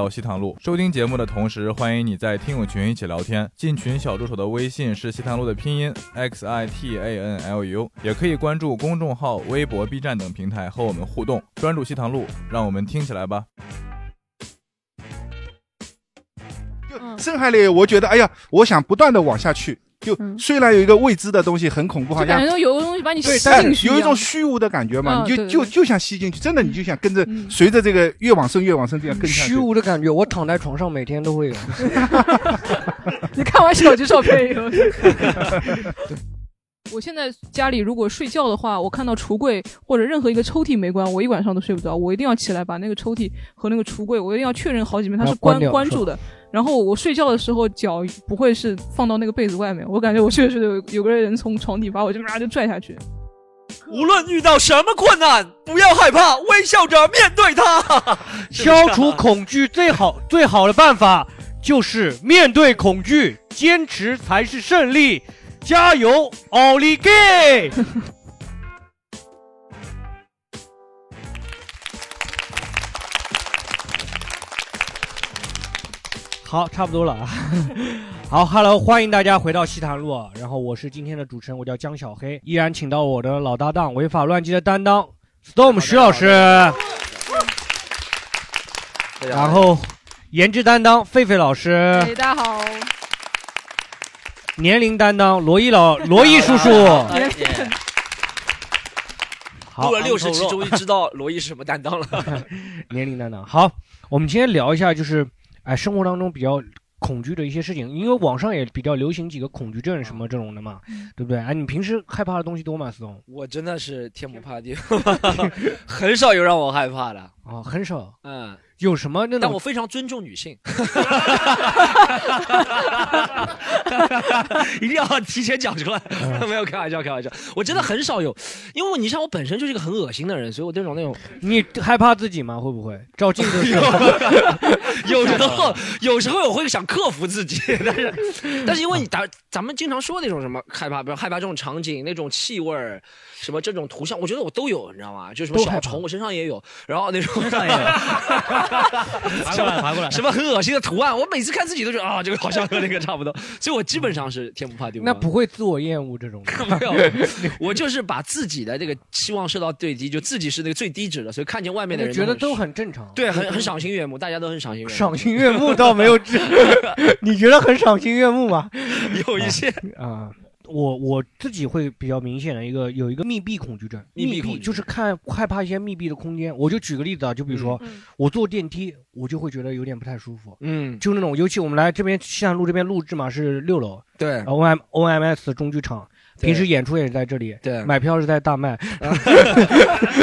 到西塘路收听节目的同时，欢迎你在听友群一起聊天。进群小助手的微信是西塘路的拼音 x i t a n l u，也可以关注公众号、微博、B 站等平台和我们互动。专注西塘路，让我们听起来吧。嗯深海里，我觉得，哎呀，我想不断的往下去。就虽然有一个未知的东西很恐怖，好嗯就感像觉有个东西把你吸对，但进去是有一样种虚无的感觉嘛，嗯你就对嗯对就对就想吸进去，真的你就想跟着随着这个越往深越往深这样跟下去虚。无的感觉，我躺在床上每天都会有。 你看完小鸡照片以后，我现在家里如果睡觉的话，我看到橱柜或者任何一个抽屉没关，我一晚上都睡不着。我一定要起来把那个抽屉和那个橱柜，我一定要确认好几遍它要是关关掉关是吧住的。然后我睡觉的时候脚不会是放到那个被子外面，我感觉我确实有有个人从床底把我就啪就拽下去。无论遇到什么困难，不要害怕，微笑着面对它。消除恐惧最好最好的办法就是面对恐惧，坚持才是胜利。加油，奥利给！ 好，差不多了啊。 好，Hello，欢迎大家回到西坛路啊。然后我是今天的主持人，我叫江小黑，依然请到我的老搭档，违法乱纪的担当 Storm 徐老师。然后颜值担当狒狒老师，哎，大家好，年龄担当罗 毅老罗毅叔叔。好录哎了六十昂期，头终肉于知道罗毅是什么担当了。年龄担当。好，我们今天聊一下，就是哎，生活当中比较恐惧的一些事情，因为网上也比较流行几个恐惧症什么这种的嘛，嗯对不对？哎，你平时害怕的东西多吗，思彤？我真的是天不怕地不怕，很少有让我害怕的。啊，很少。嗯，有什么那但种我非常尊重女性。 一定要提前讲出来， 没有开玩笑，开玩笑。我真的很少有，因为你像我本身就是一个很恶心的人，所以我这种那种你害怕自己吗？会不会照镜子的时 候？ 有时候，有时候我会想克服自己，但是，但是因为你咱咱们经常说那种什么害怕，比如害怕这种场景、那种气味儿，什么这种图像，我觉得我都有，你知道吗？就什么都害小怕虫，我身上也有，然后那种上也有爬过来爬过 来什么很恶心的图案，我每次看自己都觉得啊，这个好像和那个差不多，所以我基本上是天不怕地不怕。那不会自我厌恶这种的。没 有，我就是把自己的这个期望设到最低，就自己是那个最低值的，所以看见外面的我人觉得很都很正常。对，很很赏心悦目，大家都很赏心悦目。赏心悦目 倒没有这，你觉得很赏心悦目吗？有一些啊、我我自己会比较明显的一个有一个密闭恐惧症，密闭恐惧症就是看害怕一些密闭的空间。我就举个例子啊，就比如说、我坐电梯，我就会觉得有点不太舒服。嗯，就那种，尤其我们来这边西南路这边录制嘛，是六楼，呃对，O M O M S 中剧场，对平时演出也是在这里，对买票是在大麦，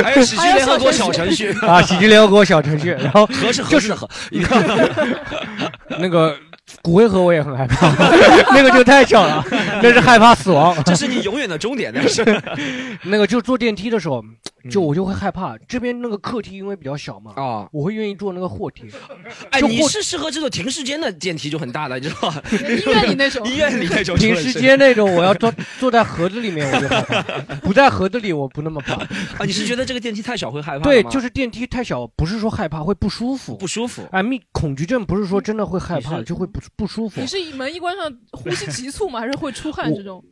还有喜剧联合国小程序啊，喜剧联合国小程 序，然后合适合就适是的合，一个 那个骨灰盒我也很害怕， 那个就太 小了，那是害怕死亡。这是你永远的终点，但是 那个就坐电梯的时候，就我就会害怕，这边那个客梯因为比较小嘛，嗯啊，我会愿意坐那个货梯。哎，就你或是适合这种停尸间的电梯就很大的，你知道吧？医院里那种医院里那种平时间那种，我要坐坐在盒子里面，我就害怕；不在盒子里，我不那么怕。啊，你是觉得这个电梯太小会害怕吗？对，就是电梯太小，不是说害怕，会不舒服不。舒服。哎，密恐惧症不是说真的会害怕，你是就会不不舒服你。是门一关上呼吸急促吗？还是会出汗这种？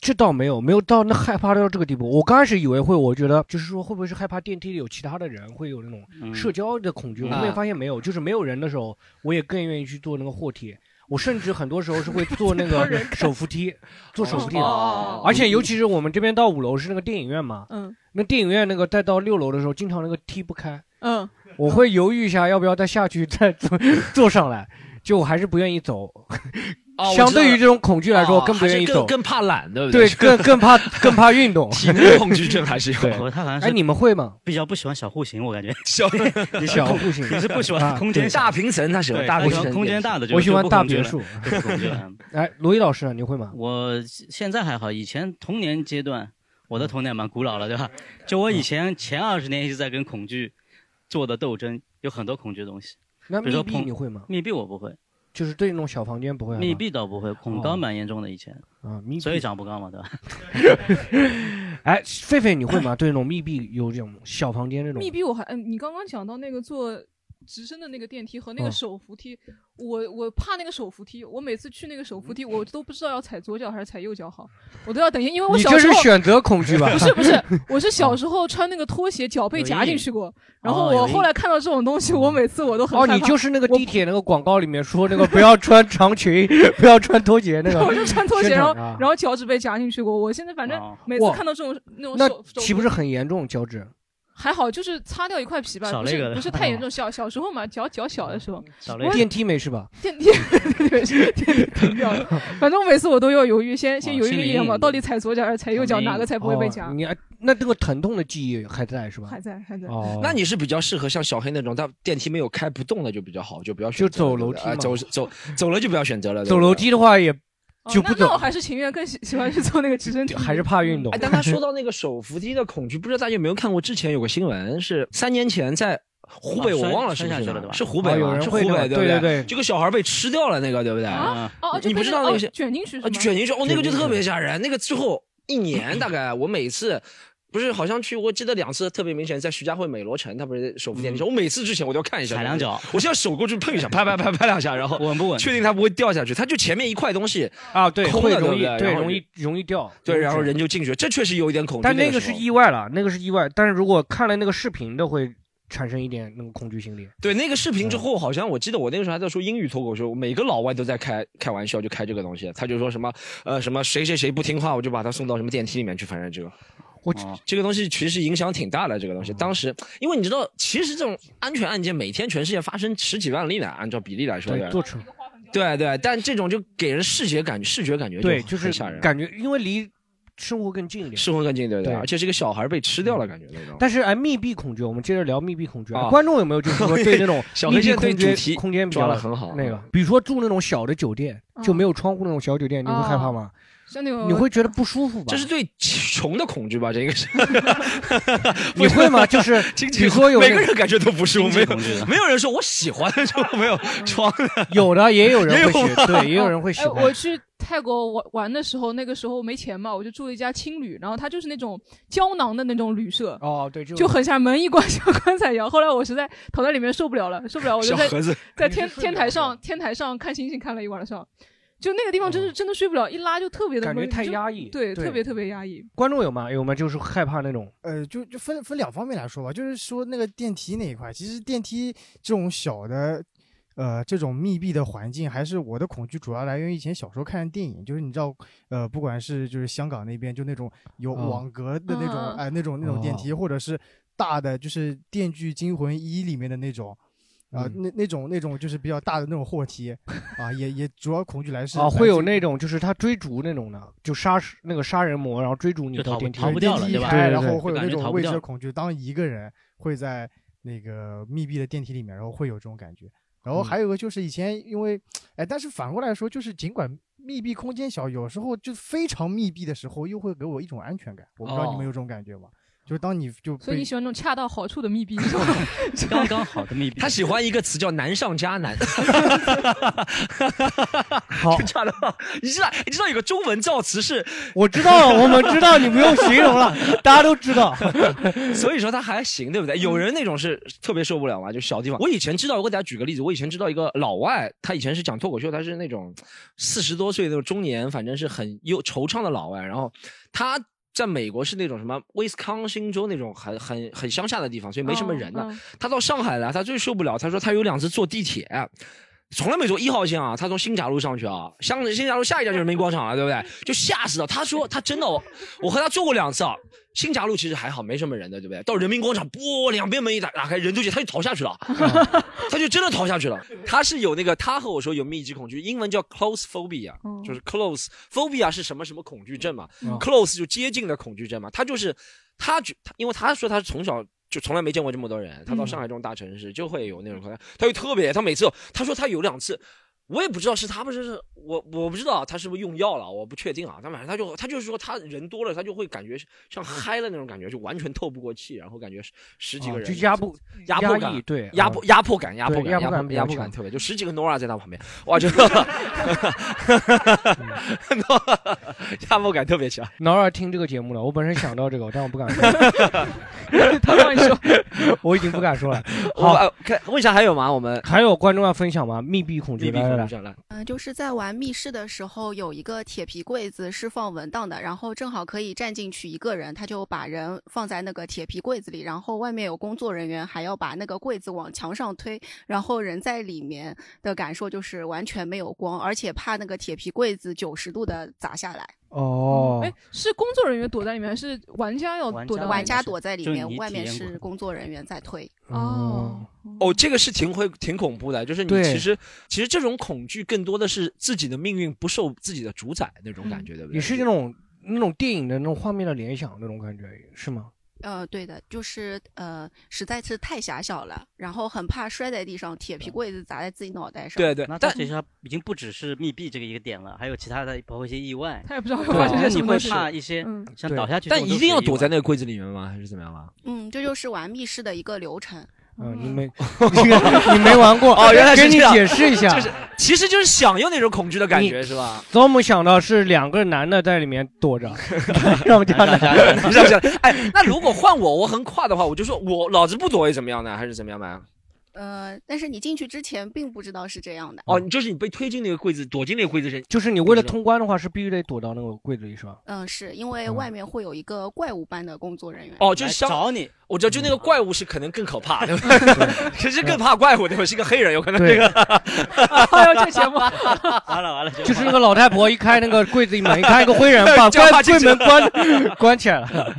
这倒没有，没有到那害怕到这个地步。我刚开始以为会，我觉得就是说会不会是害怕电梯里有其他的人，会有那种社交的恐惧。嗯我后面发现没有，就是没有人的时候，我也更愿意去坐那个货梯。我甚至很多时候是会坐那 多个人手扶梯，坐手扶梯的。哦而且尤其是我们这边到五楼是那个电影院嘛，嗯那电影院那个再到六楼的时候，经常那个梯不开，嗯，我会犹豫一下要不要再下去再坐坐上来，就我还是不愿意走。哦我知道相对于这种恐惧来说，哦我更不还是愿意走。更怕懒，对不对，对，更更怕更怕运动。体内 恐惧 症还是有。对我他好像哎，是你们会吗？比较不喜欢小户型，我感觉小 你是小空户型你是不 喜啊欢空间对大，大平层，他喜欢对大他平喜欢层，空间大的就我喜欢就不大恐惧别了 墅。就不恐惧了。 哎，罗毅老师，你会吗？我现在还好，以前童年阶段，我的童年蛮古老了，对吧？就我以前前二十年一直在跟恐惧做的斗争，有很多恐惧的东西。那比密如说闭碰你会吗？密闭我不会，就是对那种小房间不会害啊怕密闭倒不会，恐高蛮严重的以前，啊，密闭。所以长不高嘛，对吧？哎，狒狒你会吗？对那种密闭有这种小房间这种密闭我还，嗯，你刚刚讲到那个坐直升的那个电梯和那嗯个手扶梯，我我怕那个手扶梯，我每次去那个手扶梯，我都不知道要踩左脚还是踩右脚好，我都要等一下，因为我你小这时是候选择恐惧吧？嗯不是不 是，我是小时候穿那个拖鞋，脚被夹进去过，然后哦有我阴后来看到这种东西，我每次我都很哦，害你怕就是那个地铁那个广告里面说那个不要穿长裙，不要穿拖鞋那个。我就穿拖鞋，宣然后传啊然后脚趾被夹进去过。我现在反正每次哇看到这种那种那手手岂不是很严重？脚趾还好，就是擦掉一块皮吧，少不了一嗯是个不是太严重。小小时候嘛，脚脚小的时候，我电梯没事吧？电梯电梯停掉了。 反正每次我都要犹豫，先先哦犹豫心个理阴一两秒，影到底踩左脚还是踩右脚，哪个才不会被夹哦？你那这个疼痛的记忆还在是吧？还在还在。哦那你是比较适合像小黑那种，但电梯没有开不动的就比较好，就不要选择就走楼对梯不对啊嘛走走走了就不要选择了。对不对走楼梯的话也哦就不那那我走，还是情愿更喜喜欢去坐那个直升梯，还是怕运动 哎，。但他说到那个手扶梯的恐惧，不知道大家有没有看过？之前有个新闻是三年前在。湖北哦我摔忘了是不摔下是去哪了儿对吧是湖北哦有吧？人是湖会那北个不对对对对？这个小孩被吃掉了，那个对不对？啊哦，就你不被知那道那哦个是卷进去是啊，吗？卷进去哦，那个就特别吓人。那个之后一 年大概，我每次不是好像去，我记得两次特别明显，在徐家汇美罗城，他不是手扶电梯嗯上，我每次之前我都要看一下，踩两脚，我先要手过去碰一 下，拍拍拍拍两下，然后稳不稳确定它不会掉下去，它就前面一块东西啊，对，空会了，容易对不对然后容易容易掉。对，然后人就进去，这确实有一点恐惧。但那个个时是候意外了，那个是意外。但是如果看了那个视频的，会产生一点那个恐惧心理。对那个视嗯频之后，好像我记得我那个时候还在说英语脱口秀，每个老外都在开开玩笑，就开这个东西。他就说什么呃什么谁谁谁不听话，我就把他送到什么电梯里面去，反正这个。我这个东西其实影响挺大的，这个嗯东西当时，因为你知道，其实这种安全案件每天全世界发生十几万例呢，按照比例来说对的，做成对对，但这种就给人视觉感觉，视觉感觉对就就是很吓人，感觉因为离生活更近一点。失魂更近，对不对？对而且是个小孩被吃掉了，感觉那种。但是哎，密闭恐惧，我们接着聊密闭恐惧。啊啊、观众有没 有就是说对那种小黑密闭现在对空间主题空间比抓较得很好啊那个，比如说住那种小的酒店，就没有窗户那种小酒店，你会害怕吗？像那种你会觉得不舒服吧？这是对 穷的恐惧吧？这个是， 你会 吗？就是经济比如说有每那个人感觉都不舒服，没经济有恐惧的没有人说我喜欢， 就没有床的，嗯有的也有人会也有喜，吧对，也有人会喜哎，欢。我去泰国玩玩的时候，那个时候没钱嘛，我就住了一家青旅，然后它就是那种胶囊的那种旅社，哦，对，就就很像门一关像 棺材一样。后来我实在躺在里面受不了了，受不了，我就小在盒子 在天天台上天台上看星星看了一晚上，就那个地方真是真的睡不了，一拉就特别哦的感觉闷太就压抑对，对特别特别压抑。观众有吗？有吗？就是害怕那种。呃，就就分分两方面来说吧，就是说那个电梯那一块，其实电梯这种小的，呃，这种密闭的环境，还是我的恐惧主要来源于以前小时候看的电影，就是你知道，呃，不管是就是香港那边就那种有哦网格的那种，嗯嗯嗯哎、那种那种电梯，或者是大的就是《电锯惊魂一》里面的那种。啊、嗯那那种那种就是比较大的那种货梯，啊，也也主要恐惧来是啊，来会自有于那种就是他追逐那种的，就杀死那个杀人魔，然后追逐你就到逃不电梯，逃不掉了电梯对一吧开，对然对后会有就感那觉逃种不未知掉的恐惧。当一个人会在那个密闭的电梯里面，然后会有这种感觉。然后嗯还有一个就是以前因为，哎，但是反过来说，就是尽管密闭空间小，有时候就非常密闭的时候，又会给我一种安全感。我不知道你们哦有这种感觉吗？就是当你就所以被你喜欢那种恰到好处的密闭， 是 刚吧刚好的密闭他。喜欢一个词叫“难上加难”， 好就，差了。你知道，你知道有个中文造词是，我知道了，我们知道，你不用形容 了，大家都知道。所以说他还行，对不对？有人那种是特别受不了嘛，就小地方。我以前知道，我给大家举个例子，我以前知道一个老外，他以前是讲脱口秀，他是那种四十多岁那种中年，反正是很忧惆怅的老外。然后他在美国是那种什么威斯康星州那种很很很乡下的地方，所以没什么人哦的。嗯嗯他到上海来，他最受不了，他说他有两次坐地铁。从来没坐一号线啊，他从新闸路上去啊，上新闸路下一站就是人民广场了，对不对？就吓死了。他说他真的，我我和他坐过两次啊。新闸路其实还好，没什么人的，对不对？到人民广场，啵，两边门一打打开，人就去，他就逃下去了，他就真的逃下去了。他是有那个，他和我说有密集恐惧，英文叫 close phobia，、嗯就是 close phobia 是什么什么恐惧症嘛、c l o s e 就接近的恐惧症嘛。他就是他觉，他因为他说他是从小。就从来没见嗯过这么多人，他到上海这种大城市就会有那种恐惧，他就特别，他每次他说他有两次我也不知道是他不是是我我不知道他是不是用药了，我不确定啊。但反正他就他就是说他人多了，他就会感觉嗯像嗨的那种感觉，就完全透不过气，然后感觉十十几个人、啊就压不压迫感抑，对啊压迫压迫感压对迫感压迫迫感比较压迫强感特别，就十几个 Nora 在他旁边，哇，这 个 压迫感特别强。 挠儿听这个节目了，我本身想到这个，但我不敢说。他让你说， 我已经不敢 说了。我好，呃看问一下还有吗？我们还有观众要分享吗？密闭恐惧，密闭来来恐来惧，症来，嗯、就是在玩密室的时候，有一个铁皮柜子是放文档的，然后正好可以站进去一个人，他就把人放在那个铁皮柜子里，然后外面有工作人员还要把那个柜子往墙上推，然后人在里面的感受就是完全没有光，而且怕那个铁皮柜子九十度的砸下来，哦哎，是工作人员躲在里面，还是玩家要躲在玩家躲在里就面你，外体面验过是工作人员在推。哦，哦，这个是挺会挺恐怖的，就是你对其实其实这种恐惧更多的是自己的命运不受自己的主宰那种感觉，对不对？嗯也是那种那种电影的那种画面的联想那种感觉，是 吗？呃，对的，就是呃，实在是太狭小了，然后很怕摔在地上，铁皮柜子砸在自己脑袋上。对对那，它但其实它已经不只是密闭这个一个点了，还有其他的包括一些意外，他也不知道要对发可生能你些什么会东西。怕一些嗯像对倒下 去这但种都是一意外，定要躲在那个柜子里面吗？还是怎么样吗？嗯，这就是玩密室的一个流程。嗯，你没 你没玩过哦原来是跟你这样解释一下就，是其实就是享有那种恐惧的感觉，是吧？怎么想到是两个男的在里面躲 着，让我们家 大男家的是不是？哎，那如果换我，我很跨的话，我就说我老子不躲又怎么样呢？还是怎么样呢？呃，但是你进去之前并不知道是这样的。哦，嗯你就是你被推进那个柜子，躲进那个柜子是就是你为了通关的话，是必须得躲到那个柜子 里，是吧？嗯、是因为外面会有一个怪物般的工作人员。哦，就来是像找你，我知道，就那嗯个怪物是可能更可 怕，对吧？ 其实更怕怪物，对吧？是一个黑人，有可能这个 哎呦，这节目， 完 了完了，就是那个老太婆一开那个柜子 门，一看一个灰人，把就要关把柜进去门关关起来了。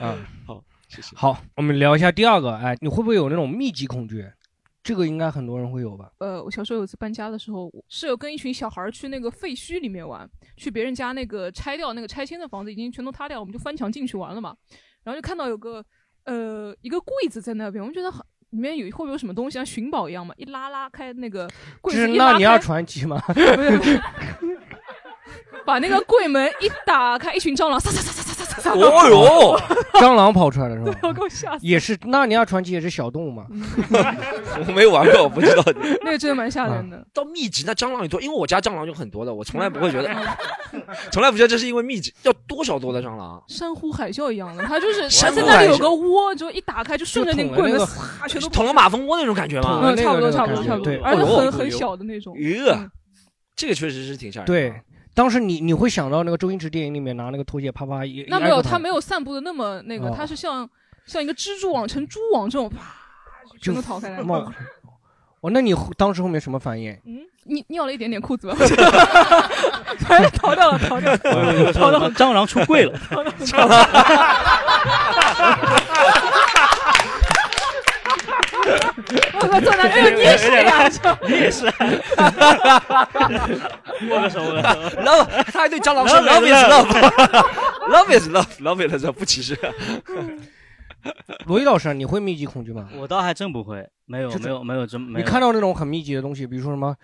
嗯，好 谢谢好，我们聊一下第二个，哎，你会不会有那种密集恐惧？这个应该很多人会有吧？呃，我小时候有一次搬家的时候，我室友跟一群小孩儿去那个废墟里面玩，去别人家那个拆掉那个拆迁的房子已经全都塌掉了，我们就翻墙进去玩了嘛。然后就看到有个呃一个柜子在那边，我们觉得很里面有会不会有什么东西，像寻宝一样嘛？一拉拉开那个就柜是子，一那拉你要开，传奇 吗？不是不是把那个柜门一打开，一群蟑螂，撒撒撒撒撒撒 撒撒，哦哟， 蟑螂跑出来了 是吧？给我吓死！也是《纳尼亚传奇》，也是小动物 嘛。我没玩过，我不知道。那个真的蛮吓人的。到密集，那蟑螂有多？因为我家蟑螂就很多的，我嗯从来不会 觉得，嗯从来不觉得这是因为密集要多少多的蟑螂。山呼海啸一样的，它就是它山呼在那里有海个窝，就一打开就顺着那就个捅了棍那子，个唰，全都捅了马蜂窝那种感觉捅吗？了嗯，那个差不那个多，差不多，感觉差不多对，哎而且哦呦很很小的那种。呃嗯，这个确实是挺吓人。 对，，当时你你会想到那个周星驰电影里面拿那个拖鞋啪啪一，那一没有，挨过头它没有散布的那么那个，哦它是像像一个蜘蛛网、成蛛网这种，啪，全都逃开来。冒。哦，那你后当时后面什么反应？嗯，你尿了一点点裤 子吧，反正逃掉了， 逃掉了。我说什么蟑螂出 柜了， 我靠，坐那，哎呦，你也 是呀？ 你也啊是，握个手，握 个手。然后他还对蟑螂说 Love “love is is love”，“love is love”，“love is love” 不歧视。啊罗毅老师，你会密集恐惧吗？我倒还真不会，没有就没有没有真没你有。看到那种很密集的东西，比如说什么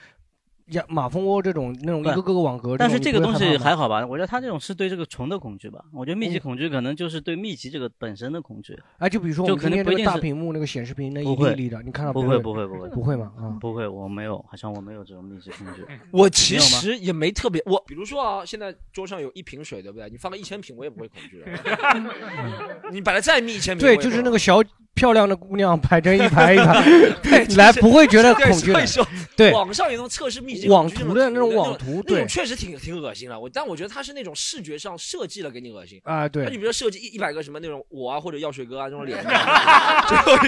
呀马蜂窝这种那种一对个个个网格，但是这这种个你不东会西害怕吗嗯还好吧，我觉得他这种是对这个虫的恐惧吧。我觉得密集恐惧可能就是对密集这个本身的恐惧。哎，就比如说我就们今可能天不这个一定大是屏幕那个显示屏那一不粒会一粒的，你看到不别会人不会不会不会吗？啊，不会，我没有，好像我没有这种密集恐惧。嗯我 其没有吗实也没特别，我比如说啊，现在桌上有一瓶水，对不对？你放个一千瓶，我也不会恐 惧。你把它再密一千瓶，对，就是那个小漂亮的姑娘排 成一排一排 对就是来，不会觉得恐惧对，所的以。说对，网上有那种测试密集网恐惧图的那种那网图，那对种确实挺挺恶心的。我但我觉得它是那种视觉上设计了给你恶心。啊，对那你，比如说设计一一百个什么那种我啊或者药水哥啊这种 脸，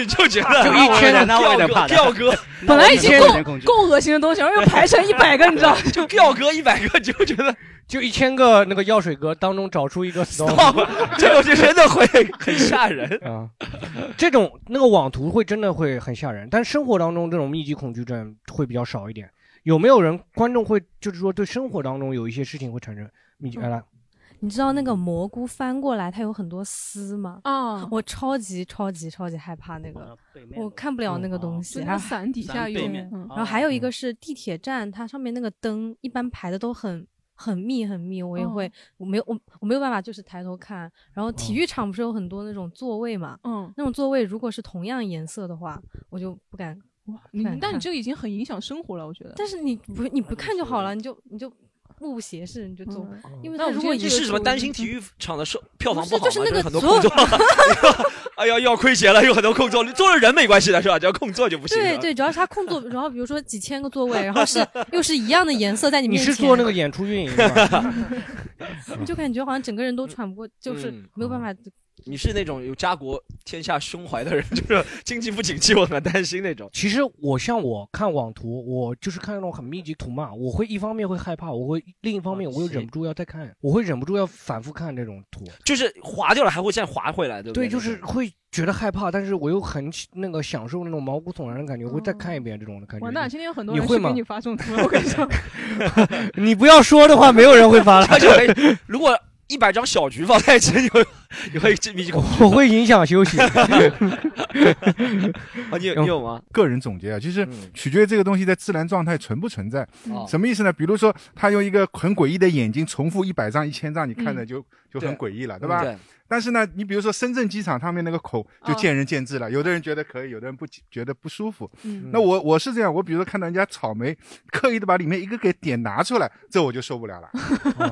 就就觉得 就一千个那我有点怕的吊 哥本来已经有点恐惧。够恶心的东西，然后又排成一百个，你知道吗？ 就吊哥一百个就觉得 就一千个那个药水哥当中找 出一个哇 stone 这东西真的会很吓人。 啊，这种那个网图会真的会很吓人，但生活当中这种密集恐惧症会比较少一点。有没有人观众会就是说对生活当中有一些事情会产生密集？哎嗯来，你知道那个蘑菇翻过来它有很多丝吗？啊，我超级超级超级害怕那个，我看不了那个东西。就那然后伞底下有嗯哦伞背面嗯然后还有一个是地铁站，它上面那个灯一般排的都很。很密很密，我也会，哦我没有我我没有办法，就是抬头看。然后体育场不是有很多那种座位嘛，嗯，那种座位如果是同样颜色的话，我就不敢。你敢但你看这个已经很影响生活了，我觉得。但是你不你不看就好了，你就你就目不斜视，你嗯就走。因为那他我如果你一个是什么球担心体育场的售票房不不是就好吗？是那个很多所空有座， 哎呀，要亏钱了，有很多空座，坐了人没关系的是吧？只要空座就不行。啊对对，主要是他空座，然后比如说几千个座位，然后是又是一样的颜色在你你面前，是做那个演出运营的吧？你就感觉好像整个人都喘不过，就是嗯没有办法。你是那种有家国天下胸怀的人， 就是经济不景气，我很担心那种。其实我像我看网图，我就是看那种很密集图嘛，我会一方面会害怕，我会另一方面啊我又忍不住要再看，我会忍不住要反复看这种图。就是划掉了还会再划回来，对不对，对，就是会觉得害怕，但是我又很喜那个享受那种毛骨悚然的感觉，我会再看一遍这种的感觉。完哦蛋，今天有很多你人会是吗给你发送图了，我跟你说， 你不要说的话，没有人会发 了。哎如果一百张小菊放在一起，你会你会这米恐 我会影响休息。啊，你有你有吗？ 个人总结啊，就是嗯取决于这个东西在自然状态存不存在。嗯什么意思呢？比如说，他用一个很诡异的眼睛重复一百张、一千张，你看着嗯就、就很诡异了，对吧嗯对？但是呢，你比如说深圳机场他们那个口哦就见仁见智了，有的人觉得可以，有的人不觉得不舒服。嗯那我我是这样，我比如说看到人家草莓，刻意的把里面一个个点拿出来，这我就受不了了。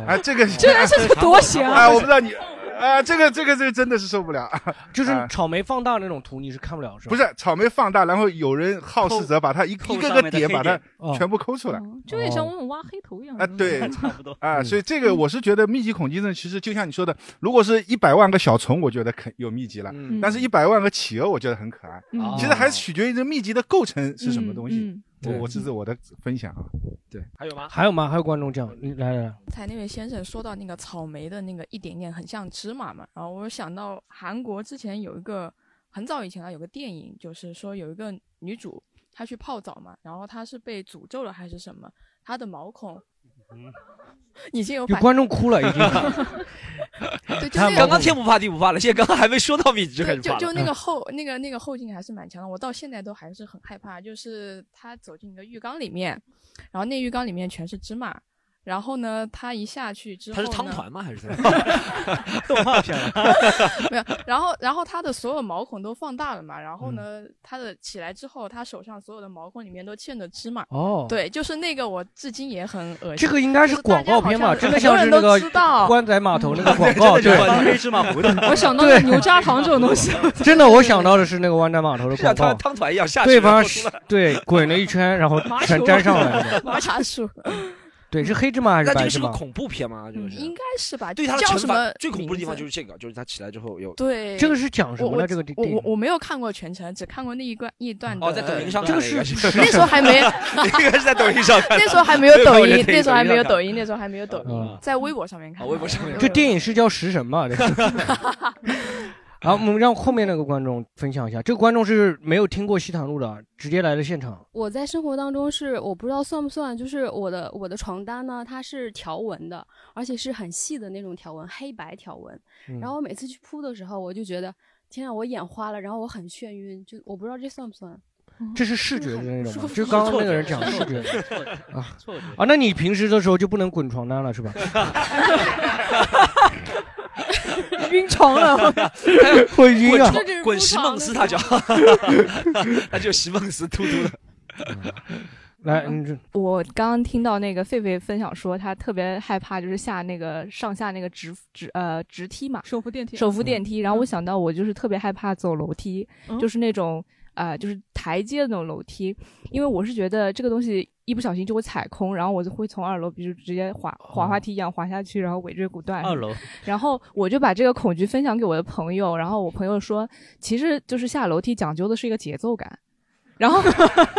啊，这个这 人是多闲啊啊！我不知道你啊，这个这个这个真的是受 不了。就是啊草莓放大那种图，你是看不了是吧？不是草莓放大，然后有人好事者把它一抠一个上面个的点黑把它点哦全部抠出来。就有点像我们挖黑头一样啊，对，嗯 差不多嗯啊，所以这个我是觉得密集恐惧症其实就像你说的，如果是一百万个小虫，我觉得肯有密集了，嗯但是一百万个企鹅，我觉得很可爱哦嗯。其实还是取决于这密集的构成是什么东西嗯。我嗯我这是我的分享啊。对，还有吗？还有吗？还有观众这样，你来来来，才那位先生说到那个草莓的那个一点点很像芝麻嘛，然后我想到韩国之前有一个很早以前啊有个电影，就是说有一个女主她去泡澡嘛，然后她是被诅咒了还是什么，她的毛孔已经有有百观众哭了已经 对，就那刚个刚天不怕地不怕了，现在刚刚还没说到米就开对，始就怕就了嗯那个后那个那个后劲还是蛮强的，我到现在都还是很害怕。就是他走进一个浴缸里面，然后那浴缸里面全是芝麻，然后呢，他一下去之后他呢，是汤团吗？还 是什么动画片了？没有，然后然后他的所有毛孔都放大了嘛，然后呢，嗯他的起来之后，他手上所有的毛孔里面都嵌着芝麻。哦对，就是那个，我至今也很恶心。这个应该是就是大广家告片吧？好真的像是那很多个人都知道湾仔码头那个 广告， 真的就是对，黑芝麻糊的我想到对那 牛轧糖这 种东西，真的，我想到的是那个湾仔码头的像广汤告，汤团一样下去，对方然后出来对滚了一圈，然后全粘上来 了。麻茶树，对，是黑芝麻还嗯是那这白个芝是个麻？恐怖片吗？这个是应该是吧？对他的叫惩什罚么最恐怖的地方名字就是这个，就是他起来之后有对，这个是讲什么呢我我这个电我电我影我没有看过全程，只看过那一段一段的。哦，在抖音上这看个的应该是， 那时候 还没应该是在抖音上看的，那时候还没有抖没音 看，过那时候还没有抖音音，那时候还没有抖音嗯，在微博上面看啊的。微博上面这电影是叫《食神》吧？这个 好，我们让后面那个观众分享一下。这个观众是没有听过西坦路的，直接来了现场。我在生活当中是我不知道算不算，就是我的我的床单呢，它是条纹的，而且是很细的那种条纹，黑白条纹。嗯然后我每次去铺的时候，我就觉得天啊，我眼花了，然后我很眩晕，就我不知道这算不算。嗯这是视觉的那种是吗不？就是刚刚错那个觉人讲的视觉错觉啊错觉啊！那你平时的时候就不能滚床单了 是吧？，晕床了会晕啊！滚滚席梦思他叫， 他就席梦思突突的。来，你这我刚刚听到那个狒狒分享说，他特别害怕，就是下那个上下那个直直呃直梯嘛，手扶电梯手扶电梯。然后我想到，我就是特别害怕走楼梯，嗯就是那种呃，就是台阶的那种楼梯，因为我是觉得这个东西一不小心就会踩空，然后我就会从二楼，比如直接滑滑哦滑梯一样滑下去，然后尾椎骨断。二楼。然后我就把这个恐惧分享给我的朋友，然后我朋友说，其实就是下楼梯讲究的是一个节奏感。然后，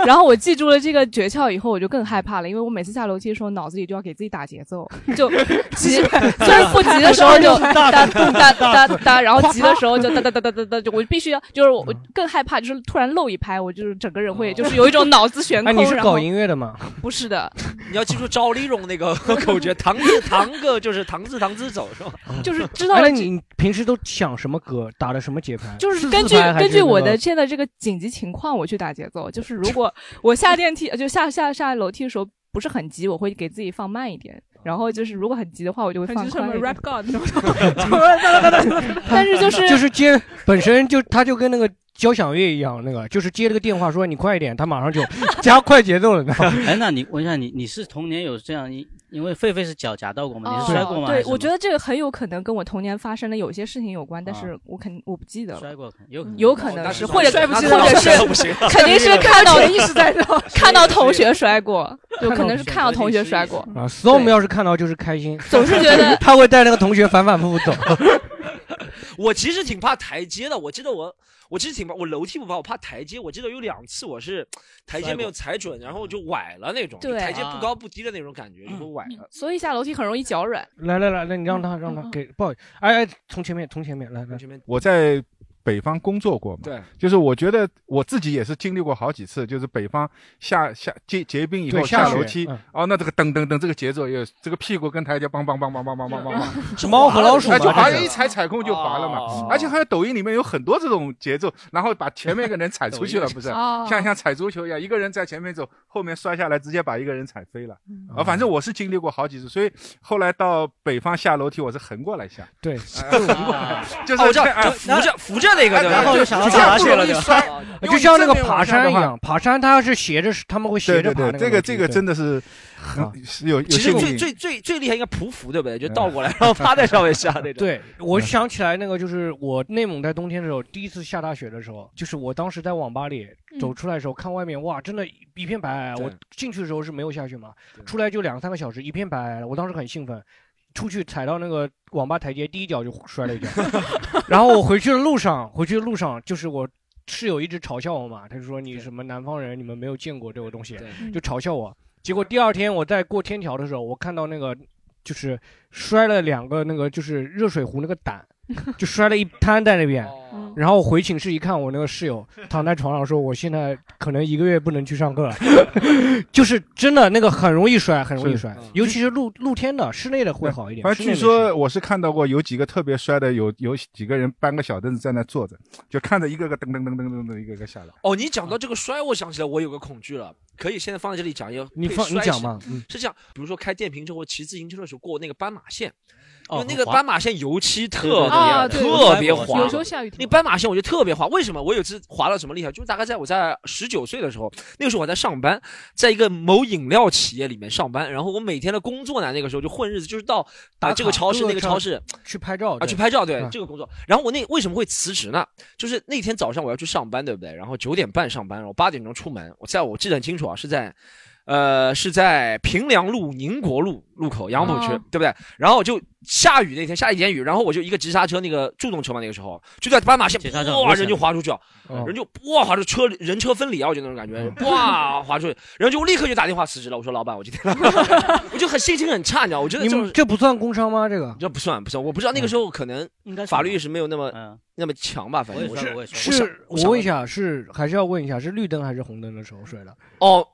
然后我记住了这个诀窍以后，我就更害怕了，因为我每次下楼梯的时候，脑子里就要给自己打节奏， 就 急，虽然不急的时候 就哒哒哒哒哒，然后急的时候就 哒哒哒哒哒哒，就我必须要，就是嗯我我更害怕，就是突然漏一拍，我就是整个人会就是有一种脑子悬空。哦 哎，你是然后搞音乐的吗？ 不是的，你要记住赵丽蓉那个 口诀，堂字堂哥就是堂字堂字走是吧？ 就是知道了哎那这你平时都想什么歌，打的什么节拍？就是四根四据拍还根是据那我个的现在这个紧急情况，我去打节奏。就是如果我下电梯就下下下楼梯的时候不是很急，我会给自己放慢一点。然后就是如果很急的话，我就会很放急是什快么一点 Rap God 什么 但是就是就是接本身就他就跟那个交响乐一样，那个就是接了个电话说你快一点，他马上 就加快节奏了。你知道吗哎，那你我想你你是童年有这样一，因为狒狒是脚夹到过吗？你是摔过吗？还呃是，哦对什我么觉得这个很有可能跟我童年发生的有些事情有关，但是我肯我不记得了。摔过，有有可能是，或者啊摔不或起者是摔不起肯定是看到一直在绕 看到同学摔过，就可能是看到同学看到同学摔过。啊，Storm 要是看到就是开心， 总是觉 得他会带那个同学反反复复 走。我其实挺怕台阶的，我记得我我其实挺怕我楼梯不怕，我怕台阶。我记得有两次我是台阶没有踩准，然后就崴了那种，就对台阶不啊高不低的那种感觉，就会崴了。所以下楼梯很容易脚软。来来来，那你让他让他给，不好意思，哎哎，从前面从前面来来，我在北方工作过嘛，对就是我觉得我自己也是经历过好几次，就是北方下下结结冰以后对下楼雪梯嗯，哦，那这个噔噔噔这个节奏也有，这个屁股跟台阶梆梆梆梆梆梆梆梆是啊梆，猫和老鼠哎，嘛就好这像是一踩踩空就滑了哦嘛，而且好像抖音里面有很多这种节奏，然后把前面一个人踩出去了，不是哦，像像踩足球一样，一个人在前面走，后面摔下来直接把一个人踩飞了，啊，反正我是经历过好几次，所以后来到北方下楼梯我是横过来下， 对，横 过来，就是哦我知道哎就扶着扶着那个哎对吧然后就想到大闸蟹了对吧 啊就像那个爬山一样，，爬山它是斜着，他们会斜对着对爬对，那个楼梯。啊这个这个对真的是很是呃有有其实幸最运。最最最厉害应该匍匐对不对？就倒过来，然后趴在上面下那种。对，嗯我想起来那个，就是我内蒙在冬天的时候，第一次下大雪的时候，就是我当时在网吧里嗯走出来的时候，看外面哇，真的一片白。我进去的时候是没有下雪嘛，出来就两三个小时，一片白。我当时很兴奋，出去踩到那个网吧台阶，第一脚就摔了一跤。然后我回去的路上，回去的路上就是我。室友一直嘲笑我嘛，他就说你什么南方人，你们没有见过这个东西，就嘲笑我。结果第二天我在过天桥的时候，我看到那个就是摔了两个那个就是热水壶那个胆，就摔了一滩在那边。嗯哦哦然后我回寝室一看，我那个室友躺在床上说：“我现在可能一个月不能去上课了， 就是真的那个很容易摔，很容易是摔，尤其是露露天的，室内的会好一点。嗯反室内正据没事说我是看到过有几个特别摔的，有有几个人搬个小凳子在那坐着，就看着一个个噔噔噔噔噔噔一个个下来。哦，你讲到这个摔，我想起来我有个恐惧了，可以现在放在这里讲，也你可以放你摔讲是嘛嗯是这样，比如说开电瓶车或骑自行车的时候过那个斑马线，因哦为那个很滑斑马线油漆特对对对啊别对我特摔别过滑，有时候下雨天那斑马线我觉得特别滑，为什么？我有次滑到什么厉害？就是大概在我在十九岁的时候，那个时候我在上班，在一个某饮料企业里面上班，然后我每天的工作呢，那个时候就混日子，就是到打啊这个卡超市各个那个超超市去拍照啊，对去拍照，对嗯这个工作。然后我那为什么会辞职呢？就是那天早上我要去上班，对不对？然后九点半上班，然后八点钟出门。我在我记得很清楚啊，是在，呃，是在平凉路宁国路路口杨浦区，哦对不对？然后我就下雨那天下一点雨，然后我就一个急刹车，那个助动车嘛，那个时候就在斑马线，车哇，危险人就滑出去了，哦人就哇滑出车人车分离啊，我就那种感觉，哇滑出去，然后就立刻就打电话辞职了。我说老板，我今天 我就很心情很差，你知道，我觉得你这种们这不算工伤吗？这个这不算不算，我不知道那个时嗯候可能法律意识没有那么那么强吧，反正我也摔过我也我摔想是我想问一下，是还是要问一下，是绿灯还是红灯的时候摔的？哦，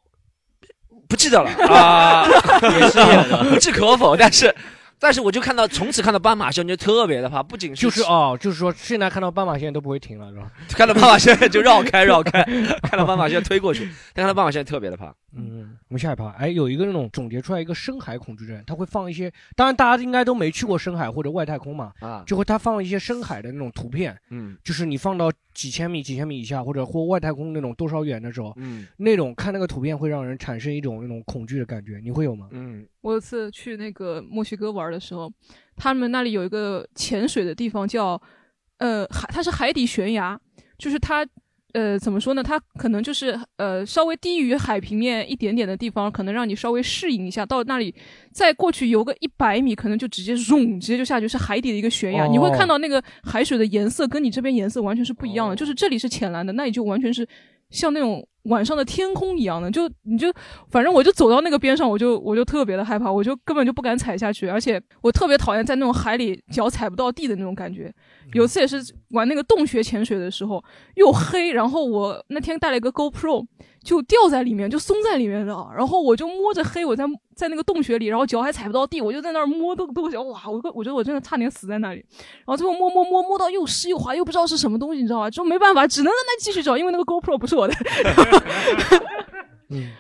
不记得 了啊，也是 无置可否，但是但是我就看到从此看到斑马线就特别的怕，不仅是就是哦，就是说现在看到斑马线都不会停了，是吧？ 看到斑马线就绕 开绕开，看到斑马线推过去，但看到斑马线特别的怕。嗯，我们下一趴，哎，有一个那种总结出来一个深海恐惧症，他会放一些，当然大家应该都没去过深海或者外太空嘛，啊就会他放一些深海的那种图片， 嗯，就是你放到几千米、几千米以下或者或外太空那种多少远的时候，嗯，那种看那个图片会让人产生一种那种恐惧的感觉，你会有吗？嗯，我有次去那个墨西哥玩的时候，他们那里有一个潜水的地方叫，呃，海，它是海底悬崖，就是它，呃，怎么说呢？它可能就是呃稍微低于海平面一点点的地方，可能让你稍微适应一下，到那里再过去游个一百米，可能就直接 zoom，直接就下去，是海底的一个悬崖，哦你会看到那个海水的颜色跟你这边颜色完全是不一样的，就是这里是浅蓝的，那里就完全是像那种晚上的天空一样的，就你就反正我就走到那个边上，我就我就特别的害怕，我就根本就不敢踩下去，而且我特别讨厌在那种海里脚踩不到地的那种感觉。有次也是玩那个洞穴潜水的时候，又黑，然后我那天带了一个 GoPro，就掉在里面，就松在里面的。然后我就摸着黑，我在在那个洞穴里，然后脚还踩不到地，我就在那儿摸都都想，哇！我我觉得我真的差点死在那里。然后最后摸摸摸摸到又湿又滑，又不知道是什么东西，你知道吗？就没办法，只能在那继续找，因为那个 GoPro 不是我的。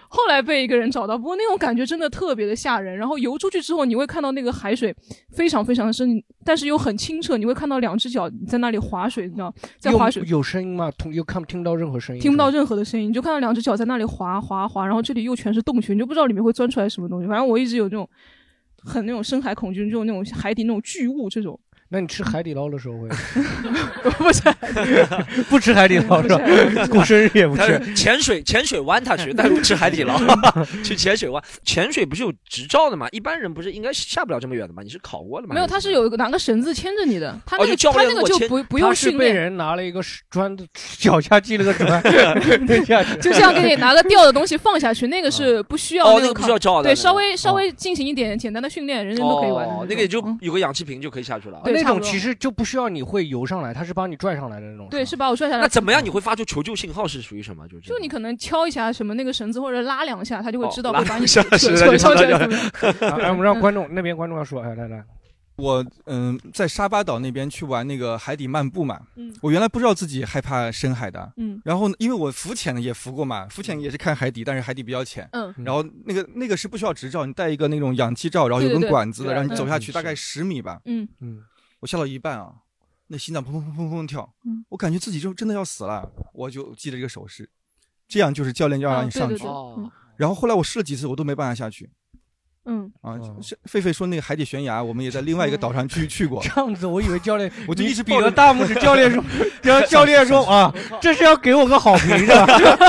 后来被一个人找到，不过那种感觉真的特别的吓人。然后游出去之后，你会看到那个海水非常非常深，但是又很清澈，你会看到两只脚在那里划水，你知道，在有划水，有声音吗？同有看听不到任何声音，听不到任何的声音，你就看到两只脚在那里划划划，然后这里又全是洞穴，你就不知道里面会钻出来什么东西。反正我一直有这种很那种深海恐惧，就那种海底那种巨物这种。那你吃海底捞的时候 会？不是，不吃海底捞是吧？ 过生日也不他吃。是潜水潜水湾他去，但是不吃海底 捞，去潜水湾。潜水不是有执照的吗？一般人不是应该下不了这么远的吗？你是考过了吗？没有，它是有一个拿个绳子牵着你的，它那哦个、就教它练那个给我牵就不不用他是训被练，人拿了一个砖的 脚下系了个 砖下 去，就像给你拿个吊的东西放下去，那个是不需要哦那那个个不考需要照的对，那个稍微稍微进行一点简单的训练，人人都可以玩的哦种。嗯那个也就有个氧气瓶就可以下去了。 那种其实就不需要你会游上来，他是帮你拽上来的那种。对，是把我拽下来。那怎么样？你会发出求救信号是属于什么？就是这就你可能敲一下什么那个绳子，或者拉两下，它就会哦知道拉会把你扯两下 扯是的是扯起的来怎么 样。啊哎，我们让观众那边观众要说，哎，来来，我嗯，在沙巴岛那边去玩那个海底漫步嘛，嗯我原来不知道自己害怕深海的，嗯然后呢因为我浮潜也浮过嗯嘛，浮潜也是看海底，但是海底比较浅，嗯然后那个那个是不需要执照，你带一个那种氧气罩，然后有对根对对管子的，对然后你走下嗯去嗯大概十米吧，嗯嗯，我下到一半啊，那心脏砰砰砰砰砰跳嗯，我感觉自己就真的要死了，我就记着这个手势，这样就是教练就要啊让你上对对去对，，哦嗯然后后来我试了几次，我都没办法下去，嗯，啊，是狒狒说那个海底悬崖，我们也在另 外一个岛上去去过。这样子，我以为教练， 我就一直比抱了着大拇指。教 练说，然后教练说啊，这是要给我个好评是吧？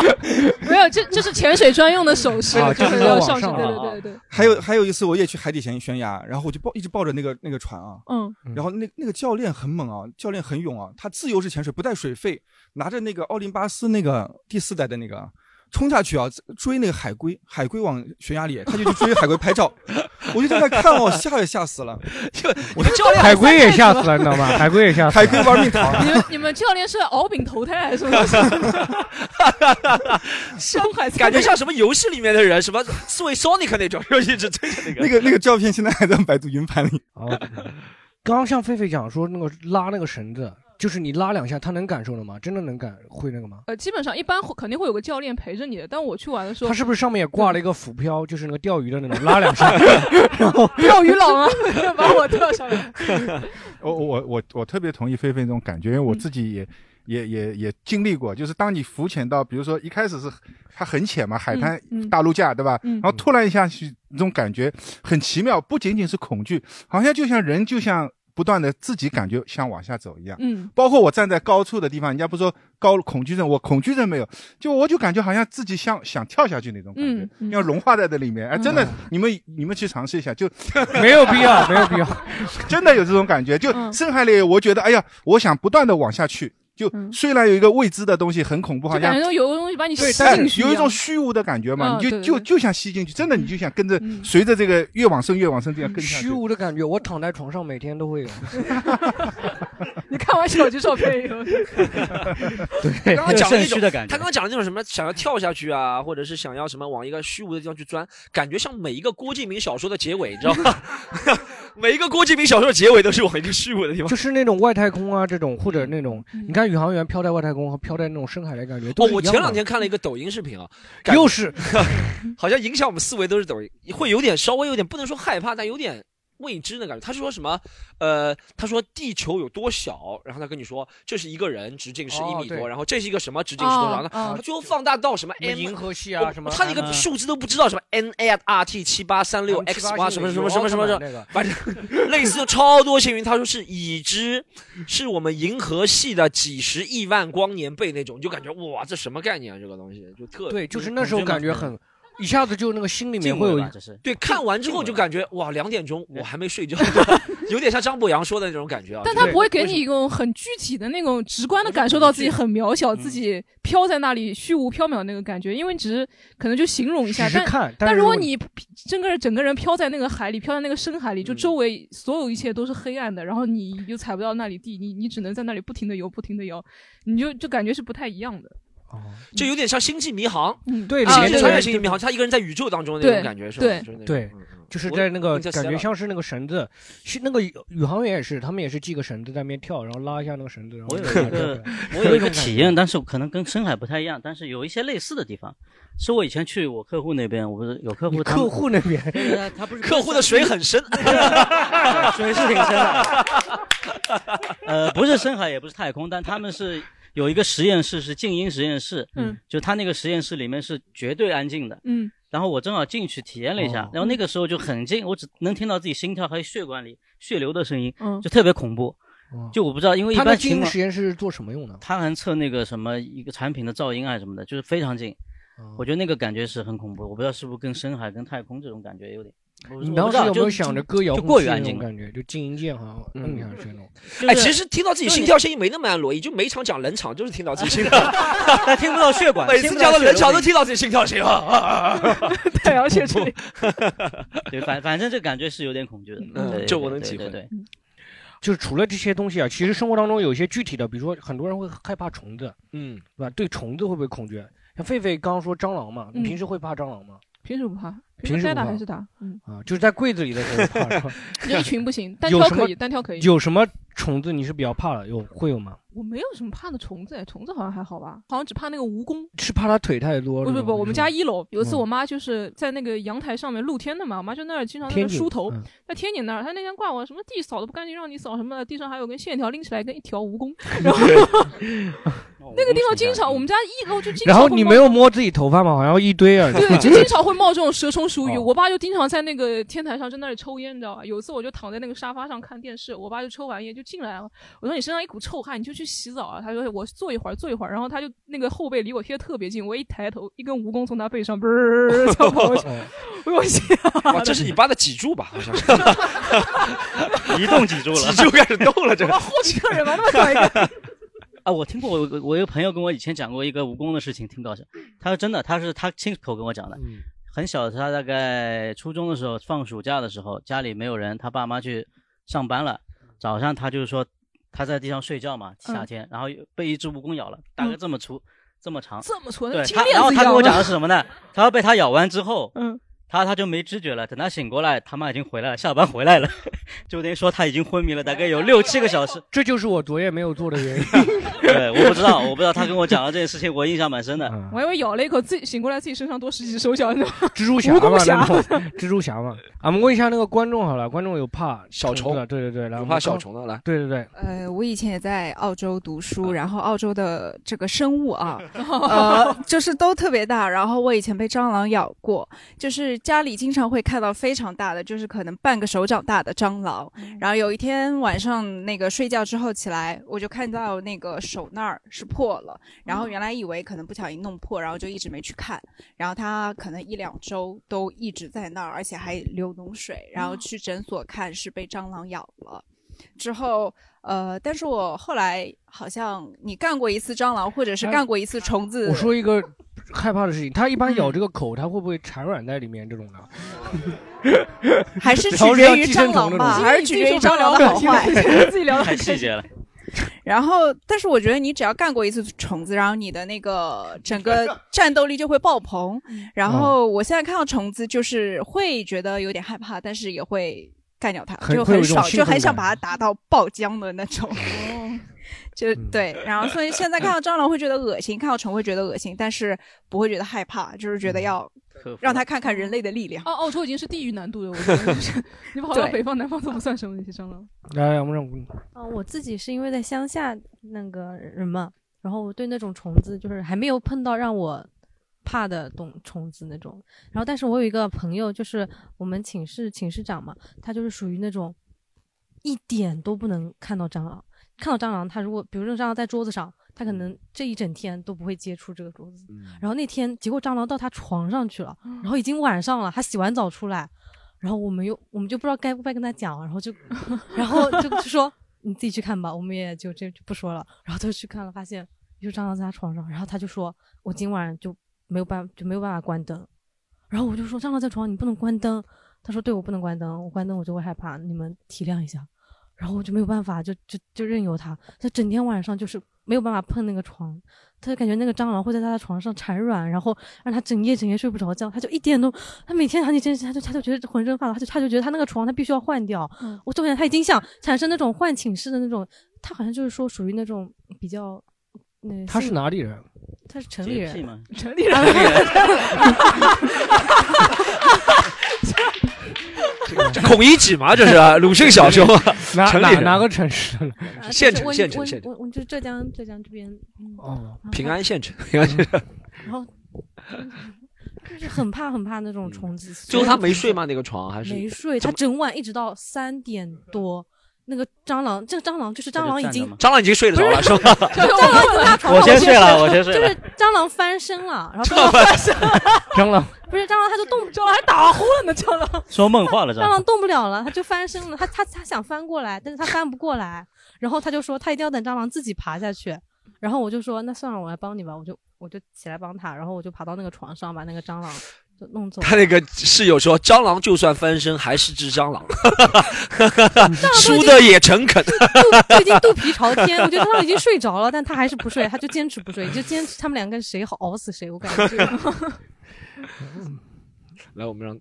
没有，这这是潜水专用的手 势，啊就是这是要往上去，上对了对啊对对对，还有还有一次，我也去海底悬悬崖，然后我就抱一直抱着那个那个船啊，嗯，然后那那个教练很猛啊，教练很勇啊，他自由式潜水不带水费，拿着那个奥林巴斯那个第四代的那个冲下去啊，追那个海龟，海龟往悬崖里，他就去追海龟拍照，我就在那看哦，吓也吓死了，我的教海龟也吓死了，你知道吗？海龟也吓死了，海龟玩命逃。你们你们教练是敖丙投胎还是什么？ 上海菜 感觉像 什么游戏里面的人，什么刺猬 Sonic 那种，就一直追着那个。那个 那个照片现在还在百度云盘里。哦刚刚像狒狒讲说那个拉那个绳子，就是你拉两下，他能感受的吗？真的能感会那个吗？呃，基本上一般会肯定会有个教练陪着你的，但我去玩的时候，他是不是上面也挂了一个浮漂，就是那个钓鱼的那种，拉 两下，然后 钓鱼佬啊， 把我钓上来。 我我我我特别同意菲菲这种感觉，因为嗯我自己也、也也也经历过，就是当你浮潜到，比如说一开始是它很浅嘛，海滩、嗯嗯大陆架对吧？嗯然后突然一下去，那种感觉很奇妙，不仅仅是恐惧，好像就像人就像。不断的自己感觉像往下走一样，嗯包括我站在高处的地方，人家不说高恐惧症，我恐惧症没有，就我就感觉好像自己像想跳下去那种感嗯觉，要融化在这里面，哎，真的，你们你们去尝试一下，就没有必要，没有必要， 真的有这种感觉。就嗯深海里，我觉得，哎呀，我想不断的往下去。就虽然有一个未知的东西很恐怖，好嗯就感像觉到有个东西把你吸对，但进是去，有一种虚无的感觉嗯嘛，你对就对就对就想吸进去，真的你就想跟着嗯随着这个越往深越往深这样跟下虚去。无的感觉，我躺在床上每天都会有。 你看完小鸡照片以后，他刚刚讲 的那肾虚种的感觉他刚刚讲的那种什么想要跳下去啊，或者是想要什么往一个虚无的地方去钻，感觉像每一个郭敬明小说的结尾，你知道吗？每一个郭敬明小说的结尾都是往一个虚无的地方。就是那种外太空啊，这种或者那种，你看宇航员飘在外太空和飘在那种深海的感觉都哦是，我一样前的两天看了一个抖音视 频啊，又是 好像影响我们思维都是抖音，会有点稍微有点不能说害怕，但有点未知的感觉。他是说什么？呃，他说地球有多小，然后他跟你说这是一个人直径是一哦米多，对然后这是一个什么直径是多少？哦然后哦啊他最后放大到什么 M 银河系啊我什么他那个 M 数字都不知道什么 N A R T 七八三六 X 八什么什么什么什么什那个么，反正类似的超多星云。他说是已知，是我们银河系的几十亿万光年倍那种，你就感觉哇，这什么概念啊？这个嗯东西就特对，就是那时候感觉很，一下子就那个心里面敬会有畏一吧，这是对。看完之后就感觉哇，两点钟我还没睡觉， 有点像张博洋说的那种感觉啊。但就是他不会给你一种很具体的那种直观的感受到自己很渺小，嗯自己飘在那里虚无缥缈那个感觉，因为你只是可能就形容一下，只是但看但但是如果如果你整个整个人飘在那个海里，飘在那个深海里，嗯就周围所有一切都是黑暗的，然后你又踩不到那里地，你你只能在那里不停的游，不停的游，你就就感觉是不太一样的。就有点像《星际迷航》，嗯对星里面际那个穿越人《星际迷航》，他一个人在宇宙当中的那对种感觉是吧？对就是那种嗯对，嗯就是在那个感觉像是那个绳子，是那个宇宇航员也是，他们也是系个绳子在那边跳，然后拉一下那个绳子，然 后我有就一个 我有有一种一个感体觉验，但是可能跟深海不太一样，但是有一些类似的地方。是我以前去我客户那边，我不是有客户他们客户那边呃他 不是客户的水很深， 水是挺深的。呃，不是深海，也不是太空，但他们是有一个实验室是静音实验室，嗯，就他那个实验室里面是绝对安静的，嗯，然后我正好进去体验了一哦下，然后那个时候就很近，我只能听到自己心跳还有血管里血流的声音，嗯就特别恐怖。就我不知道，因为一哦他那般精情英况实验室是做什么用的？它还测那个什么一个产品的噪音啊什么的，就是非常近。哦我觉得那个感觉是很恐怖，我不知道是不是跟深海、跟太空这种感觉有点。我你当时我不知道有没有就想着就割遥就控过于嗯器安那静种了感觉，就静音键好像摁一下去那种。哎，其实听到自己心跳声音没那么安罗伊，就每场讲冷场就是听到自己心跳，但听不到血管 每听次不到讲到血冷流场声都音听 到自己心跳声啊！太阳穴这里。对，反反正这感觉是有点恐惧的。嗯对这对我能对体对会对，就是除了这些东西啊，其实生活当中有一些具体的，比如说很多人会害怕虫子，嗯，对吧？对虫子会不会恐惧？像狒狒刚刚说蟑螂嘛，你嗯平时会怕蟑螂吗？平时不怕，平时时该不打怕还是打，嗯，啊，就是在柜子里的时候怕。是吧 就一群不行单有挑什可么以单挑可以有什么虫子你是比较怕的？有会有吗？我没有什么怕的虫子，哎虫子好像还好吧，好像只怕那个蜈蚣。是怕它腿太多？不不是不，吗我们家一楼有一次，嗯我妈就是在那个阳台上面露天的嘛，我妈就那儿经常那天个井梳头嗯，在天井那儿，她那天怪我什么地扫的不干净，让你扫什么的，地上还有根线条拎起来跟一条蜈蚣，然后 那个地方经常我们家一楼就经常然后会你冒没有摸自己头发吗？好像一堆啊。对，就经常会冒这种蛇虫哦鼠蚁。哦我爸就经常在那个天台上在那里抽烟，你知道吧？有一次我就躺在那个沙发上看电视，我爸就抽完烟就进来了。我说你身上一股臭汗，你就去洗澡啊。他说我坐一会儿，坐一会儿。然后他就那个后背离我贴的特别近，我一抬头，一根蜈蚣从他背上嘣儿跳过去。嗯我说我去 哇，这是你爸的脊柱吧？好 像是 移动脊柱了，脊柱开始动了，这个。好几个人吧，那么小一个。 啊，我听过，我我我有朋友跟我以前讲过一个蜈蚣的事情，挺搞笑。嗯他说真的，他是他亲口跟我讲的。很小的时候，他大概初中的时候，放暑假的时候，家里没有人，他爸妈去上班了。嗯早上他就是说他在地上睡觉嘛，夏天，然后被一只蜈�ng咬了，大概这么粗、这么长，这么粗对金他，链然后子一他跟样我的讲的是什 么呢？他说被他咬完之后，嗯，他他就没知觉了。等他醒过来，他妈已经回来了，下班回来了， 就等于说他已经昏迷了，大概有六七个小时。 这就是我昨夜没有做的原因。对，我不知道，我不知道他跟我讲了这件事情，我印象蛮深的。我还以为咬了一口，自己醒过来自己身上多十几手脚，你知道吗？蜘蛛侠蜈嘛蚣，那侠种蜘蛛侠嘛。啊，我们问一下那个观众好了，观众有怕小虫的，对对对，来，有我怕们小刚虫的来对对对，呃，我以前也在澳洲读书，然后澳洲的这个生物啊，呃，就是都特别大。然后我以前被蟑螂咬过，就是家里经常会看到非常大的，就是可能半个手掌大的蟑螂。然后有一天晚上那个睡觉之后起来，我就看到那个手那儿是破了，然后原来以为可能不小心弄破，然后就一直没去看。然后它可能一两周都一直在那儿，而且还流脓水。然后去诊所看是被蟑螂咬了。之后，呃，但是我后来好像你干过一次蟑螂，或者是干过一次虫子。哎我说一个害怕的事情，它一般嗯咬这个口，它会不会产卵在里面这种的？还是取然后决让于寄蟑生螂虫吧，这种还是取决于蟑螂的好坏。自己聊太细节了。然后，但是我觉得你只要干过一次虫子，然后你的 那个整个战斗力就会爆棚。嗯然后我现在看到虫子，就是会觉得有点害怕，但是也会干掉它，很就会有很一种爽，兴就奋很想感啊哦把它打到爆浆的那种。就嗯对，然后所以现 在看到蟑螂会觉得恶心，看到虫会觉得恶心，但是不会觉得害怕，就是嗯觉得要让它看看人类的力量。澳澳哦洲已经是地狱难度了，我觉得就是 你跑到对北方、南方都不算什么那些蟑螂。来来，我们让姑娘嗯、我自己是因为在乡下那个人嘛，然后我对那种虫子就是还没有碰到让我怕的东虫子那种。然后，但是我有一个朋友，就是我们寝室寝室长嘛，他就是属于那种一点都不能看到蟑螂，看到蟑螂他如果比如说蟑螂在桌子上，他可能这一整天都不会接触这个桌子。然后那天结果蟑螂到他床上去了，然后已经晚上了，他洗完澡出来。然后我们又我们就不知道该不该跟他讲，然后就然后就就说你自己去看吧，我们也就这就不说了。然后他就去看了，发现就蟑螂在他床上，然后他就说我今晚就没有办就没有办法关灯。然后我就说蟑螂在床上你不能关灯，他说对我不能关灯，我关灯我就会害怕，你们体谅一下。然后我就没有办法，就就就任由他，他整天晚上就是没有办法碰那个床，他就感觉那个蟑螂会在他的床上产卵，然后让他整夜整夜睡不着觉，他就一点都，他每天好几件事，他就他就觉得浑身发抖，他就他就觉得他那个床他必须要换掉。嗯我就感觉他已经想产生那种换寝室的那种，他好像就是说属于那种比较。那他是性哪里人？他是城里人洁癖吗， 城里 人，这 孔乙己嘛，这 是鲁迅小说啊，哪 城哪里人哪个城市？啊县就是城，温县城，温县城，温温就浙江浙江这边，嗯，哦平安县城，平安县城。然后就是很怕很怕那种虫子。最后嗯他没所有的虫子睡吗？那个床还是没睡，怎他么整晚一直到三点多。那个蟑螂，这个蟑螂就是蟑螂已经，蟑螂已经睡着了是吧？蟑螂已经拉床我上先睡了我就先是睡就了是蟑螂翻身了，然后蟑螂翻身，蟑螂不是蟑螂，它就 动，蟑螂还打呼了呢，蟑螂。说梦话了，知蟑道吗螂？动不了了，它就翻身了，它它它想翻过来，但是它翻不过来，然后它就说它一定要等蟑螂自己爬下去，然后我就说那算了，我来帮你吧，我就我就起来帮它，然后我就爬到那个床上把那个蟑螂就弄走了。他那个室友说，蟑螂就算翻身还是只蟑螂，输的也诚恳。就已经肚皮朝天，我觉得他已经睡着了，但他还是不睡，他就坚持不睡，就坚持他们两个谁好熬死谁，我感觉这 个。来，我们让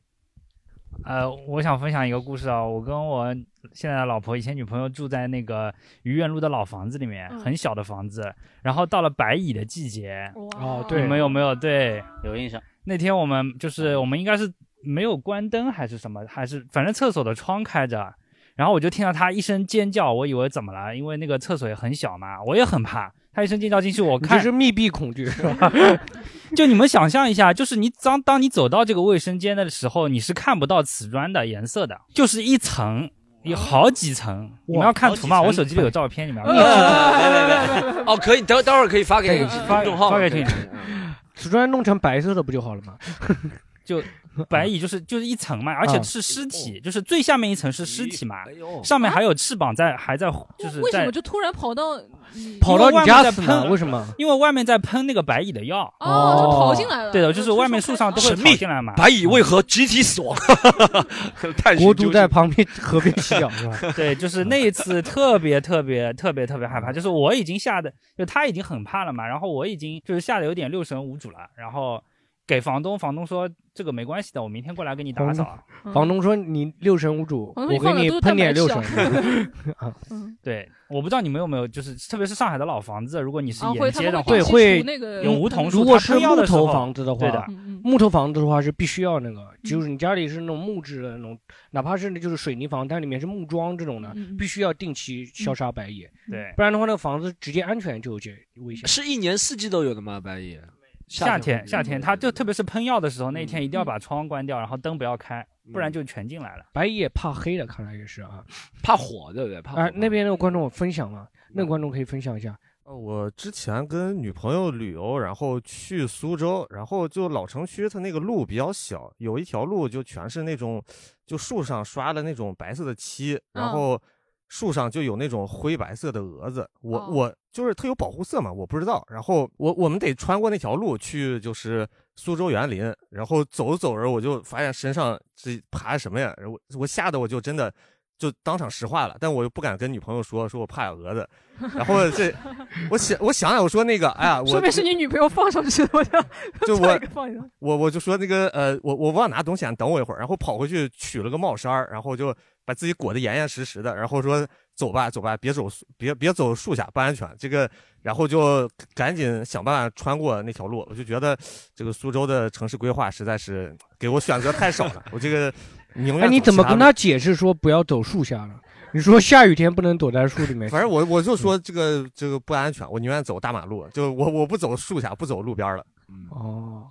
呃，我想分享一个故事啊。我跟我现在的老婆，以前女朋友住在那个愚园路的老房子里面，嗯很小的房子。然后到了白蚁的季节，哦对你们有没有对有印象？那天我们就是我们应该是没有关灯还是什么，还是反正厕所的窗开着，然后我就听到她一声尖叫，我以为怎么了，因为那个厕所也很小嘛，我也很怕。她一声尖叫进去，我看这是密闭恐 惧是吧？ 就你们想象一下，就是你当当你走到这个卫生间的时候，你是看不到瓷砖的颜色的，就是一层。有好几层，你们要看图吗？好几层我手机里有照片，你们要呃别别别 哦，可以，等等会儿可以发给公众号， 发 给群里。瓷砖弄成白色的不就好了吗？就白蚁就是就是一层啊嘛，而且是尸哦体，就是最下面一层是尸体嘛，哎上面还有翅膀在，还在就是为什在么就突然跑到你跑到因为外面你家在死呢喷为什么？因为外面在喷那个白蚁的药哦就逃进来了对的，就是外面树上都会神逃秘进来嘛。白蚁为何集体死 亡？探国都在旁边河边洗 脚是吧？对，啊就是那一次特别特别特别特别害怕，就是我已经吓得，就他已经很怕了嘛，然后我已经就是吓得有点六神无主了，然后给房东，房东说这个没关系的，我明天过来给你打房扫。啊东房东说你六神无主，嗯房东我放的给你都是喷点六蛋神白质。 啊对，我不知道你们有没有，就是特别是上海的老房子，如果你是啊会沿他街们的话，会对会会有梧桐树。如果它是喷药木的时候头房子的话，对的，木头房子的话是必须要那个，就是你家里是那种木质的那种，哪怕是就是水泥房，但里面是木桩这种的，嗯嗯必须要定期消杀白蚁，对不然的话那个房子直接安全就有些危 险。是一年四季都有的吗？白蚁？夏嗯天夏夏天，它就特别是喷药的时候，那一天一定要把窗关掉，然后灯不要开，不然就全进来了。嗯白蚁也怕黑的，看来也是啊，怕火对不对？怕啊、那边那个观众分享了，嗯那个观众可以分享一下，呃，我之前跟女朋友旅游，然后去苏州，然后就老城区它那个路比较小，有一条路就全是那种，就树上刷的那种白色的漆，然嗯后树上就有那种灰白色的蛾子。我、哦我就是它有保护色嘛，我不知道。然后我我们得穿过那条路去，就是苏州园林。然后走着走着，我就发现身上这爬什么呀？然后我我吓得我就真的就当场石化了，但我又不敢跟女朋友说，说我怕蛾子。然后这 我想我想想，我说那个，哎呀，我说明是你女朋友放上去的，我想就 再我一个放一个。我我就说那个呃，我我忘拿东西啊，你等我一会儿，然后跑回去取了个帽衫儿，然后就把自己裹得严严实实的，然后说走吧走吧，别走树别别走树下不安全，这个然后就赶紧想办法穿过那条路，我就觉得这个苏州的城市规划实在是 给我选择太少了，我这个宁哎，愿你怎么走其跟他他解释说不要走树下了？你说下雨天不能躲在树里面，反正我我就说这个这个不安全，我宁愿走大马路，就我我不走树下，不走路边儿了。哦，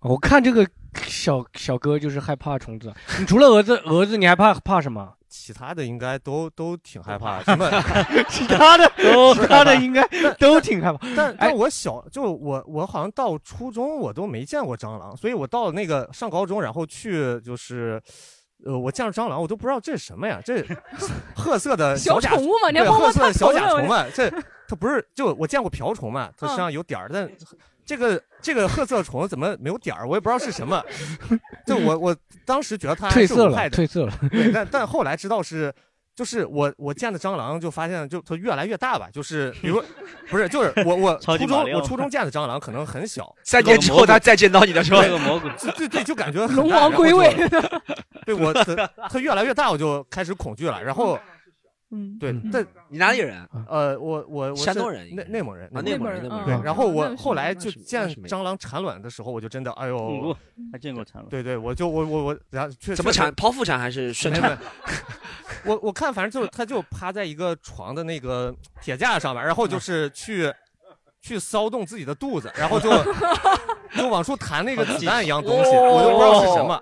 我看这个小小哥就是害怕虫子。你除了蛾子，蛾子你还怕怕什么？其他的应该都都挺害怕，什么 其他的其他的应该 都挺害怕。哎但但我小就我我好像到初中我都没见过蟑螂，所以我到那个上高中，然后去就是。呃，我见着蟑螂，我都不知道这是什么呀？这 褐色 的小甲宠物嘛你还对帮褐帮色的它小投甲了我虫嘛，这它不是就我见过瓢虫嘛，它身嗯上有点儿，但这个这个褐色虫怎么没有点儿？我也不知道是什么。就我我当时觉得它 褪是色无了害的，褪色了对，但但后来知道是就是我我见的蟑螂就发现就它越来越大吧，就是比如不是就是我我超级初马中里奥我初中见的蟑螂可能很小，三年之后它再见到你的时候那个蘑菇对对对，就感觉很大龙王然后归就位对我它它越来越大，我就开始恐惧了，然后。嗯对嗯，但你哪里人？呃，我我我是山东人应内内蒙人，啊内蒙人内蒙人对，嗯然后那我是后来就那是见那是没蟑螂产卵的时候，我就真的，哎呦嗯，还见过产卵。对对，我就我我我，然后确怎么确产？剖腹产还是顺产？ 我我看反正就是他就趴在一个床的那个铁架上面，然后就是嗯去 去骚动自己的肚子，然后就 就往出弹那个子弹一样东西，哦我就不知道是什 么。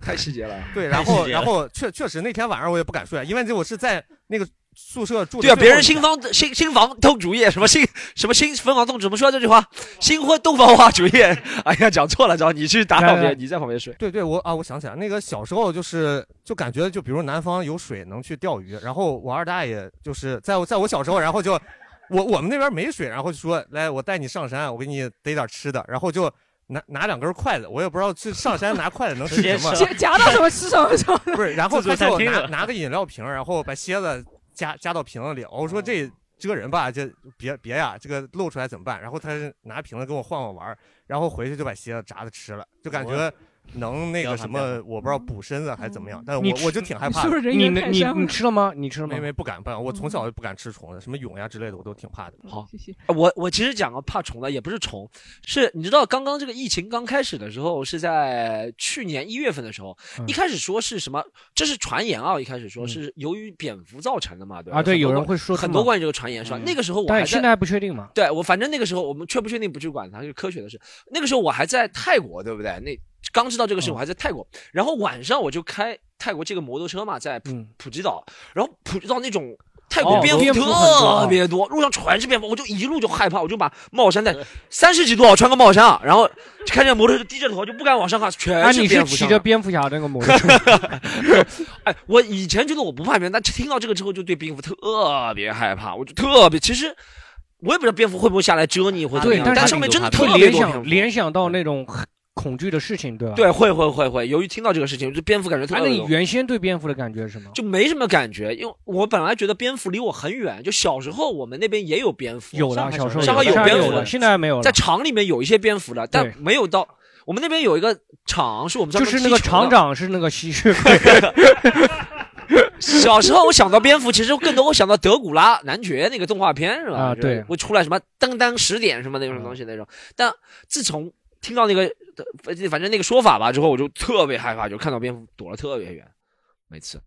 太细节了。对，太然细后节然了后确确实那天晚上我也不敢睡，因为这我是在那个宿舍住的对啊，最别后人一新房新新房动主意，什么新什么新婚房动怎么说这句话？新婚洞房花烛夜。哎呀，讲错了，然后你去打扰别人，你在旁边睡。对对，我啊，我想起来，那个小时候就是就感觉，就比如南方有水能去钓鱼，然后我二大爷就是在我在我小时候，然后就我我们那边没水，然后就说来我带你上山，我给你逮点吃的，然后就。拿拿两根筷子，我也不知道去上山拿筷子能吃直接什么，吃夹夹到什么吃什么不是，然后自助他就餐厅拿了拿个饮料瓶，然后把蝎子夹夹到瓶子里。我说这这个人吧，这别别呀，这个露出来怎么办？然后他是拿瓶子跟我晃晃玩儿，然后回去就把蝎子炸了吃了，就感觉哇能那个什么，我不知道补身子还是怎么样，但是我你吃我就挺害怕的。你能你你吃了吗？你吃了吗？没没不敢不敢，我从小就不敢吃虫子，什么蛹呀之类的我都挺怕的。好，呃我我其实讲个怕虫的，也不是虫，是你知道刚刚这个疫情刚开始的时候，是在去年一月份的时候，嗯一开始说是什么，这是传言啊，一开始说是由于蝙蝠造成的嘛，对吧？啊对很多有人关会说这很多么关于这个传言嗯是吧？那个时候我还但在现在还不确定嘛。对我反正那个时候我们确不确定不去管它，是科学的事。那个时候我还在泰国，对不对？那刚知道这个事，嗯我还在泰国。然后晚上我就开泰国这个摩托车嘛，在普、普吉岛，然后普吉岛那种。泰国嗯哦蝙蝠蝙蝠很多特别多，路上全是蝙蝠，我就一路就害怕，我就把帽衫戴三十几度啊，我穿个帽衫啊，然后开着摩托车低着头就不敢往上看，啊，全是你蝙是蝠骑上着来。蝙蝠侠那个摩托车？哎，我以前觉得我不怕蝙蝠，但听到这个之后就对蝙蝠特别害怕，我就特别其实。我也不知道蝙蝠会不会下来蛰你或者怎么 对，样，但但是上面真的特会别联多蝙蝠想。联想到那种很恐惧的事情，对吧？对，会会会会。由于听到这个事情，就蝙蝠感觉特啊，那别你多，原先对蝙蝠的感觉是什么？就没什么感觉，因为我本来觉得蝙蝠离我很远。就小时候我们那边也有蝙蝠，有上了，海小时候上海有蝙了，蝠，现在没有了。在厂里面有一些蝙蝠了，但对没有到我们那边有一个厂是我们专就门是那个踢球的厂长是那个吸血鬼，小时候我想到蝙蝠，其实更多我想到德古拉男爵那个动画片是吧？啊就是对会出来什么噔噔十点什么那种东西那种。但自从听到那个呃反正那个说法吧之后，我就特别害怕，就看到蝙蝠躲得特别远，每次。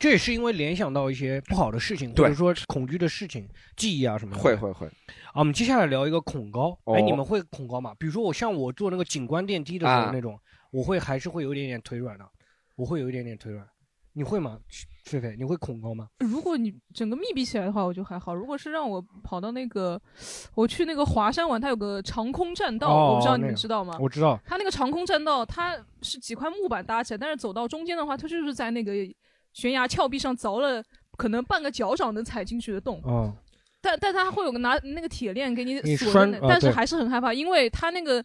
这也是因为联想到一些不好的事情，或对者说恐惧的事情、记忆啊什么的。会会会。啊，我们接下来聊一个恐高。哦哎，你们会恐高吗？比如说我像我坐那个景观电梯的时啊候那种，我会还是会有一点点腿软的，我会有一点点腿软。你会吗，菲菲？你会恐高吗？如果你整个密闭起来的话，我就还好；如果是让我跑到那个，我去那个华山玩，它有个长空栈道，哦我不知道你那们个知道吗？我知道它那个长空栈道，它是几块木板搭起来，但是走到中间的话，它就是在那个悬崖峭壁上凿了可能半个脚掌能踩进去的洞。哦，但但它会有个拿那个铁链给你你锁在拴那，啊但是对还是很害怕，因为它那个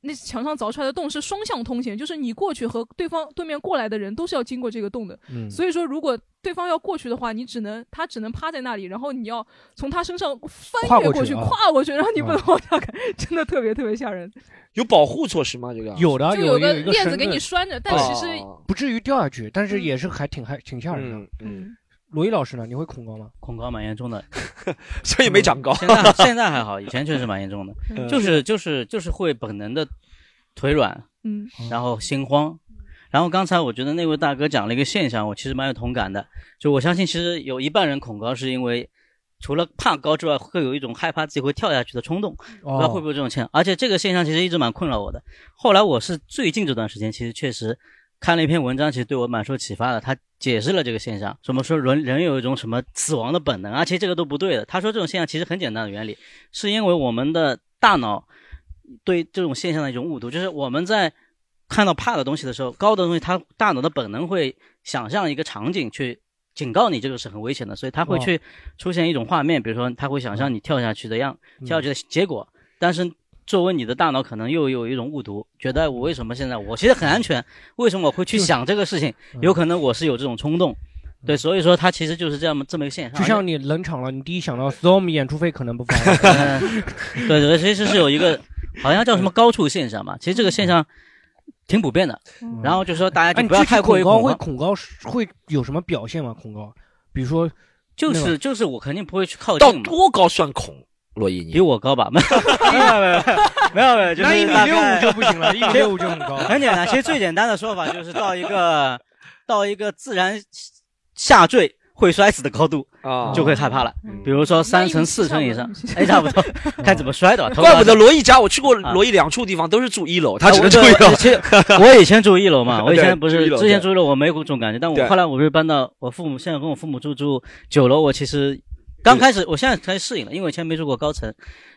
那墙上凿出来的洞是双向通行，就是你过去和对方对面过来的人都是要经过这个洞的。嗯所以说，如果对方要过去的话，你只能他只能趴在那里，然后你要从他身上翻跨越过过去去，啊跨过去，然后你不嗯能往下看， 真的特别特别吓人。有保护措施吗？这个啊有的，就有有个一个链绳子给你拴着，哦但其实不至于掉下去，但是也是还挺还挺吓人的。嗯，罗毅老师呢？你会恐高吗？恐高蛮严重的，所以没长高。嗯现在现在还好，以前确实蛮严重的嗯，就是就是就是会本能的腿软，嗯，然后心慌。然后刚才我觉得那位大哥讲了一个现象，我其实蛮有同感的。就我相信，其实有一半人恐高是因为除了怕高之外，会有一种害怕自己会跳下去的冲动，哦不知道会不会有这种现象。而且这个现象其实一直蛮困扰我的。后来我是最近这段时间，其实确实看了一篇文章，其实对我蛮受启发的。他解释了这个现象，什么说人人有一种什么死亡的本能啊，其实这个都不对的。他说这种现象其实很简单的原理，是因为我们的大脑对这种现象的一种误读，就是我们在看到怕的东西的时候，高的东西，它大脑的本能会想象一个场景去警告你这个是很危险的，所以它会哦去出现一种画面，比如说它会想象你跳下去的样，嗯跳下去的结果。但是作为你的大脑可能又有一种误读，觉得我为嗯什么现在我其实很安全，为什么我会去想这个事情？有可能我是有这种冲动。对，所以说它其实就是这样这么一个现 象。就像你冷场了，你第一想到 storm 演出费可能不 发，对对，其实是有一个好像叫什么高处现象嘛，其实这个现象挺普遍的。然后就说大家哎，就你不要具体太过于恐高，恐会慌，恐高是会有什么表现吗？恐高，比如说就那是种就是我肯定不会去靠到近嘛。多高算恐？洛伊，你比我高吧？没有没有没有没有，就是那一米大六五概就不行了一米六五就很高很简单，其实最简单的说法就是到一个到一个自然下坠会摔死的高度哦啊就会害怕了。比如说三层、四层以上，哎，差不多， 看怎么摔的吧。头怪不发得罗毅家，我去过罗毅两处地方，都是住一楼，他只能住一我楼。 其实啊我以前住一楼嘛，我以前不对住是一楼之前住一楼，我没有这种感觉，但对我后来我不是搬到我父母，现在跟我父母住住九楼，我其实刚开始，我现在开始适应了，因为我以前没住过高层，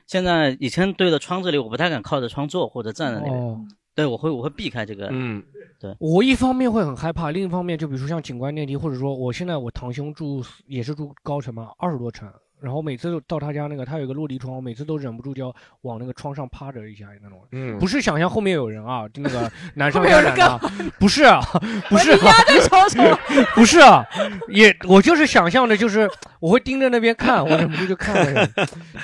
现在以前对着窗这里，我不太敢靠着窗坐或者站在那哦边，对我会我会避开这个，嗯，对，我一方面会很害怕，另一方面就比如说像景观电梯，或者说我现在我堂兄住也是住高层嘛，二十多层，然后每次都到他家那个，他有一个落地窗，我每次都忍不住就要往那个窗上趴着一下那种。嗯不是想象后面有人啊，就 那个男生后面有人男的啊干，不是啊，不是啊， 不是啊，也我就是想象的，就是我会盯着那边看，我忍不住就看了，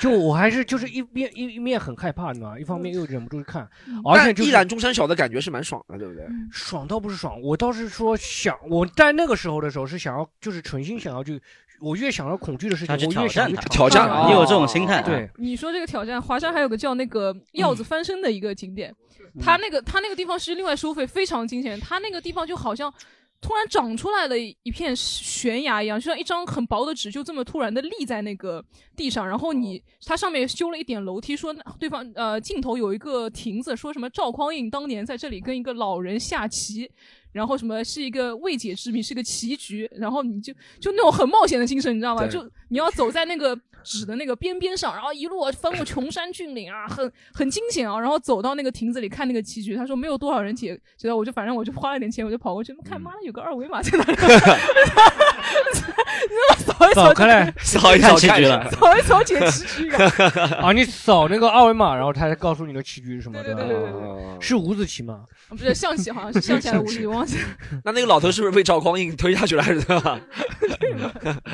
就我还是就是一边一一面很害怕，你知道吗？一方面又忍不住去看，而且但就是一览众山小的感觉是蛮爽的，对不对？爽倒不是爽，我倒是说想，我在那个时候的时候是想要，就是存心想要去，我越想要恐惧的事情，想去我挑越想战去它，尝试也有这种心态啊，对，你说这个挑战，华山还有个叫那个鹞子翻身的一个景点，它那个它那个地方是另外收费，非常惊险。它那个地方就好像突然长出来了一片悬崖一样，就像一张很薄的纸，就这么突然的立在那个地上。然后你它上面修了一点楼梯，说对方呃尽头有一个亭子，说什么赵匡胤当年在这里跟一个老人下棋。然后什么是一个未解之谜，是个棋局，然后你就就那种很冒险的精神，你知道吗？对就你要走在那个纸的那个边边上，然后一路啊翻过穷山峻岭啊，很很惊险啊，然后走到那个亭子里看那个棋局，他说没有多少人解解到，我就反正我就花了点钱，我就跑过去看，妈的有个二维码在那里， 你知道吗扫一扫扫就开来，扫一扫解棋局啊。啊！你扫那个二维码，然后他才告诉你的棋局是什么的，对对对对是五子棋吗？不是象棋，好像是象棋还是五棋，我忘记了。 那那个老头是不是被赵匡胤推下去了，还是怎么样？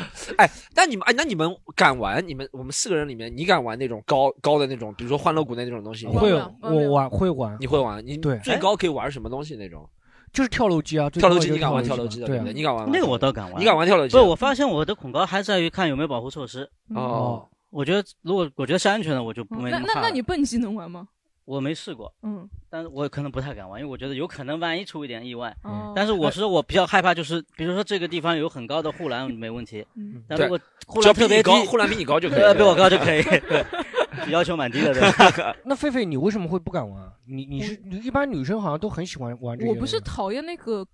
哎，那你们哎，那你们敢玩？你们我们四个人里面，你敢玩那种高高的那种，比如说欢乐谷那种东西吗？会，我玩会玩，你会玩？你对哎最高可以玩什么东西那种？就是跳楼机啊，最跳楼高机就你是敢玩跳跳楼机机的嘛对对啊不对？你敢玩吗？那个我倒敢玩。你敢玩跳楼机？不，我发现我的恐高还在于看有没有保护措施。哦，我觉得如果我觉得是安全的，我就不没嗯那么那怕那了你蹦极能玩吗？我没试过，嗯，但是我可能不太敢玩，因为我觉得有可能万一出一点意外。哦但是我是我比较害怕，就是比如说这个地方有很高的护栏没问题，嗯但如果对护只要栏比你特别低高，护栏比你高就可以呃比我高就可以，对，要求蛮低 的，对。 那狒狒，你为什么会不敢玩啊？你你是一般女生好像都很喜欢玩这些。我不是讨厌那个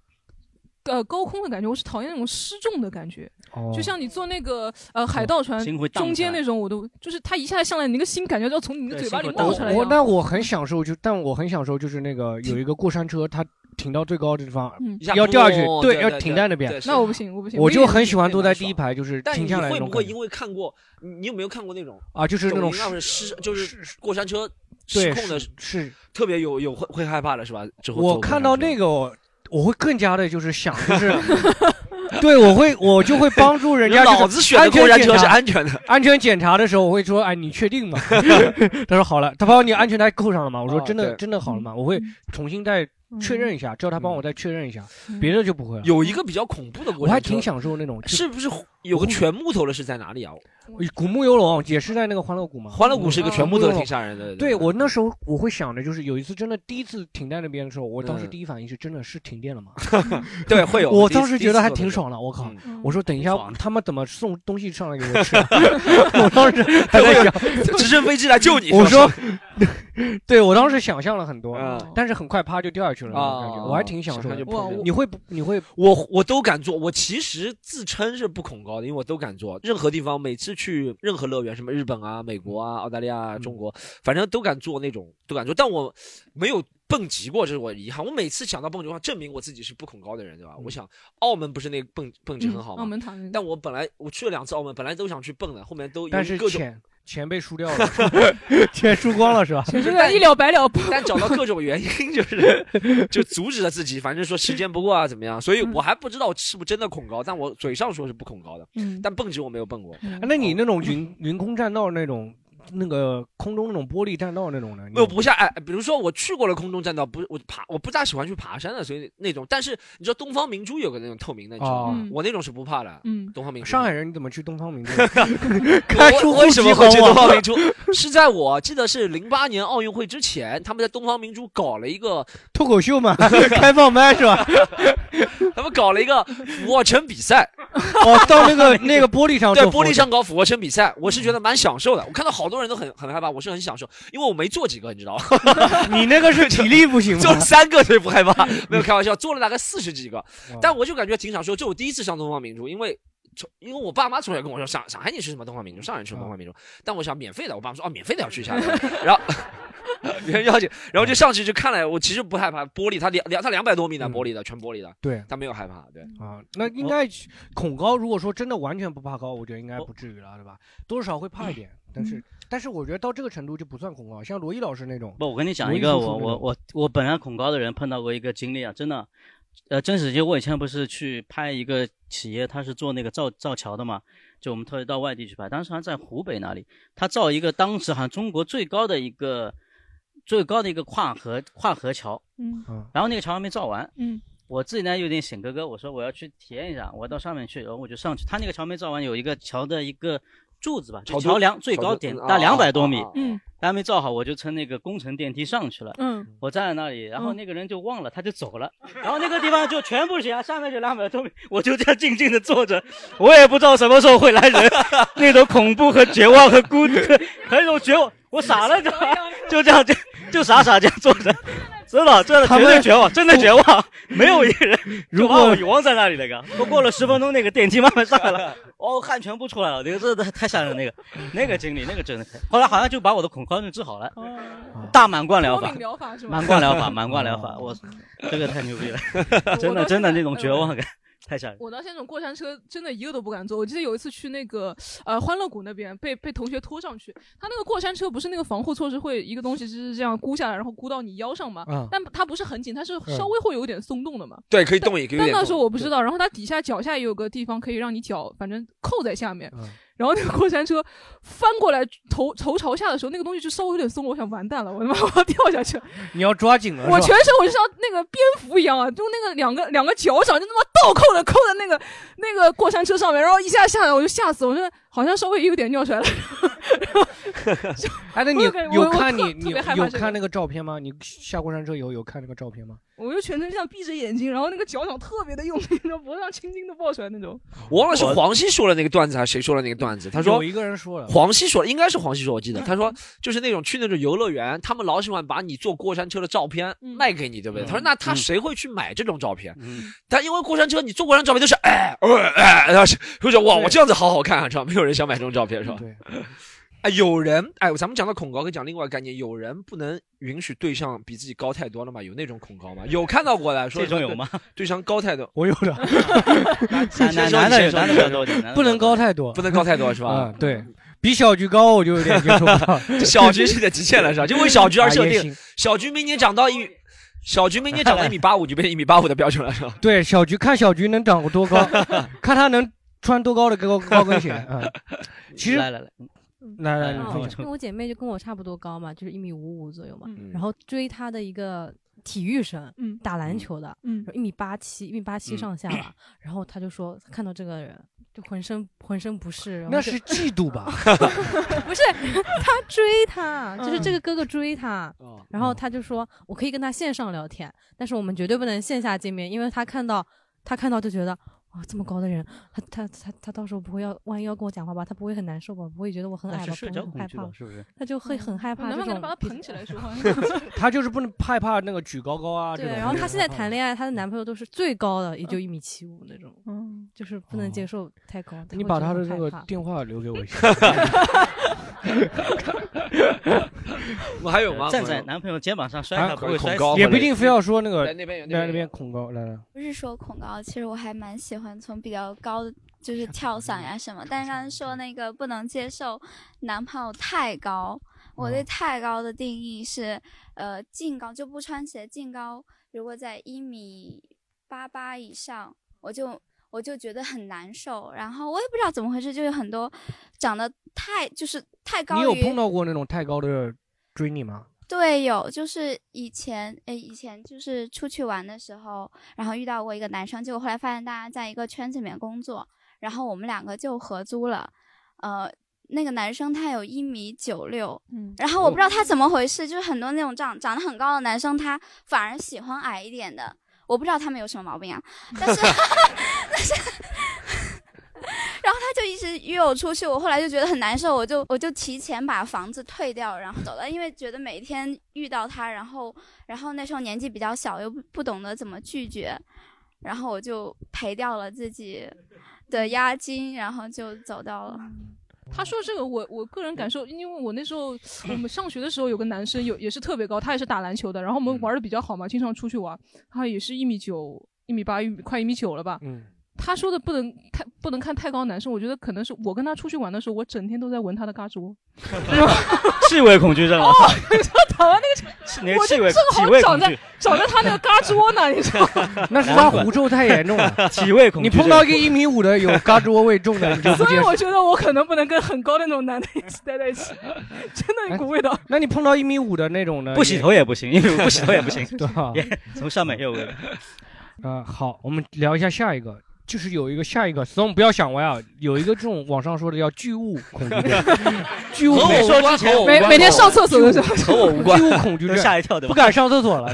呃高空的感觉，我是讨厌那种失重的感觉。哦就像你坐那个呃海盗船心会荡中间起来那种，我都就是它一下上来，你那个心感觉到从你的对嘴巴里心会冒出来一我样。那我很享受就，但我很享受就是那个有一个过山车，它停到最高的地方嗯，要掉下去，哦对对，要对停对在那边对。是那我不行我不行我我也就不很行喜欢对坐蛮在第一排，就是但停你下来那会种不感会觉。因为看过你你有没有看过那种啊就是那抖种音上面失就是过山车失对控的是是特别有有会会害怕的是吧？之后我坐过看山到那个我，我会更加的就是想，就是对我会我就会帮助人家。老就是子选的安全过山车检查是安全的。安全检查的时候，我会说：“哎，你确定吗？” 他说：“好了。”他帮你安全带扣上了吗？我说：“啊真的对真的好了吗？”我嗯会重新再确认一下，叫他帮我再确认一下嗯，别的就不会了。有一个比较恐怖的过我山车，还挺享受那种，是不是有个全木头的是在哪里啊？哎古木游龙也是在那个欢乐谷嗯嘛？欢乐谷是一个全木头，挺吓人的。嗯对我那时候我会想着，就是有一次真的第一次停在那边的时候，我当时嗯第一反应是真的是停电了吗？ 对会有我第一当时第一觉次得还做挺那种爽的，我靠嗯！我说等一下他们怎么送东西上来给我吃？啊 我当时还在想，直升飞机来救你 我是吧说， 对我当时想象了很多嗯，但是很快啪就掉下去了那种感觉，啊我还挺享受想的象就碰见。你会不？你会？我我都敢做，我其实自称是不恐高的，因为我都敢做。任何地方，每次去任何乐园，什么日本啊、美国啊、澳大利亚、啊、嗯中国，反正都敢做那种，都敢做。但我没有蹦极过，这是我遗憾。我每次想到蹦极的话，证明我自己是不恐高的人，对吧？嗯我想澳门不是那个蹦蹦极很好吗？澳门塔那个但我本来我去了两次澳门，本来都想去蹦的，后面都由于但 是各种钱钱被输掉 了， 钱输光了是吧？这个一了百了，但找到各种原因，就是就阻止了自己，反正说时间不够啊，怎么样？所以我还不知道是不是真的恐高，但我嘴上说是不恐高的，嗯但蹦极我没有蹦过。哎那嗯你那种云 云空栈道那种，那个空中那种玻璃栈道那种的，你我不像哎，比如说我去过了空中栈道，不，我爬我不大喜欢去爬山的，所以那种。但是你知道东方明珠有个那种透明的，你知道吗哦嗯我那种是不怕的。嗯东方明珠。上海人你怎么去东方明 珠？我看出我为什么会去东东方明珠？是在我记得是零八年奥运会之前，他们在东方明珠搞了一个， 脱口秀嘛， 开放麦是吧？ 他们搞了一个俯卧撑比赛。哦，到那个那个玻璃上对做俯玻卧璃撑上搞俯卧撑比赛，我是觉得蛮享受的。我看到好多人都很很害怕，我是很享受，因为我没做几个，你知道吗？ 你那个是体力不行吗？做了三个所以不害怕，没有开玩笑，做了大概四十几个，但我就感觉挺享受。这我第一次上东方明珠，因为。从因为我爸妈从小跟我说上上海你吃什么东方明珠，上海吃东方明珠，嗯但我想免费的，我爸妈说哦免费的要去一下，然 后人要去，然后嗯就上去就看了，我其实不害怕玻璃，它两两它两百多米的玻璃的，全玻璃的，嗯对他没有害怕，对啊，那哦应该恐高。如果说真的完全不怕高，我觉得应该不至于了，对吧？多少会嗯怕一点，但是但是我觉得到这个程度就不算恐高。像罗毅老师那种，不，我跟你讲罗一毅个叔叔我那我种我我本来恐高的人碰到过一个经历啊，真的，呃，真实就我以前不是去拍一个企业，他是做那个造造桥的嘛，就我们特意到外地去拍，当时好像在湖北哪里，他造一个当时好像中国最高的一个最高的一个跨河跨河桥，嗯然后那个桥还没造完，嗯我自己呢有点醒哥哥，我说我要去体验一下，我到上面去，然后我就上去。他那个桥没造完，有一个桥的一个柱子吧，就桥墩桥梁最桥高墩点嗯大啊两百多米啊啊啊，嗯，还没造好，我就乘那个工程电梯上去了，嗯，我站在那里，然后嗯那个人就忘了，他就走了，然后那个地方就全部是悬崖，上面就两百多米，我就这样静静的坐着，我也不知道什么时候会来人，那种恐怖和绝望和孤独，和一种绝望，我傻了就就这样就就傻傻这样坐着。真的，真的他绝们对绝望，真的绝望，没有一个人如 就果把我忘在那里那个。都过了十分钟，那个电梯慢慢上 来了，哦，汗全部出来了，那个真的太吓人了，那个那个经历，那个真的太。后来好像就把我的恐高症治好了，大满贯疗脱法哦敏疗法是，吧满贯疗 法，满贯疗哦法，我这个太牛逼了，真的真的那种绝嗯望感太吓人。我到现在这种过山车真的一个都不敢坐。我记得有一次去那个呃欢乐谷那边，被被同学拖上去。他那个过山车不是那个防护措施会一个东西就是这样箍下来，然后箍到你腰上嘛？嗯但它不是很紧，它是嗯稍微会有一点松动的嘛。对可以动也可以有但点那时候动我不知对道，然后它底下脚下也有个地方可以让你脚反正扣在下面。嗯然后那个过山车翻过来头头朝下的时候，那个东西就稍微有点松了，我想完蛋了，我他妈我要掉下啊去了。你要抓紧了。我是吧全身我就像那个蝙蝠一样啊，就那个两个两个脚掌就那么倒扣的扣在那个那个过山车上面，然后一下下来我就吓死，我就好像稍微有点尿出来了。 哎，那我你就感觉有我我看特你特你别害怕有这个看那个照片吗？你下过山车以后有看那个照片吗？我就全程这样闭着眼睛，然后那个脚掌特别的用力，然后脖子上轻轻的爆出来那种。我忘了是黄西说了那个段子，还是谁说了那个段子？他说有一个人说了黄西说应该是黄西说，我记嗯得他说就是那种去那种游乐园，他们老喜欢把你坐过山车的照片嗯卖给你，对不对？他说那他谁会去买这种照片？但因为过山车，你坐过山车照片都是哎呃哎，然后是会说哇我这样子好好看啊，知道吗没有人想买这种照片是吧？对。哎，有人哎，咱们讲到恐高，跟讲另外一个概念，有人不能允许对象比自己高太多了嘛？有那种恐 高吗？有看到过的，说这种有吗？对象高太多，我有 的。先男说你男的先有说你男的比较先说多一点，男的不能高太多，不能高太多是吧。嗯，对比小菊高我就有点接受不到 小菊是你的极限了是吧？就为小菊而设啊也定行，小菊明年长到 一，小菊明年长到一米八五就变成一米八五的标准了是吧？对，小菊看小菊能长多 高，看她能穿多高的高高跟鞋啊。 其实来来来来，来，嗯你分享因为我姐妹就跟我差不多高嘛，就是一米五五左右嘛。嗯然后追她的一个体育生，嗯，打篮球的，嗯，一米八七，一米八七嗯上下吧。 然后她就说，看到这个人就浑身浑身不适。然后那就是嫉妒 吧？不是他追他，就是嗯这个哥哥追他，哦然后他就说我可以跟他线上聊天，但是我们绝对不能线下见面，因为他看到他看到就觉得哇这么高的人，他他他他到时候不会要万一要跟我讲话吧，他不会很难受吧，不会觉得我很那矮是吧，社不交会很恐害惧怕吧，是不是他就会很害怕嗯能这不能种把它比。捧起 来 说话？ 她就是不能害怕那个举高高啊这对，种。然后她现在谈恋爱，她的男朋友都是最高的，也就一米七五那种，嗯，就是不能接受太高。你把她她的会觉那得个很害怕 电话留给我一 下。我还有吗？站在男朋友肩膀上摔啊他，不会摔也不一定非要说那个在那边恐高来来。不是说恐高，其实我还蛮喜欢欢从比较高的就是跳伞呀、什么，但是刚才说那个不能接受男朋友太高，我哦对太高的定义是，呃，净高就不穿鞋，净高如果在一米八八以上，我就我就觉得很难受，然后我也不知道怎么回事，就有很多长得太就是太高于你有碰到过那种太高的追你吗？对，有，就是以前，诶，以前就是出去玩的时候，然后遇到过一个男生，结果后来发现大家在一个圈子里面工作，然后我们两个就合租了，呃。那个男生他有一米九六，嗯然后我不知道他怎么回事，就是很多那种长长得很高的男生，他反而喜欢矮一点的，我不知道他们有什么毛病啊，但是但是，然后他就一直约我出去，我后来就觉得很难受，我就我就提前把房子退掉，然后走了，因为觉得每天遇到他，然后然后那时候年纪比较小，又不不懂得怎么拒绝，然后我就赔掉了自己的押金，然后就走掉了。他说这个我，我个人感受，因为我那时候我们上学的时候有个男生有也是特别高，他也是打篮球的，然后嗯我们玩的比较好嘛，经常出去玩，他也是一米九、一米八、一米快一米九了吧。嗯。他说的不能太不能看太高的男生，我觉得可能是我跟他出去玩的时候，我整天都在闻他的胳肢窝， 气味恐惧症哦啊，就躺在那个 是你的我就气味正好体味长恐在惧，长在他那个胳肢窝那，你知道吗？ 那是他狐臭太严重了， 体味恐你惧症。碰到一个一米五的有胳肢窝味重的，你就不所以接受。我觉得我可能不能跟很高的那种男的一起待在一起， 真哎的有股味道。 那你碰到一米五的那种呢？ 不洗头也不行，因为不洗头也不行对啊吧，也从上面也有味。呃，好，我们聊一下下一个，就是有一个下一个，Stone 不要想歪啊，有一个这种网上说的叫巨物恐惧 症，巨物和我恐无关惧症和我无关每每天上厕所的时候巨物和我无关巨物恐惧症，吓一跳对吧不敢上厕所 了，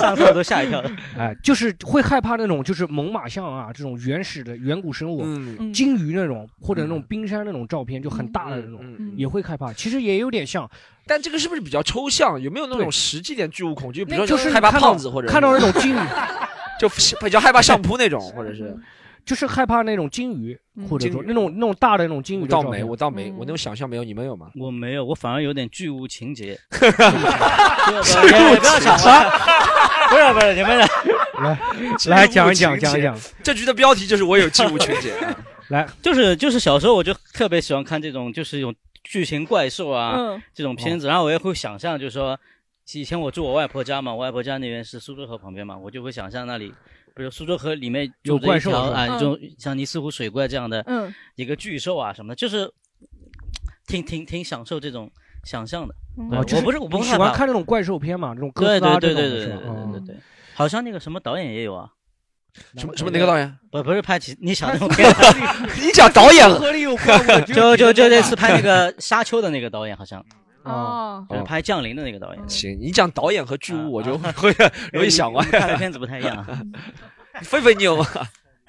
上厕所都吓一跳。哎，就是会害怕那种就是猛犸象啊，这种原始的远古生物，嗯鲸鱼那种或者那嗯种冰山那种照片，就很大的那种， 也会害怕。其实也有点像，但这个是不是比较抽象？有没有那种实际点巨物恐惧？比如就说是害怕你看到胖子，或者看到那种鲸鱼， 就比较害怕上铺那种，或者 是就是害怕那种鲸鱼，或者鲸说鱼那种那种大的那种鲸鱼我的照倒片。没，我倒没，我那种想象没有，你们有吗？我没有，我反而有点巨物 情节。巨物不要想歪，啊 不是不是，你们 来来讲一讲讲一讲。这局的标题就是我有巨物情节。啊 来，就是就是小时候我就特别喜欢看这种就是有巨型怪兽啊、嗯这种片子，哦然后我也会想象，就是说以前我住我外婆家嘛，我外婆家那边是苏州河旁边嘛，我就会想象那里，比如苏州河里面有住着怪一兽条是吧啊，嗯一种像尼斯湖水怪这样的，嗯，一个巨兽啊什么的，就是挺挺挺享受这种想象的。对哦就是我不是我不你是喜欢看那种怪兽片嘛，那种哥对斯对拉这对种对的对是对吧？嗯对对，好像那个什么导演也有啊。什么什么哪个导演？不不是拍其你想的 你讲导演了 就就就这次拍那个《沙丘》的那个导演好像，哦就是拍《降临》的那个导演。行，你讲导演和巨物，我就会 容易 想歪。我们看的片子不太一样啊。 菲菲，你 有吗？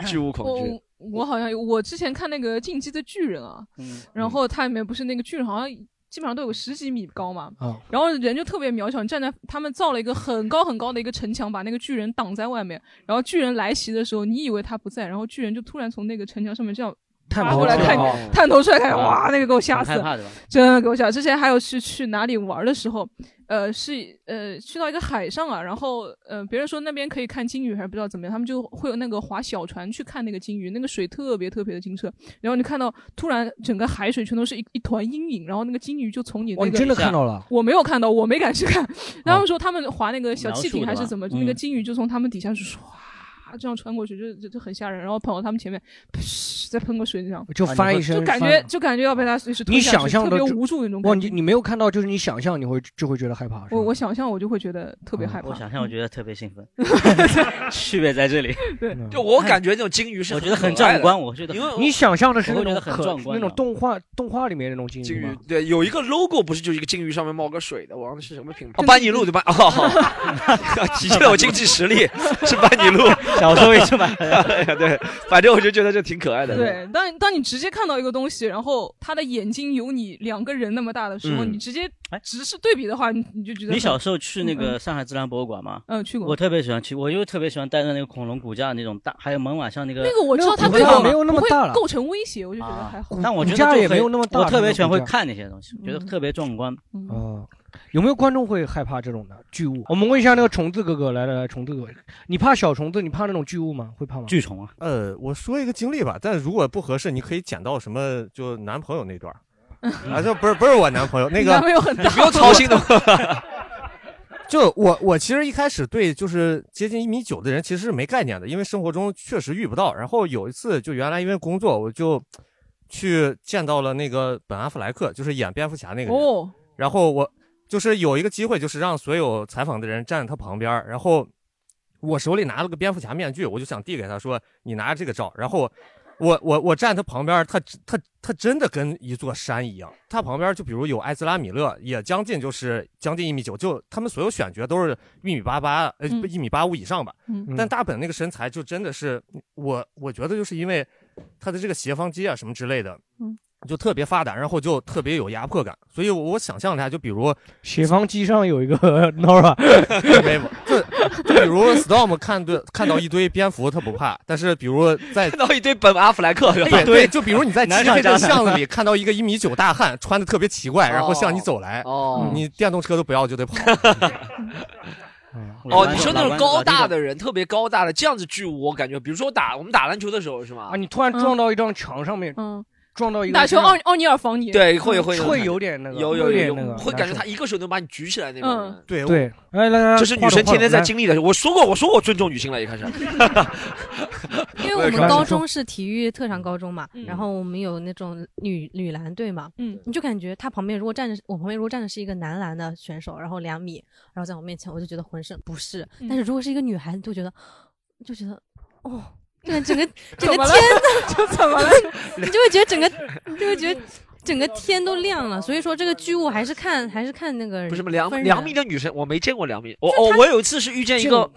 巨物恐惧。我我好像有，我之前看那个《进击的巨人》啊，嗯然后它里面不是那个巨人好像基本上都有十几米高嘛，啊然后人就特别渺小，站在他们造了一个很高很高的一个城墙，把那个巨人挡在外面，然后巨人来袭的时候，你以为他不在，然后巨人就突然从那个城墙上面这样。探爬头过来出来看哦，探头出来看，哦哇，那个给我吓死很害怕对吧，真的给我吓死。之前还有是去哪里玩的时候，呃，是呃去到一个海上啊，然后呃别人说那边可以看鲸鱼，还是不知道怎么样，他们就会有那个划小船去看那个鲸鱼，那个水特别特别的清澈，然后你看到突然整个海水全都是一一团阴影，然后那个鲸鱼就从你那哇个哦你真的看到了哦我没有看到，我没敢去看。他们说他们划那个小描汽述艇的还是吧怎么，嗯那个鲸鱼就从他们底下就唰这样穿过去，就就就很吓人，然后跑到他们前面，噗再喷个水这样，就翻一身就感觉翻就感觉要被他随时你吞下去想象特的别就无助那种哇，感你觉。你没有看到，就是你想象你会就会觉得害怕。我我想象我就会觉得特别害怕。嗯我想象我觉得特 别兴奋， 区别在这里。对，就我感觉那种鲸鱼是我觉得很很可爱的壮观，我觉得因为你想象的是我那会觉种得很可壮观那的种动画动画里面那种鲸鱼吗，对，有一个 logo 不是就是一个鲸鱼上面冒个水的，我忘了是什么品牌。哦，班尼路对吧？哦， 体现了我经济实力， 是班尼路。小时候也是买的。 对，反正我就觉得这挺可爱的。对，当当你直接看到一个东西，然后他的眼睛有你两个人那么大的时候，嗯你直接直视对比的话，你你就觉得你很小时候去那嗯个嗯上海自然博物馆吗？嗯去过我特别喜欢去，我就特别喜欢待在那个恐龙骨架那种大，还有猛犸象那个。那个我知道，它骨对架我嘛不会构成威胁，啊我就觉得还好。但我觉骨得架就也很没有那么大我特别喜欢那会个骨架嗯看那些东西，觉得特别壮观。哦，有没有观众会害怕这种的巨物？我们问一下那个虫子哥哥，来来来，虫子哥哥，你怕小虫子？你怕那种巨物吗？会怕吗？巨虫啊，呃，我说一个经历吧，但如果不合适，你可以剪到什么就男朋友那段儿，啊，这不是不是我男朋 友，那个男朋友很大嗯你不 用操心的。就我我其实一开始对就是接近一米九的人其实是没概念的，因为生活中确实遇不到。然后有一次就原来因为工作，我就去见到了那个本阿弗莱克，就是演蝙蝠侠那个人。哦，然后我就是有一个机会，就是让所有采访的人站在他旁边儿，然后我手里拿了个蝙蝠侠面具，我就想递给他说：“你拿着这个照。”然后我我我站他旁边儿，他他他真的跟一座山一样。他旁边儿就比如有艾兹拉米勒，也将近就是将近一米九，就他们所有选角都是一米八八，呃，嗯一米八五以上吧。嗯但大本那个身材就真的是我我觉得就是因为他的这个斜方肌啊什么之类的，嗯就特别发达，然后就特别有压迫感。所以我我想象了一下，就 比如斜方肌上有一个 Nora，没有，就就比如 Storm 看对看到一堆蝙蝠他不怕，但是比如在看到一堆本阿弗莱克是吧 对对，就比如你在漆南上黑加的南巷子里看到一个一米九大汉穿的特别奇怪，然后向你走来，哦你电动车都不要 就得跑。嗯哦，你说那种高大的人，特别高大的这样子巨物，我感觉，比如说我打我们打篮球的时候是吗？啊，你突然撞到一张墙上面，嗯，撞到一个打球奥哦奥尼尔防你，对，会会会有点那个有有有点有那个会感觉难他一个手能把你举起来那种嗯人。对对，哎来来来，这是女生天天在经历。历的。我说过，我说过尊重女性了，一开 始。 因为我们高中是体育特长高中嘛，然后我们有那种女女篮队嘛，嗯，你就感觉他旁边如果站着，我旁边如果站着是一个男篮的选手，然后两米，然后在我面前，我就觉得浑身不适。嗯但是如果是一个女孩子，就觉得，就觉得，哦，对， 整个整怎个么了天呐 就怎么了 你就会觉得整个，你就会觉得整个天都亮了。所以说这个巨物还是看还是看那个人不是什么两啊分人两米的女生，我没见过两米。我哦，我有一次是遇见一个，嗯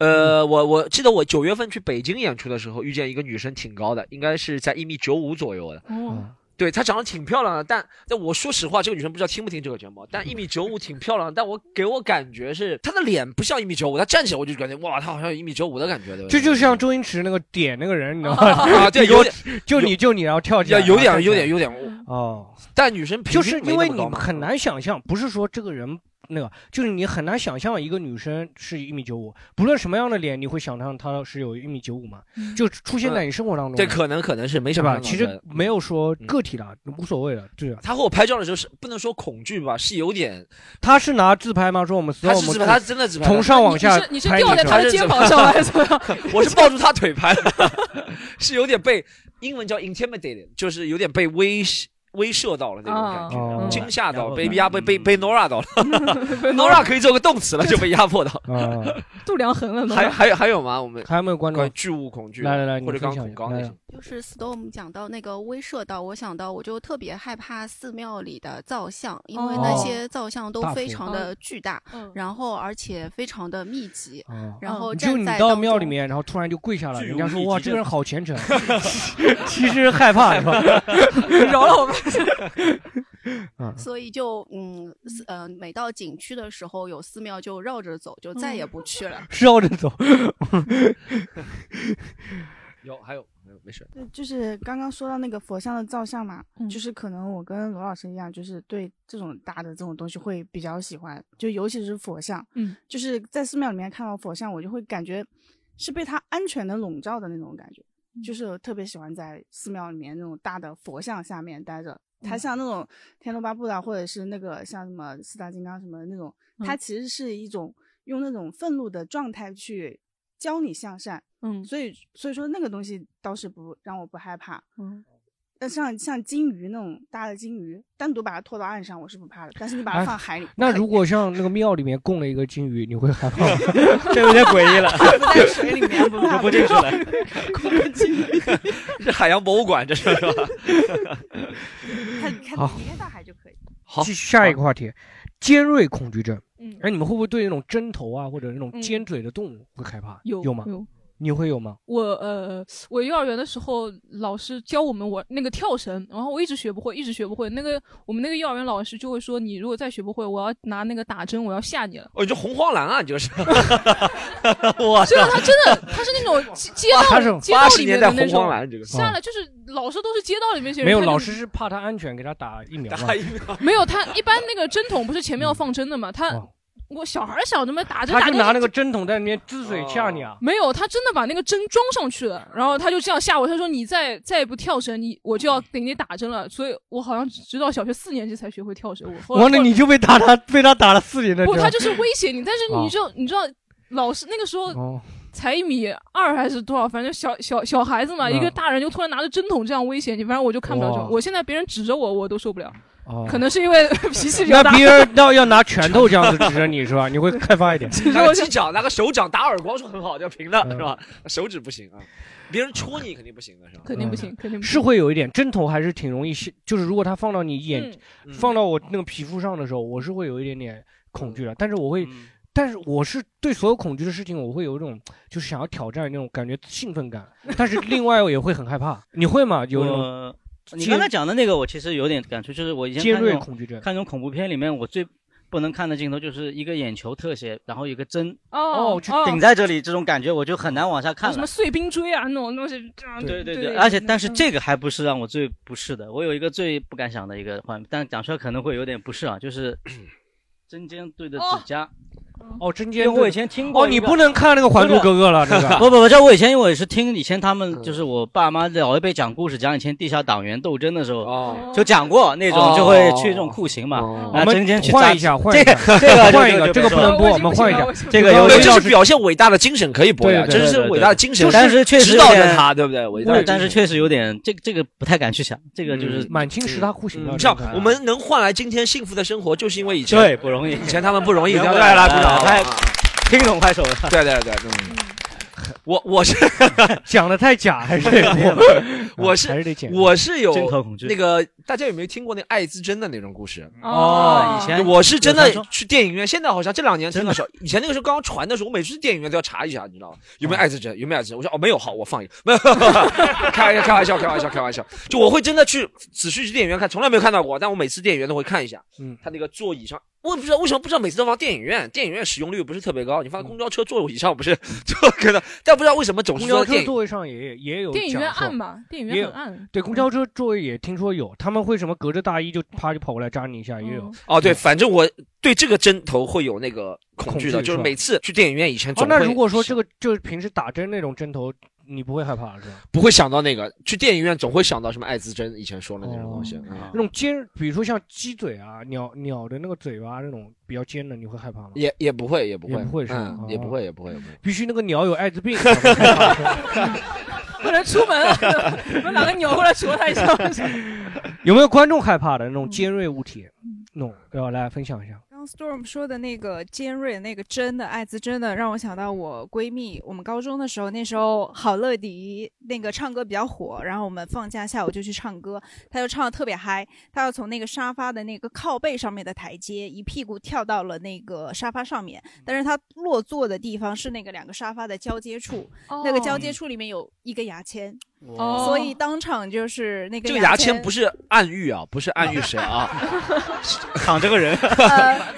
呃，我我记得我九月份去北京演出的时候，遇见一个女生挺高的，应该是在一米九五左右的。嗯啊哦，对她长得挺漂亮的，但但我说实话，这个女生不知道听不听这个节目， 但一米九五挺漂亮的，但我给我感觉是她的脸不像一米九五，她站起来我就感觉哇，她好像有一米九五的感觉，对吧？这就像周星驰那个点那个人，你知道吗？ 啊对你给我有点就你就你，然后跳起来，有然后点有点站起来有点，我哦。但女生平均就是没因为那么你高嘛很难想象，不是说这个人那个，就是你很难想象一个女生是一米九五，不论什么样的脸，你会想象她是有一米九五吗？就出现在你生活当中的，对，嗯可能可能是没是想象吧？到嗯其对实没有说个体的，无所谓的，对。啊他和我拍照的时候是不能说恐惧吧，是有点他是拿自拍吗？说我们他是 Storm 自拍，他是真的自拍的。从上往下拍一张，的？ 我是抱住他腿拍的，是有点被英文叫 intimidated，就是有点被威胁威慑到了那种感哦觉，惊吓到，哦被压被被被 Nora 到了，Nora 嗯可以做个动词了，就被压迫 到。啊，度量衡了，还还有还有吗？我们还有没有观众关于巨物恐惧？来来来，你或者分刚享一恐高下那来些来。就是 Storm 讲到那个威慑到，我想到我就特别害怕寺庙里的造像，因为那哦些造像都大非佛常的巨大，嗯然后而且非常的密集，啊然后就站你在到当庙里面，然后突然就跪下了，人家说无以哇，及这个真人好 虔诚，其实害怕是吧？ 饶了我吧嗯所以就嗯寺呃，每到景区的时候有寺庙就绕着走，就再也不去了。绕着走。有还有没有没事。对，嗯就是刚刚说到那个佛像的造像嘛，就是可能我跟罗老师一样，就是对这种大的这种东西会比较喜欢，就尤其是佛像，嗯，就是在寺庙里面看到佛像，我就会感觉是被它安全的笼罩的那种感觉，就是特别喜欢在寺庙里面那种大的佛像下面待着。它嗯像那种《天龙八部》啊，或者是那个像什么四大金刚什么那种，它嗯其实是一种用那种愤怒的状态去教你向善。嗯所以所以说那个东西倒是不让我不害怕。嗯，但像像金鱼那种大的金鱼，单独把它拖到岸上，我是不怕的。但是你把哎它放海里， 那如果像那个庙里面供了一个金鱼，你会害怕吗？ 这有点诡 异了不在水里 面不怕不这认识了， 是海洋博物馆，这是是吧？看看好离开大海就可以。好，下一个话题，尖锐恐惧症。嗯哎，你们会不会对那种针头啊，或者那种嗯尖嘴的动物会害怕？有吗？有你会有吗？我呃，我幼儿园的时候，老师教我们玩那个跳绳，然后我一直学不会，一直学不会。那个我们那个幼儿园老师就会说，你如果再学不会，我要拿那个打针，我要吓你了。哦，你这红黄蓝啊，你就是 哇虽然他真的他是那种街街他是道街道80里年面代的那红种黄蓝这个，下来就是老师都是街道里面些人，没有，他就老师是怕他安全，给他打疫苗嘛。打疫苗。 没有他一般那个针筒不是前面要放针的嘛，嗯他。我小孩儿小，那么打针他啊打就针拿那个针筒在那边滋水吓你啊！没有，他真的把那个针装上去了，然后他就这样吓我，他说你再再不跳绳，你我就要给你打针了。所以我好像直到小学四年级才学会跳绳。我后哦来完了，你就被打他被他打了四年的不，针。他就是威胁你，但是哦你就、你知道，老师那个时候哦才一米二还是多少，反正小小小孩子嘛，嗯一个大人就突然拿着针筒这样威胁你，反正我就看不了这种。哇我现在别人指着我，我都受不了，哦可能是因为 脾气比较那大。别人要要拿拳头这样子指着你是吧？你会开发一 点。拿个鸡掌，拿个手掌打耳光是很好，就平嗯的是吧？手指不行啊，别人戳你肯定不行的是吧？嗯肯定不行，肯定不行。是会有一点针头，还是挺容易吸，就是如果它放到你眼，嗯放到我那个皮肤上的时候，我是会有一点点恐嗯惧的。但是我会，但是我是对所有恐惧的事情，我会有一种就是想要挑战那种感觉兴 奋感，但是另外我也会很害怕。你会吗？有那种我你刚才讲的那个，我其实有点感触，就是我以前尖看那锐种恐惧症看那种恐怖片里面，我最不能看的镜头就是一个眼球特写，然后一个针哦哦顶在这里，这种感觉我就很难往下看什么了。碎冰锥啊那种东西，这样对嗯对对，而且但是这个还不是让我最不适的，我有一个最不敢想的一个画面，但讲出来可能会有点不适啊，就是针尖对着指甲。哦，针因为尖。我以前听过一哦，个。你不能看那个《还珠格格》 了，那个 不不不，这我以前因为我也是听以前他们就是我爸妈老一辈讲故事，讲以前地下党员斗争的时候，就讲过那种就会去这种酷刑嘛。哦我拿们针尖去扎换一下换一下这个这个就换一个就这个不能播我已经我们不换一下行了这个有有这是表现伟大的精神，可以播呀，对对这对是对伟对大的精神，但是确指实有导点着他，对不对？伟大的对精神，但是确实有点这个这个不太敢去想，这个就是嗯嗯满清十大酷刑你像我们能换来今天幸福的生活，就是因为以前对不容易以前他们不容啊易，能对过来来鼓了掌，拍听懂拍手了。对 对对，嗯我我是 讲的太假，还 是啊我还是得讲是我是有针头恐惧那个大家有没有听过那个艾滋针的那种故事？哦以前我是真的有传说去电影院，现在好像这两年真的少。以前那个时候刚刚传的时候，我每次去电影院都要查一下，你知道吗？有没有艾滋针？有没有艾滋针？我说哦没有，好，我放一个。没有， 开玩笑，开玩笑，开玩笑，开玩笑。就我会真的去仔细去电影院看，从来没有看到过，但我每次电影院都会看一下。嗯，他那个座椅上，我也不知道为什么不知道每次都放电影院，电影院使用率不是特别高，你嗯放在公交车座椅上不是 就可能，但不知道为什么总是公说交电车影座位上也也有电影讲院授暗嘛电影也院有很暗对，公交车座位也听说有，他们会什么隔着大衣就啪就跑过来扎你一下，也有。哦，对，反正我对这个针头会有那个恐惧的，恐惧就是是吧每次去电影院以前哦总，会、那如果说这个就是平时打针那种针头，你不会害怕是吧？不会想到那个，去电影院总会想到什么艾滋针以前说的那种东西。嗯那种尖，比如说像鸡嘴啊、鸟鸟的那个嘴巴那种比较尖的，你会害怕吗？也也不会，也不会，也不会是吧哦嗯，也不会，也不会，也不会。必须那个鸟有艾滋 病，才会害怕不能出门了，啊 我哪个鸟过来啄他 一下？有没有观众害怕的那种尖锐物体？那种要来分享一下。刚 Storm 说的那个尖锐的那个针的艾滋针的，让我想到我闺蜜，我们高中的时候，那时候好乐迪那个唱歌比较火，然后我们放假下午就去唱歌，她就唱的特别嗨，她要从那个沙发的那个靠背上面的台阶一屁股跳到了那个沙发上嗯面，但是她落座的地方是那个两个沙发的交接处，那个交接处里面有一个牙签，哦所以当场就是那个这个牙签签 不是 暗喻啊，不是暗喻谁啊，躺这 个人，呃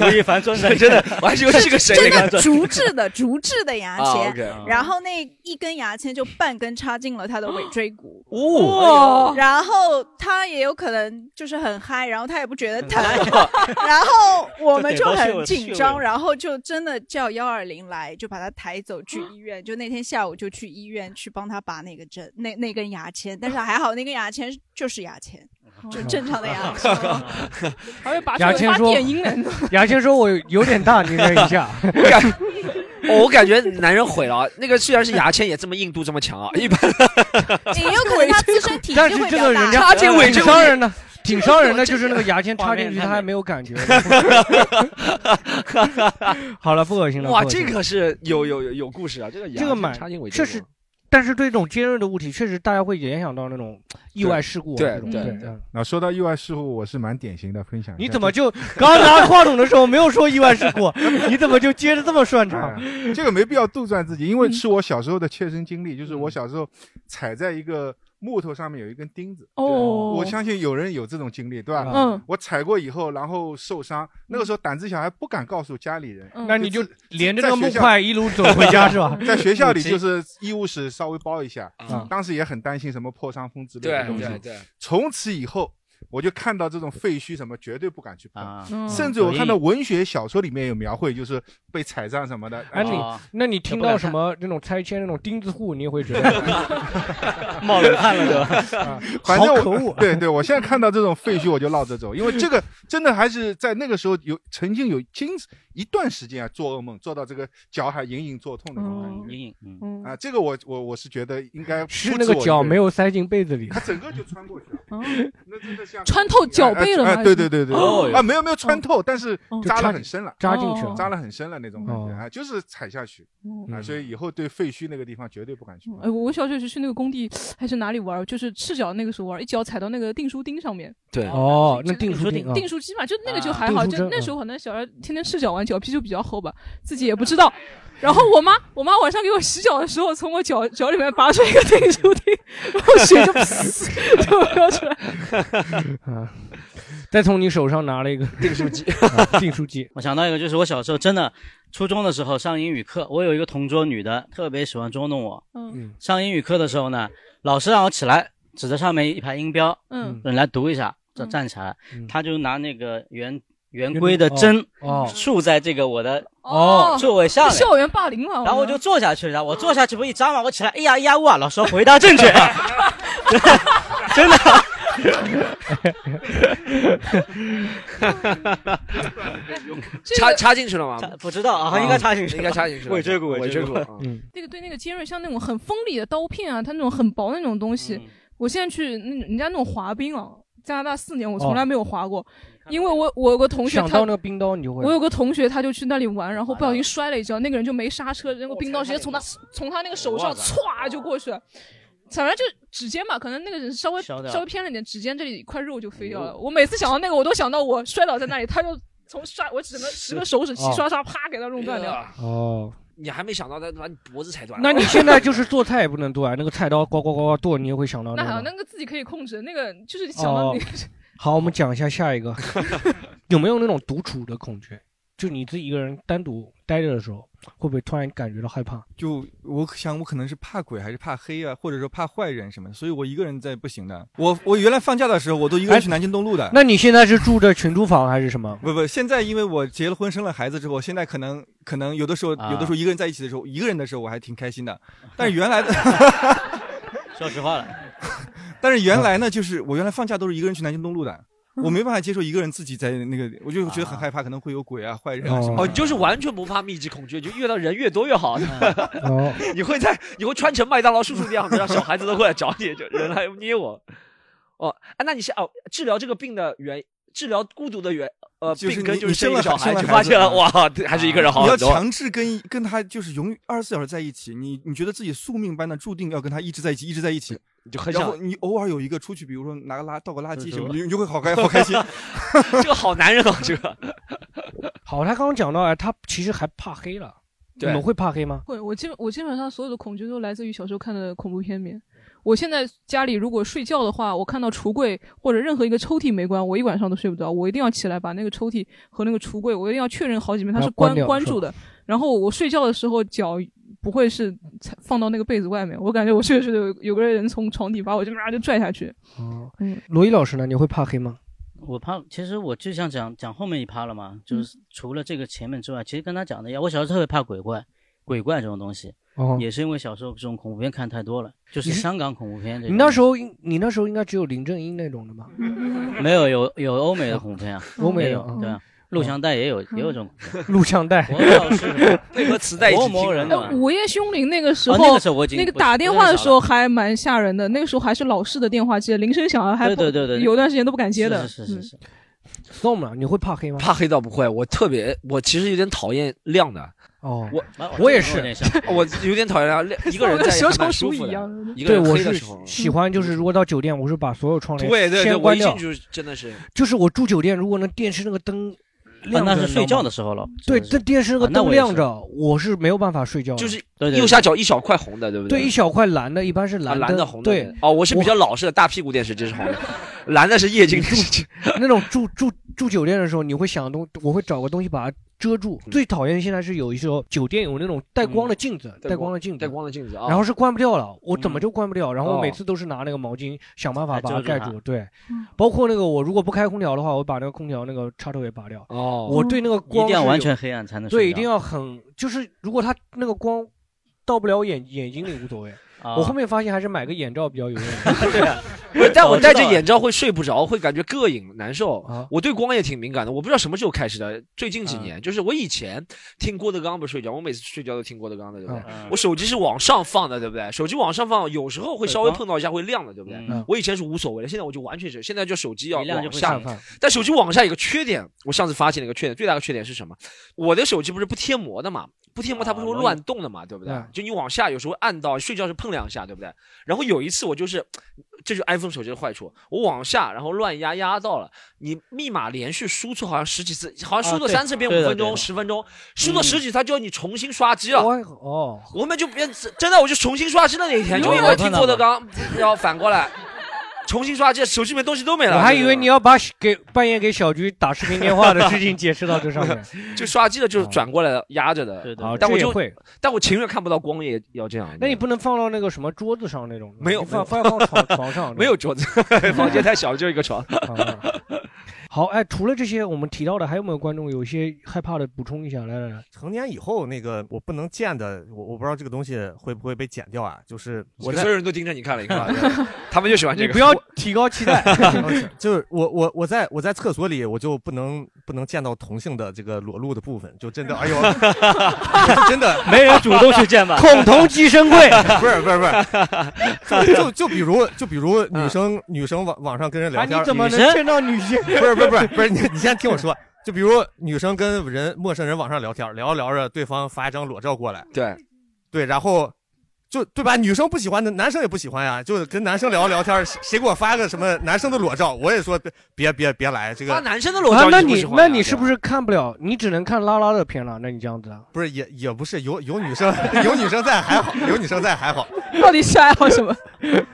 吴亦凡专真的，我还以为是个谁真那的个竹制的竹制的牙啊签， ，OK 啊然后那一根牙签就半根插进了他的尾椎骨。哦然后他也有可能就是很嗨，然后他也不觉得疼， 然后我们就很紧张，然后就真的叫幺二零来，就把他抬走去医院。就那天下午就去医院去帮他拔那个针，那那根牙签，但是还好那根牙签就是牙签，就正常的哦牙签。还会拔出牙来签发说电音呢。，牙签说我有点大，你忍一下。哦，我感觉男人毁了啊。那个虽然是牙签，也这么硬度这么强啊，一般也有可能他自身体积但是会比这较个大人。家插进尾挺椎伤骨人的，挺伤人的，就是那个牙签插进去，画面他太还没有感觉。好了，不恶心了。哇，不恶心这 了个是有有有有故事啊，这个牙 这个蛮插进尾确椎实骨。但是对这种尖锐的物体，确实大家会联想到那种意外事故啊。这种嗯那说到意外事故，我是蛮典型的，分享一下。你怎么 就刚拿话筒的时候没有说意外事故？ 你怎么就接着这么顺畅？哎嗯这个没必要杜撰自己，因为是我小时候的切身经历，就是我小时候踩在一个木头上面有一根钉子。哦我相信有人有这种经历，对吧？嗯，我踩过以后，然后受伤，那个时候胆子小，还不敢告诉家里人。嗯那你就连着在那个学木校？块一路走回家是吧 在学校里就嗯是医务室稍微包一下嗯，当时也很担心什么破伤风之类的对东西对对。从此以后。我就看到这种废墟什么，绝对不敢去啊碰，嗯甚至我看到有阴文学小说里面有描绘，就是被踩上什么的。哎，你啊那你听到什么那种拆迁那种钉子户，你也会觉 得冒冷汗了 对吧？反正好我可恶啊！ 对对，我现在看到这种废墟我就绕着走，因为 这个真的还是在那个时候有曾经有经一段时间啊做噩梦，做到这个脚还隐隐作痛的那种感觉。阴影，嗯嗯啊，这个我我我是觉得应该是不那止个我一脚人没有塞进被子里，他整个就穿过去了，那真的像哦穿透脚背了吗哎哎对对对对，哦啊，没有没有穿透，但是哦扎了很深了，哦扎进去了扎了很深了那种感觉哦啊，就是踩下去哦啊，所以以后对废墟那个地方绝对不敢去。哎，我小学时去那个工地还是哪里玩儿，就是赤脚那个时候玩儿，一脚踩到那个订书钉上面。对哦，那订订书钉啊，订书机嘛，就那个就啊还好，订书就针那嗯时候可能小孩儿天天赤脚玩，脚皮就比较厚吧，自己也不知道。然后我妈，我妈晚上给我洗脚的时候，从我脚脚里面拔出一个订书钉，然后血就就飙 出来。啊，再从你手上拿了一个订书机， 啊订书机， 我想到一个，就是我小时候真的，初中的时候上英语课，我有一个同桌女的，特别喜欢捉弄我。 嗯上英语课的时候呢，老师让我起来，指着上面一排音标，嗯你来读一下，站站起来，嗯他就拿那个圆圆规的哦针哦竖在这个我的哦座位下面。校园霸凌了。然后我就坐下去了，我坐下去不一扎嘛，我起来，哎呀哎呀哇，老师说回答 正确， 真的。插插进去了吗？不知道啊，应该插进去了，应该插进去了。尾椎骨，尾椎椎骨。 嗯，那个对那个尖锐，像那种很锋利的刀片啊，它那种很薄的那种东嗯西，我现在去那人家那种滑冰啊，加拿大四哦年我从来没有滑过，因为我我有个同学想他到那。个冰刀你就会，我有个同学，他就去那里玩，然后不小心摔了一跤，那个人就没刹车，那个冰刀直接从他从他那个手上哇塞歘就过去了，反正就指尖吧，可能那个人稍微削掉稍微偏了点，指尖这里一块肉就飞掉了。我每次想到那个，我都想到我摔倒在那里，他就从刷我整个十个手指齐刷刷啪给他弄断掉。哦，哎你还没想到他把你脖子踩断。 那你现在就是做菜也不能剁啊，那个菜刀呱呱呱呱剁，你也会想到那那还好，个。那个自己可以控制，那个就是想到哦你，， 好，我们讲一下下一个，有没有那种独处的恐惧？就你自己一个人单独待着的时候，会不会突然感觉到害怕？就我想，我可能是怕鬼，还是怕黑啊，或者说怕坏人什么的，所以我一个人在不行的。我我原来放假的时候，我都一个人去南京东路的。哎那你现在是住的群租房还是什么？不不，现在因为我结了婚生了孩子之后，现在可能可能有的时候、啊有的时候一个人在一起的时候，一个人的时候我还挺开心的。但是原来的， 说实话了，但是原来呢，就是我原来放假都是一个人去南京东路的，嗯我没办法接受一个人自己在那个，我就觉得很害怕，可能会有鬼啊、坏人啊什么哦，的你。就是完全不怕密集恐惧，就越到人越多越好。哦， 你会在你会穿成麦当劳叔叔的样子，让小孩子都过来找你，就人来捏我。哦，啊，那你是哦，治疗这个病的原，治疗孤独的原，呃，就是病根你 就是你生一了个小孩孩，生了就孩发子现了啊哇，对还是一个人好你要很多。强制跟跟他就是永远二十四小时在一起，你你觉得自己宿命般的注定要跟他一直在一起，一直在一起， 就很然想后你偶尔有一个出去，比如说拿个垃倒个垃圾什么，是你你就会好开好开心。 这个好男人啊，这个好，他刚刚讲到，哎，他其实还怕黑了。你对们会怕黑吗？会，我基本我基本上所有的恐惧都来自于小时候看的恐怖片里面。我现在家里如果睡觉的话，我看到橱柜或者任何一个抽屉没关，我一晚上都睡不着。我一定要起来把那个抽屉和那个橱柜，我一定要确认好几遍它把它是关关掉关是吧住的。然后我睡觉的时候脚不会是踩放到那个被子外面，我感觉我睡着睡着有有个人从床底把我就啪就拽下去。哦，嗯，罗伊老师呢？你会怕黑吗？我怕，其实我就想讲讲后面一趴了嘛，就是除了这个前面之外，其实跟他讲的一样，我小时候特别怕鬼怪，鬼怪这种东西，哦也是因为小时候这种恐怖片看太多了，就是你是香港恐怖片这你种。那时候应，你那时候应该只有林正英那种的吧？没有有有欧美的恐怖片啊，欧美的也有嗯对啊，录像带也有也有这种 录像带，我老是那和磁带一起魔听魔人的嘛呃，午夜凶铃那个时候，哦那个时候我已经那个我打电话的时候还蛮吓人的，那个时候还是老式的电话机，铃声响了还对对对对对有段时间都不敢接的。嗯是是是是是。 Storm 呢？你会怕黑吗？怕黑倒不会，我特别，我其实有点讨厌亮的。哦，我我也是 我有点讨厌 亮，亮一个人在也还蛮舒服的。一个对，人我黑的是时候，喜欢，就是如果到酒店，我是把所有窗帘对对对，先我关一掉进。去真的是就是我住酒店，如果那电视那个灯啊亮着，那是睡觉你的知时候了。道吗。对，这电视那个啊那我灯也是亮着，我是没有办法睡觉的。就是对右下角一小块红的，对不对对一小块蓝的，一般是啊蓝蓝的的红的。对，哦，我是比较老式的大屁股电视，这是红的，蓝的是液晶电 嗯视。那种住住住酒店的时候，你会想东，我会找个东西把它遮住。嗯最讨厌现在是有一些时候酒店有那种带光 的镜子，带光的镜子，带光的镜子啊。然后是关不掉了，我嗯怎么就关不掉？然后我哦每次都是拿那个毛巾想办哎法把它遮住它盖住。对嗯，包括那个我如果不开空调的话，我把那个空调那个插头也拔掉。哦我对那个光一定要是完有全黑暗才能睡对，着一定要很就是如果它那个光到不了眼眼睛里无所谓。啊我后面发现还是买个眼罩 比较有用。 不是啊但我早知道啊戴着眼罩会睡不着，会感觉膈应、难受。我对光也挺敏感的，我不知道什么时候开始的。最近啊几年，就是我以前听郭德纲不是睡觉，我每次睡觉都听郭德纲的，对不对啊嗯？我手机是往上放的，对不对？手机往上放，有时候会稍微碰到一下会亮的，对不对嗯？我以前是无所谓的，现在我就完全是，现在就手机要一亮就往会下上放。但手机往下有个缺点，我上次发现了一个缺点，最大的缺点是什么？我的手机不是不贴膜的嘛？不贴膜它不啊是会乱动的嘛，对不对嗯？就你往下有时候按到睡觉是碰两下，对不对？然后有一次我就是，这就是 iPhone 手机的坏处，我往下然后乱压压到了，你密码连续输错好像十几次，好像输错啊对三次变对五的分对钟的嗯十分钟，输错十几次它就要你重新刷机了。哦，我后面就变真的我就重新刷机的那一天，就有因我为看听到郭德了纲，然后反过来重新刷机，手机里面东 西都没了。我还就以为你要把给半夜给小菊打视频电话的事情解释到这 上面。 就刷机的，就是转过来的压着的。对对啊但我这也就会，但我情愿看不到光也要这样。那你不能放到那个什么桌子上那种，没有你放放放床 床上。没有桌子， 房间太小了，就一个床。好，哎，除了这些我们提到的，还有没有观众有一些害怕的补充一下？来来来，成年以后那个我不能见的，我我不知道这个东西会不会被剪掉啊？就是我在所有人都盯着你看了，你看吧，他们就喜欢这个。你不要提高期待 就是我我我在我在厕所里，我就不能不能见到同性的这个裸露的部分，就真的，哎 呦， 真的 没人主动 去见吧恐同寄生贵不是不是不 是，就就就比如就比如女生女生网网上跟人聊天，啊你怎么能见到女性 不是不是不是不是你你先听我说，就比如女生跟人陌生人网上聊天，聊着聊着对方发一张裸照过来，对对，然后就对吧？女生不喜欢的，男生也不喜欢呀。就跟男生聊聊天，谁谁给我发个什么男生的裸照，我也说别别别别来这个。发男生啊那你那你是不是看不了？你只能看拉拉的片了？那你这样子啊？不是也也不是有有女生 有女生在还好，有女生在还好。 到底是爱好 什么？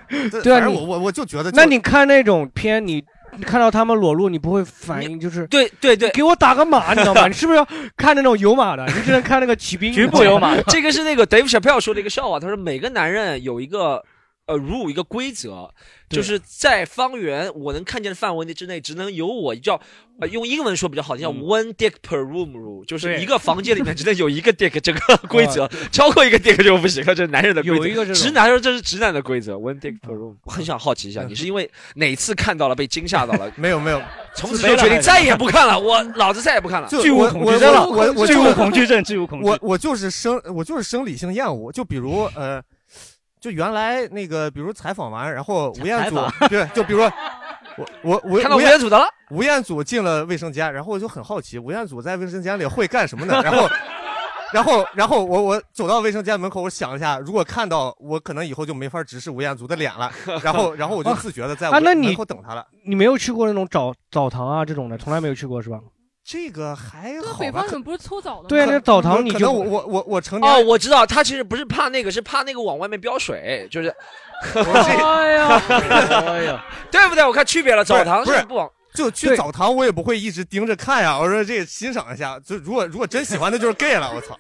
对反啊，正你我我我就觉得就那你看那种片，你你看到他们裸露，你不会反应就是对对对，给我打个码，你知道 吗？你是不是要看那种有码的？你只能看那个骑兵，局局部部有 码？ 这个是那个 Dave Chappelle 说的一个笑话，他说每个男人有一个呃 rule 一个规则，对就是在方圆我能看见的范围内之内，只能有我叫呃用英文说比较好听，叫 one dick per room rule，就是一个房间里面只能有一个 dick 这个规则，超过一个 dick 就不行了，这是男人的规则。有一个这种直男说这是直男的规则，one dick per room。我很想好奇一下，你是因为哪次看到了被惊吓到了？没有没有，从此就决定再也不看了，我老子再也不看了，就我我我我我就我我就是生我就是生理性厌恶，就比如呃，就原来那个，比如采访完，然后吴彦采祖访对，就比如 说我我我看到吴彦祖的了，吴彦祖进了卫生间，然后我就很好奇，吴彦祖在卫生间里会干什么呢？然后。然后，然后我我走到卫生间门口，我想一下，如果看到我，可能以后就没法直视吴彦祖的脸 了。然后，然后我就自觉的在啊，我那你门口等他了。你没有去过那种澡澡堂啊这种的，从来没有去过是吧？这个还那好北吧方？人不是搓澡的吗？对啊，那澡堂你可就能我我我我成年 哦，我知道，他其实不是怕那个，是怕那个往外面飙 水，就是。哎呀，哎 呀，对不对？我看区别了，澡堂不是不往。就去澡堂，我也不会一直盯着看呀、我说这欣赏一下，就如果如果真喜欢，那就是 gay 了。我操！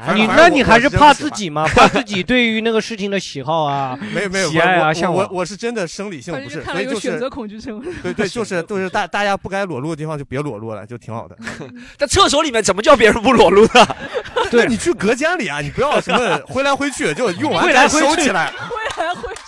哎反你正那你还是怕反正我我真自？不喜己欢吗？怕自己对于那个事情的喜好啊， 没有没有，喜爱我啊，我向我往。我是真的生理性反不正是，看所来以有就选择是恐惧症。对 对，就是就是大大家不该裸露的地方就别裸露了，就挺好的。 在厕所里面怎么叫别人不裸露 的？对你去隔间里啊，你不要什么挥来挥去，就用完挥再来挥收去起来。挥来挥去，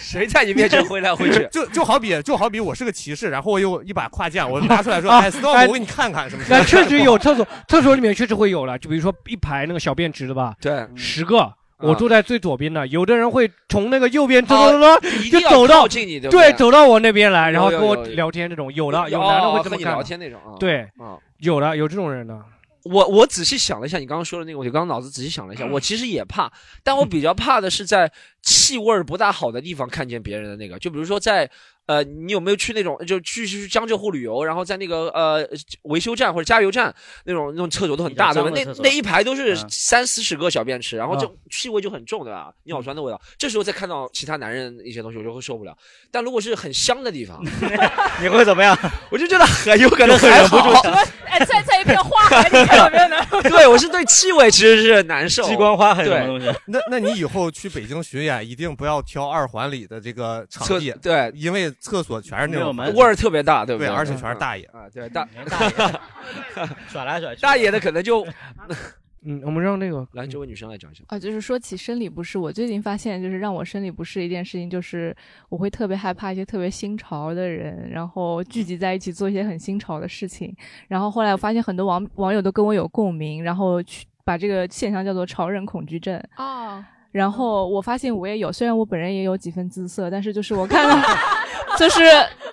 谁在你面前挥来挥去 ？就就好比就好比我是个骑士，然后我有一把跨剑，我拿出来说，啊哎，stop，哎我给你看看什 么。 那确实有厕所，厕所里面确实会有了，就比如说一排那个小便池的吧，对，嗯十个，我坐在最左边的，有的人会从那个右边走哦走走走一就定要走到靠近你对不对对，走到我那边来，哎然后有有跟我有有聊天这种，有的有哦男的会哦这和么你干聊的天那种啊对啊，有的有这种人的，我我仔细想了一下你刚刚说的那个，我就刚刚脑子仔细想了一下，我其实也怕，但我比较怕的是在气味儿不大好的地方看见别人的那个，就比如说在。呃，你有没有去那种就去去江浙沪旅游，然后在那个呃维修站或者加油站那种那种厕所都很大，比较脏对吧的？那厕所那一排都是嗯三四十个小便池，然后这嗯气味就很重，对吧？尿酸的味道。这时候再看到其他男人一些东西，我就会受不了。但如果是很香的地方， 你会怎么样？我就觉得很有可能就会还忍不住好。 哎，在在 一片花海里看到 别人拿对，我是对气味其实是难受。鸡冠花还是什么对， 那那你以后去北京巡演，一定不要挑二环里的这个场厕地，对，因为厕所全是那没有种门味儿特别大，对对不对而且全是大爷啊，对 大大爷甩来甩去，大爷的可能就 嗯，我们让那个来这位女生来 讲一下。啊，就是说起生理不适，我最近发现，就是让我生理不适一件事情，就是我会特别害怕一些特别新潮的人，然后聚集在一起做一些很新潮的事情。然后后来我发现很多网网友都跟我有共鸣，然后去把这个现象叫做“潮人恐惧症”。 哦，然后我发现我也有，虽然我本人也有几分姿色，但是就是我看到， 就是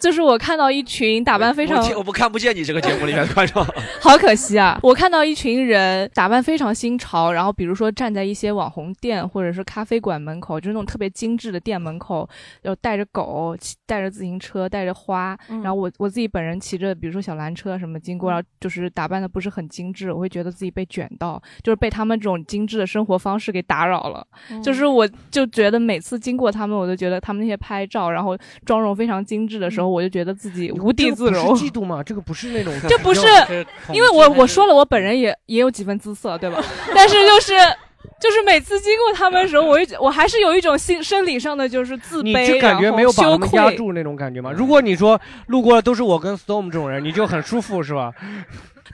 就是我看到一群打扮非常我听我不看不见你这个节目里面的 观众， 好可惜啊！我看到一群人打扮非常新潮，然后比如说站在一些网红店或者是咖啡馆门口，就是那种特别精致的店门口，然后带着狗，骑带着自行车，带着花，嗯然后我我自己本人骑着比如说小蓝车什么经过，然后就是打扮的不是很精致，我会觉得自己被卷到，就是被他们这种精致的生活方式给打扰了。嗯就是我就觉得每次经过他们，我都觉得他们那些拍照然后妆容非常精致的时候，我就觉得自己无地自容。这个不是嫉妒吗？这个不是那种， 这不是，因为我我说了，我本人也也有几分姿色， 对吧？但是就是就是每次经过他们的时候，我就觉我还是有一种心生理上的就是自你卑，就感觉没有把他然后们羞压愧。住那种感觉吗？如果你说路过的都是我跟 Storm 这种人，你就很舒服是吧？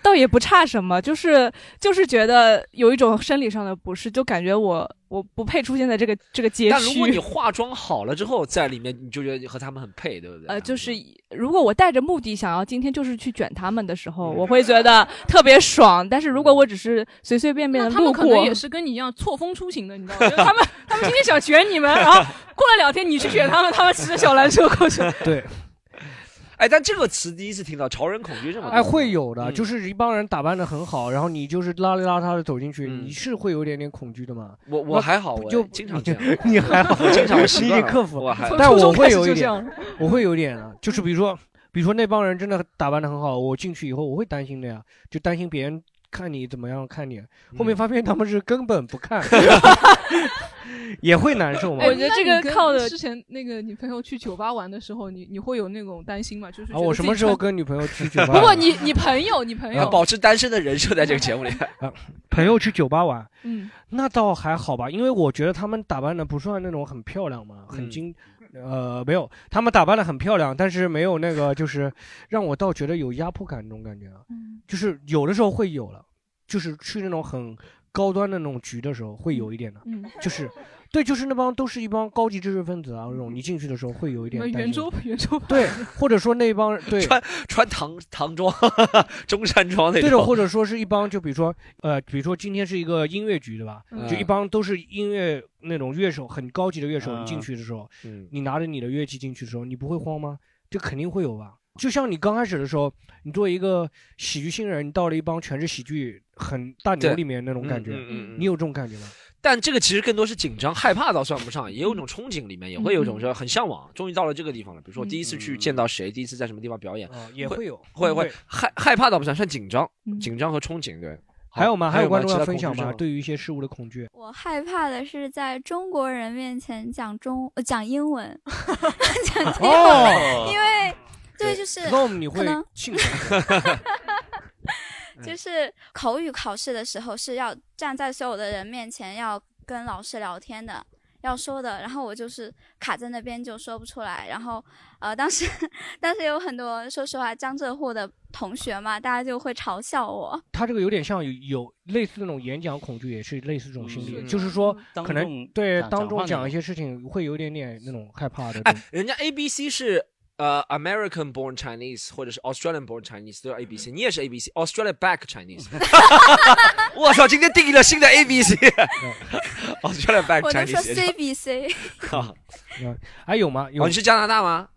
倒也不差什么，就是就是觉得有一种生理上的不适，就感觉我我不配出现在这个这个街区。但如果你化妆好了之后在里面，你就觉得你和他们很配，对不对？呃，就是如果我带着目的想要今天就是去卷他们的时候，嗯我会觉得特别爽。但是如果我只是随随便便的他们路过，可能也是跟你一样错峰出行的，你知 道吗？就是他们他们今天想卷你们，然后过了两天你去卷他们，他们骑着小蓝车过去。对。哎，但这个词第一次听到，潮人恐惧症嘛。哎，会有嗯的，就是一帮人打扮的很好，然后你就是邋里邋遢的走进去，你是会有一点点恐惧的嘛？嗯我我那还好不我就经常你这样 你还好，我经常我习你已惯经了克服，我还好但从我初中会开始有一就点这样，我会有一点的，就是比如说，比如说那帮人真的打扮的很好，我进去以后我会担心的呀，就担心别人看你怎么样看你，嗯后面发现他们是根本不看， 也会难受嘛。哎那你跟靠的之前那个你朋友去酒吧玩的时候，你你会有那种担心吗？就是啊，觉得我自什己么时候穿跟女朋友去 酒吧？不过你你朋友你朋啊友保持单身的人设在这个 节目里。啊朋友去酒吧玩，嗯，那倒还好吧，因为我觉得他们打扮的不算那种很漂亮嘛，很嗯精，呃，没有，他们打扮的很漂亮，但是没有那个就是让我倒觉得有压迫感那种感觉啊，嗯就是有的时候会有了，就是去那种很高端的那种局的时候会有一点的，嗯就是对，就是那帮都是一帮高级知识分子啊，那种你进去的时候会有一什点么担心圆周 圆周对，或者说那帮对穿穿唐唐装、 中山装那种。对的，或者说是一帮，就比如说，呃，比如说今天是一个音乐局，对吧？嗯就一帮都是音乐那种乐手，很高级的乐手，嗯你进去的时候，嗯你拿着你的乐器进去的时候，你不会慌吗？这肯定会有吧。就像你刚开始的时候，你作为一个喜剧新人，你到了一帮全是喜剧很大牛对里面那种感觉，嗯嗯嗯嗯你有这种感觉吗？但这个其实更多是紧张、害怕倒算不上，也有一种憧憬，里面也会嗯有一种说很向往，终于到了这个地方了。比如说我第一次去见到谁，第一次在什么地方表演，哦也会会有会会会害害怕倒不算，算紧张、紧张和憧憬。对，还有吗？还有观吗其众要他分恐享惧症吗？吗对于一些事物的恐惧，我害怕的是在中国人面前讲中、呃、讲英文，讲英文，哦因为哎对，就是那我们你可会能庆 嗯就是口语考试的时候是要站在所有的人面前要跟老师聊天的，要说的，然后我就是卡在那边就说不出来，然后呃，当时当时有很多说实话江浙沪的同学嘛，大家就会嘲笑 我。他这个有点像有有类似那种演讲恐惧，也是类似这种心理，嗯就是说当可众能对讲当讲众话那讲种一些事情会有一点点那种害怕的。哎，人家 A B C 是呃 American born Chinese 或者是 Australian born Chinese 都要 A B C，你也嗯是 A B C，Australia back Chinese。我操，今天定义了新的 A B 嗯 C，Australia back 我都说 Chinese 也叫。 C B C，好还嗯哎有吗？有哦，你是加拿大吗？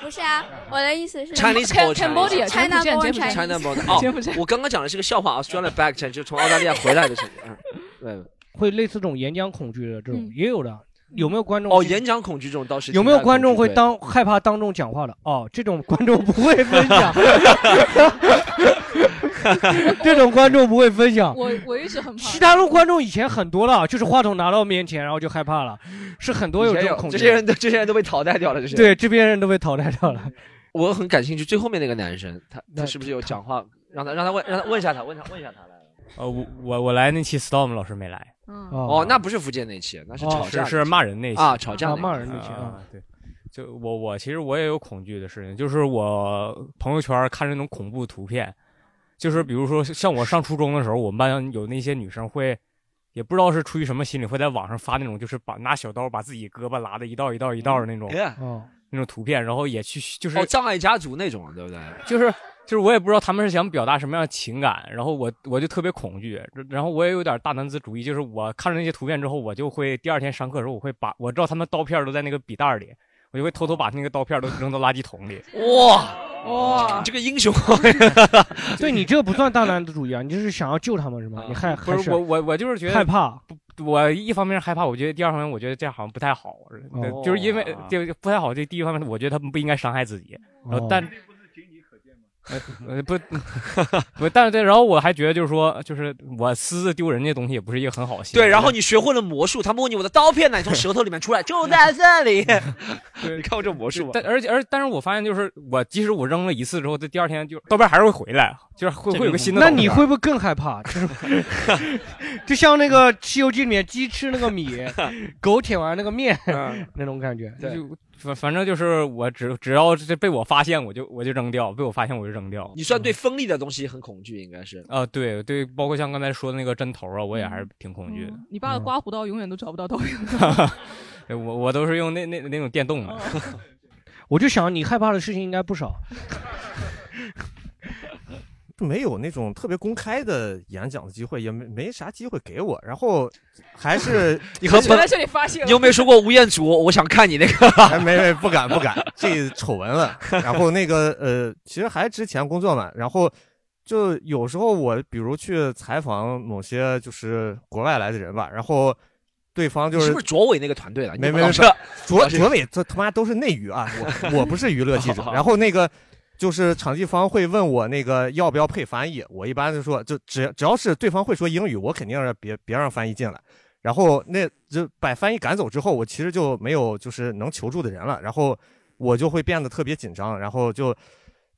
不是啊，我的意思是 Chinese born Cambodia China born Chinese China born 哦，我刚刚讲的是个笑话，Australia 啊 back Chinese 就是从澳大利亚回来的成员。嗯，会类似这种演讲恐惧的这种、也有的，有没有观众对。哦，是演讲恐惧这种倒是有没有观众会对嗯当害怕当众讲话的？哦，这种观众不会分享， 这种观众不会分享。我我一直很怕。其他的观众以前很多了，就是话筒拿到面前，然后就害怕了，是很多有这种恐惧。这些人都这些人都被淘汰掉了，这些对这边人都被淘汰掉了。我很感兴趣，最后面那个男生，他那他是不是有讲话？让他让他问让他问一下他，问他问一下他来。呃，我我我来那期 Storm 老师没来，嗯哦，那不是福建那期，那是吵架那期、哦是骂人那期啊，吵架那期啊，对。就我我其实我也有恐惧的事情，就是我朋友圈看那种恐怖图片，就是比如说像我上初中的时候，我们班有那些女生会，也不知道是出于什么心理，会在网上发那种就是把拿小刀把自己胳膊拉的一道一道一道的那种，哦哎那种图片，然后也去就是、哦，障碍家族那种，对不对？就是就是我也不知道他们是想表达什么样的情感，然后我我就特别恐惧，然后我也有点大男子主义，就是我看了那些图片之后，我就会第二天上课的时候，我会把我知道他们刀片都在那个笔袋里，我就会偷偷把那个刀片都扔到垃圾桶里。哇哇，你这个英 雄！ 对你这个不算大男子主义啊，你就是想要救他们是吗？你害啊不哎还是我我我就是觉得害怕，不我一方面是害怕，我觉得第二方面我觉得这样好像不太好，对哦就是因为这个不太好。这第一方面，我觉得他们不应该伤害自己，然后哦但呃不不，但是对，然后我还觉得就是说，就是我私自丢人这东西也不是一个很好的行为。对，然后你学会了魔术，他们问你我的刀片呢？你从舌头里面出来，就在这里。你看过这魔术吗？但而且而但是我发现就是我即使我扔了一次之后，这第二天就刀片还是会回来，就是会会有个新的刀那片。你会不会更 害怕？就是 就像那个《西游记》里面鸡吃那 个米，狗舔完那个面啊那种感觉。啊就反反正就是我只只要这被我发现，我就我就扔掉，被我发现我就扔掉。你算对锋利的东西很恐惧，应该是。嗯啊，对对，包括像刚才说的那个针头啊，我也还是挺恐惧的。嗯哦嗯你爸的嗯刮胡刀永远都找不到刀 片。对我我都是用那那那种电 哦 动的。我就想你害怕的事情应该不少。就没有那种特别公开的演讲的机会，也没没啥机会给我。然后还是 你和本本你有没有说过吴彦祖？我想看你那个。哎，没没，不敢不敢，这丑闻了。然后那个呃，其实还之前工作嘛，然后就有时候我比如去采访某些就是国外来的人吧，然后对方就你是是不是卓伟那个团队了？你没没老没，师卓 老师卓伟这他妈都是内娱啊，我我不是娱乐记者 好。好然后那个就是场地方会问我那个要不要配翻译，我一般就说就只只要是对方会说英语，我肯定让别别让翻译进来。然后那就把翻译赶走之后，我其实就没有就是能求助的人了，然后我就会变得特别紧张，然后就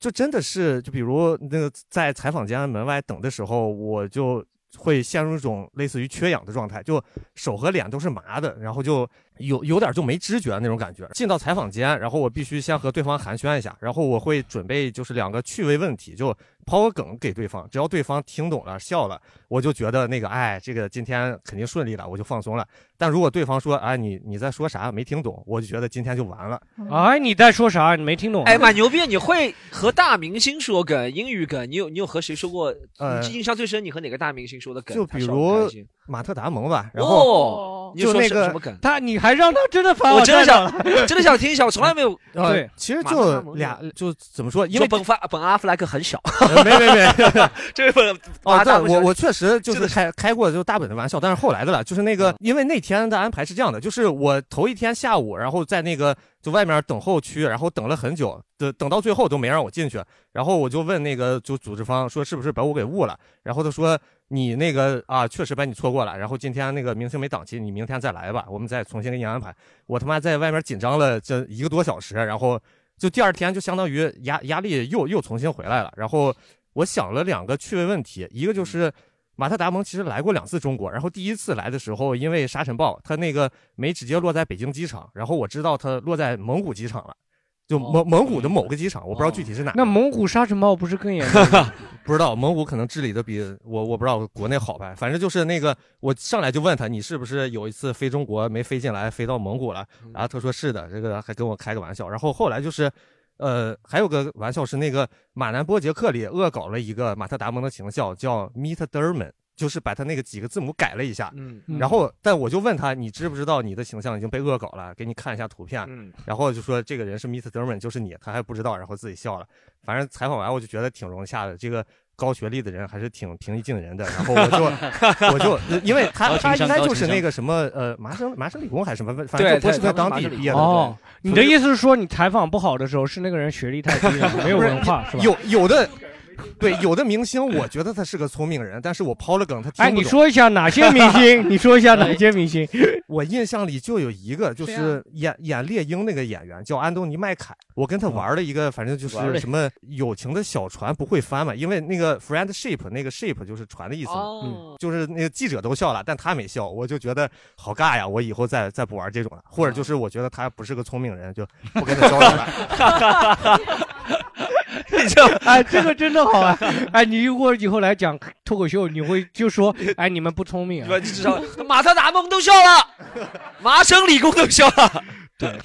就真的是就比如那个在采访间门外等的时候，我就会陷入一种类似于缺氧的状态，就手和脸都是麻的，然后就有有点就没知觉那种感觉。进到采访间，然后我必须先和对方寒暄一下，然后我会准备就是两个趣味问题，就抛个梗给对方，只要对方听懂了笑了，我就觉得那个哎，这个今天肯定顺利了，我就放松了。但如果对方说哎你你在说啥没听懂，我就觉得今天就完了。哎，你在说啥？你没听懂？啊哎，蛮牛逼！你会和大明星说梗，英语梗，你有你有和谁说过？呃你印象最深，你和哪个大明星说的梗？就比他笑得如开心马特达蒙吧，然哦后你说就那什么个什么梗他你还让他真的翻我真的站想上，了真的想 听一下，我从来没有。呃其实就俩就怎么说，因说为本发本阿弗莱克很 小，没没没，这本哦，马对大，不我小我确实就是开开过就大本的玩笑，但是后来的了，就是那嗯个，因为那天的安排是这样的，就是我头一天下午，然后在那个就外面等候区，然后等了很久，等等到最后都没让我进去，然后我就问那个就组织方说是不是把我给误了，然后他说你那个啊确实把你错过了，然后今天那个明星没档期，你明天再来吧，我们再重新给你安排。我他妈在外面紧张了这一个多小时，然后就第二天就相当于压压力又又重新回来了。然后我想了两个趣味问题，一个就是马特·达蒙其实来过两次中国，然后第一次来的时候因为沙尘暴，他那个没直接落在北京机场，然后我知道他落在蒙古机场了。就蒙哦蒙古的哦某个机场，我不知道具体是哪个。那蒙古沙尘暴不是更严重吗？不知道蒙古可能治理的比我我不知道国内好吧，反正就是那个我上来就问他，你是不是有一次飞中国没飞进来，飞到蒙古了？然后他说是的，这个还跟我开个玩笑。然后后来就是呃，还有个玩笑是那个马南波杰克里恶搞了一个马特达蒙的形象，叫 Meet Derman，就是把他那个几个字母改了一下。嗯然后，但我就问他，你知不知道你的形象已经被恶搞了？给你看一下图片。啊嗯然后就说这个人是 Mr. Derman，就是你，他还不知道，然后自己笑了。反正采访完我就觉得挺融洽的，这个高学历的人还是挺平易近人的。然后 我就 我就因为他高他情应商该高就是情商那个什么呃麻省麻省理工还是什么，反对正就博士对在对当麻地省理毕业的。工哦，对你的意思是说你采访不好的时候是那个人学历太 低了，没有文化是吧？有有的，对，有的明星我觉得他是个聪明人，但是我抛了梗，他听哎，不你懂说一下哪些明星？ 你说一下哪些明星？我印象里就有一个，就谁啊是演演猎鹰那个演员叫安东尼麦凯，我哦跟他玩了一个，反正就玩了是一什么友情的小船不会翻嘛，因为那个 friendship 那个 ship 就是船的意思嘛，嗯哦就是那个记者都笑了，但他没笑，我就觉得好尬呀，我以后再再不玩这种了，或者啊就是我觉得他不是个聪明人，就不跟他交流了。 你这哎，这个真的好啊！哎，你如果以后来讲脱口秀，你会就说哎，你们不聪明、啊，你知道马特达蒙都笑了，麻省理工都笑了。对，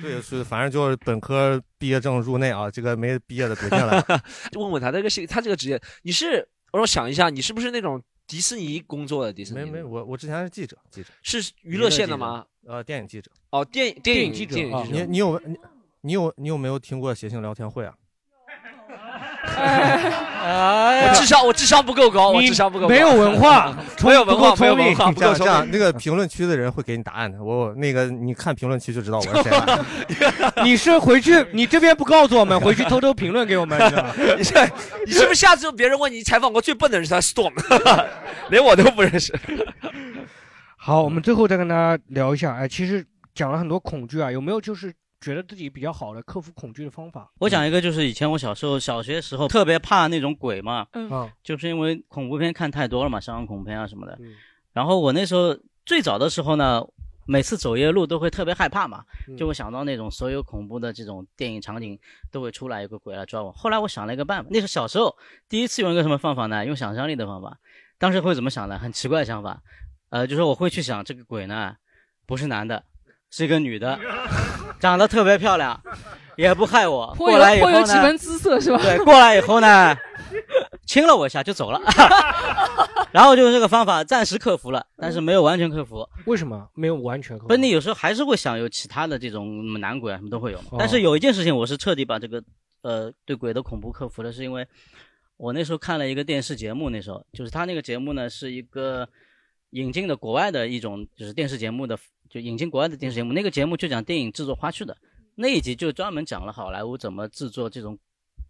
对，是反正就是本科毕业证入内啊，这个没毕业的别进 来。问问他这个是他这个职业，你是我让我想一下，你是不是那种迪士尼工作的迪士尼？没没，我我之前是记者，记者是娱乐线的吗？娱乐记者？呃，电影记者。哦，电电影电影记啊你者，你有你你有你有没有听过谐星聊天会啊？我智商我智商不够哦高，我智商不够高，没有文 化 没有文化，没有文化，这不够样这聪样，明那个评论区的人会给你答案的。我那个你看评论区就知道我是谁了。 你是回去，哎你这边不告诉我 们，回去偷偷评论给我们，你知道吗？ 你是你是不是下次别人问你采访过最笨的人是他 Storm，连 我都不认识。好，我们最后再跟大家聊一下，哎，其实讲了很多恐惧啊，有没有就是觉得自己比较好的克服恐惧的方法？我讲一个，就是以前我小时候小学时候特别怕那种鬼嘛，嗯，就是因为恐怖片看太多了嘛，香港恐怖片啊什么的。然后我那时候最早的时候呢，每次走夜路都会特别害怕嘛，嗯就会想到那种所有恐怖的这种电影场景都会出来有个鬼来抓我。后来我想了一个办法，那是小时候第一次用一个什么方法呢？用想象力的方法。当时会怎么想呢？很奇怪的想法，呃，就是我会去想这个鬼呢，不是男的，是一个女的，长得特别漂亮，也不害我。颇有过来以后颇有呢几分姿色是吧对，过来以后呢，亲了我一下就走了， 然后就用这个方法暂时克服了，但是没有完全克服。为什么没有完全克服？不是你有时候还是会想有其他的这种嗯男鬼啊，什么都会有嘛哦。但是有一件事情，我是彻底把这个呃对鬼的恐怖克服了，是因为我那时候看了一个电视节目，那时候就是他那个节目呢是一个引进的国外的一种就是电视节目的，就引进国外的电视节目，那个节目就讲电影制作花絮的，那一集就专门讲了好莱坞怎么制作这种。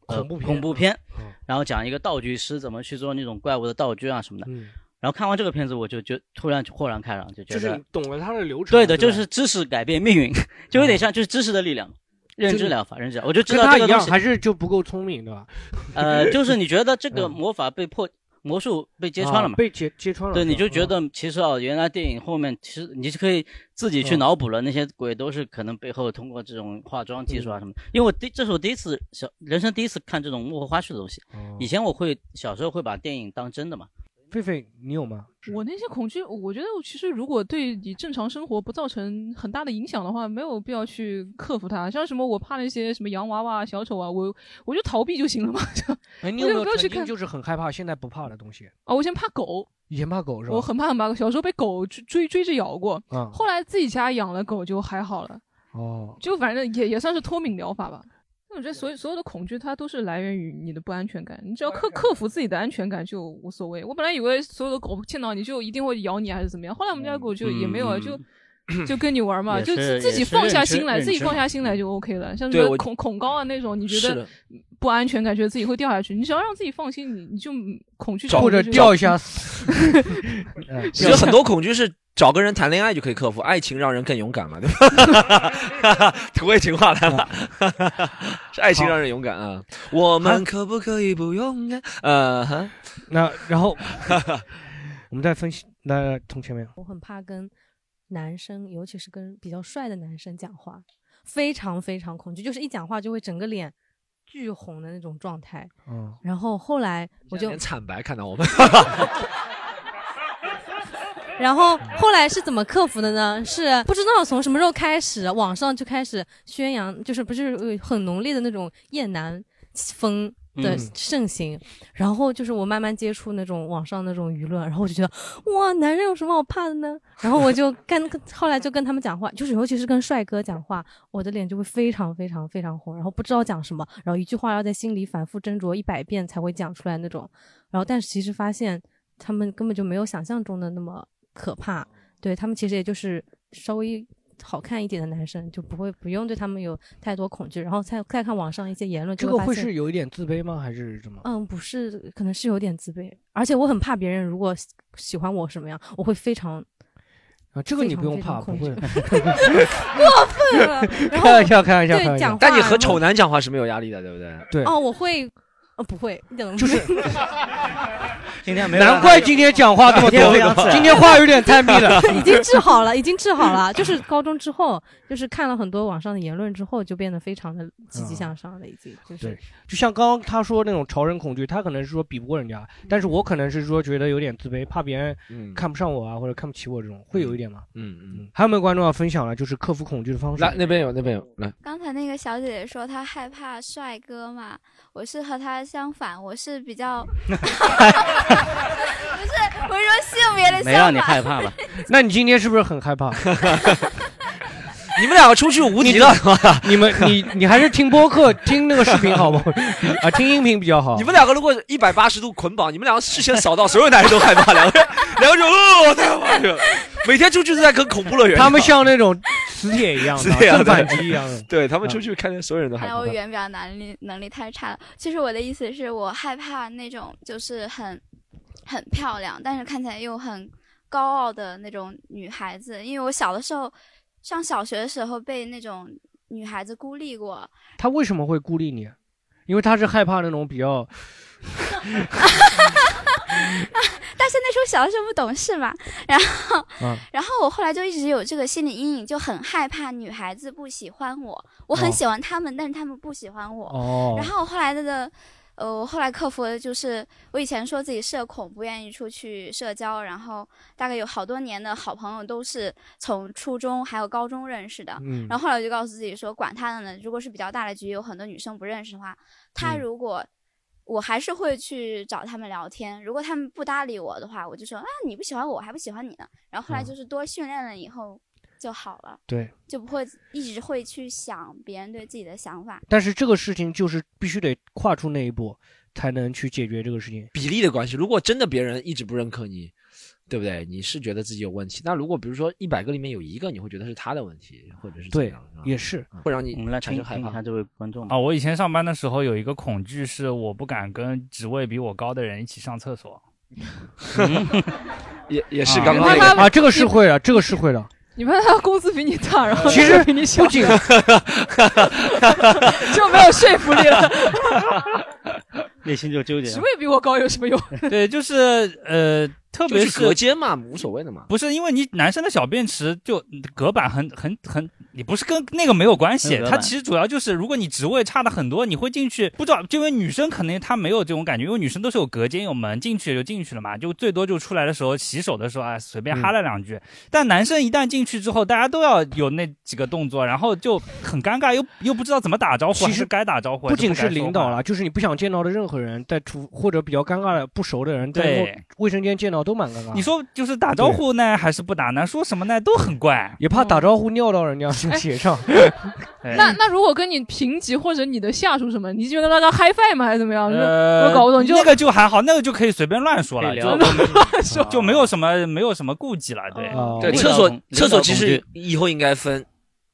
呃恐怖片恐怖片嗯，然后讲一个道具师怎么去做那种怪物的道具啊什么的。嗯然后看完这个片子，我就就突然就豁然开朗，就就觉得是你懂了他的流程。对的，吧嗯就是知识改变命运， 就有点像就是知识的力量嘛，认知疗法，认知疗法，我就知跟道他这个一东样，西还是就不够聪明，对吧？呃，就是你觉得这个 嗯魔法被破，魔术被揭穿了嘛？啊被揭揭穿了对，是吧嗯你就觉得其实哦，原来电影后面其实你是可以自己去嗯脑补了，那些鬼都是可能背后通过这种化妆技嗯术啊什么的。因为我第这是我第一次小人生第一次看这种幕后花絮的东西，哦以前我会小时候会把电影当真的嘛。狒狒，你有吗？我那些恐惧，我觉得我其实如果对你正常生活不造成很大的影响的话，没有必要去克服它。像什么我怕那些什么洋娃娃、小丑啊，我我就逃避就行了嘛。 哎，你我有没就有不要去曾经看就是很害怕，现在不怕的东西？啊！我以前怕狗，以前怕狗是吧？我很怕很怕狗，小时候被狗追追追着咬过。嗯后来自己家养了狗就还好了，哦，就反正也也算是脱敏疗法吧。那我觉得所有所有的恐惧，它都是来源于你的不安全感。你只要克克服自己的安全感就无所谓。我本来以为所有的狗见到你就一定会咬你啊还是怎么样，后来我们家的狗就也没有啊，嗯就就跟你玩嘛，也就是自自也己是放认下知心来，认自己知嗯放下心来就 OK 了。像什对么我恐恐高啊那种，你觉是得的不安全感，觉得自己会掉下去，你只要让自己放心，你你就嗯恐惧或者掉一 下。我觉嗯得很多恐惧是找个人谈恋爱就可以克服，爱情让人更勇敢嘛，对吧？ 土味情话来了，是爱情让人勇敢啊！我们可不可以不勇敢？呃，哈那 然后我们再分析，那从前面我很怕跟男生，尤其是跟比较帅的男生讲话，非常非常恐惧，就是一讲话就会整个脸巨红的那种状态。嗯然后后来我有 就点惨白看到我们。然后后来是怎么克服的呢？是不知道从什么时候开始，网上就开始宣扬，就是不是呃很浓烈的那种厌男风的嗯盛行。然后就是我慢慢接触那种网上那种舆论，然后我就觉得哇，男人有什么好怕的呢？然后我就跟跟后来就跟他们讲话，就是尤其是跟帅哥讲话，我的脸就会非常非常非常红，然后不知道讲什么，然后一句话要在心里反复斟酌一百遍才会讲出来那种。然后但是其实发现他们根本就没有想象中的那么可怕，对他们其实也就是稍微。好看一点的男生就不会不用对他们有太多恐惧，然后再再看网上一些言论，这就个发会现是有一点自卑吗？还是什么？嗯，不是，可能是有点自卑，而且我很怕别人如果喜喜欢我什么样，我会非常啊，这个非你不常用非常怕，不恐会。 过 分了。然后开玩笑开玩笑对开玩笑讲话但你和然后丑男讲话是没有压力的，对不对？对哦，我会，哦，不会，一点都就是没有今天没有难怪今天讲话这么今天非常自多，然今天话有点太密了 。已经治好了，已经治好了。就是高中之后，就是看了很多网上的言论之后，就变得非常的积极向上了，已经就是对，就像刚刚他说那种潮人恐惧，他可能是说比不过人家，嗯但是我可能是说觉得有点自卑，怕别人嗯看不上我啊，或者看不起我这种，会有一点吗？嗯嗯，还有没有观众要分享了？就是克服恐惧的方式。来那边有那边有来，刚才那个小姐姐说她害怕帅哥嘛，我是和她相反，我是比 较， 不是，我是说性别的相没让反。你害怕 吧？那你今天是不是很害怕？你们两个出去无敌了，你们你你还是听播客、听那个视频好不好？ 啊，听音频比较好你。们两个如果一百八十度捆绑，你们两个视线扫到，所有男人都害怕，两个 人，两个人哦，太害怕了，每天出去都在跟恐怖乐园一样。他们像那种磁铁一样的，是这样的正反击一样的。嗯对他们出去看见所有人都害看怕。哎哎来我语言表达能力能力太差了。其实我的意思是我害怕那种就是很很漂亮，但是看起来又很高傲的那种女孩子，因为我小的时候上小学的时候被那种女孩子孤立过，他为什么会孤立你？因为他是害怕那种比较但是那时候小的时候不懂事嘛，然后啊，然后我后来就一直有这个心理阴影，就很害怕女孩子不喜欢我。我很哦喜欢她们，但是她们不喜欢我。哦然后我后来的，呃，我后来克服的就是，我以前说自己社恐，不愿意出去社交，然后大概有好多年的好朋友都是从初中还有高中认识的。嗯然后后来我就告诉自己说，管他的呢，如果是比较大的局，有很多女生不认识的话，她嗯如果我还是会去找他们聊天。如果他们不搭理我的话，我就说啊，你不喜欢我，我还不喜欢你呢。然后后来就是多训练了以后就好了，对。就不会一直会去想别人对自己的想法。但是这个事情就是必须得跨出那一步，才能去解决这个事情。比例的关系。如果真的别人一直不认可你，对不对？你是觉得自己有问题。那如果比如说一百个里面有一个，你会觉得是他的问题，或者是怎对样吧也是会让你我们来产听生害听一怕。下这位观嗯众啊，我以前上班的时候有一个恐惧，是我不敢跟职位比我高的人一起上 厕所。嗯也也是刚刚啊那个啊，这个是会的，这个是会的。你怕他工资比你大，然后其实比你小，不 仅 就没有说服 力了。 内心就纠结职位比我高有什么用？对，就是呃，特就别是去隔间嘛，无所谓的嘛。不是因为你男生的小便池就隔板很很很，你不是跟那个没有关没系有，隔它板其实主要就是如果你职位差的很多，你会进去不知道，就因为女生可能她没有这种感觉，因为女生都是有隔间有门，进去就进去了嘛，就最多就出来的时候洗手的时候啊随便哈了两嗯句，但男生一旦进去之后，大家都要有那几个动作，然后就很尴尬，又又不知道怎么打招呼，其还实是该打招呼，还不仅该是说领话导了，就是你不想见到的任何人，在厨或者比较尴尬的不熟的人，在对卫生间见到都蛮尴尬的。你说就是打招呼呢，还是不打呢？说什么呢？都很怪。嗯哎也怕打招呼尿到人家心 血上。那那如果跟你平级或者你的下属什么，你就跟大家 high five 吗？还是怎么样？呃，我搞不懂，就那个就还好，那个就可以随便乱说可了，以就聊 就就没有什么没有什么顾忌了，对哦对，厕所厕所其实以后应该分，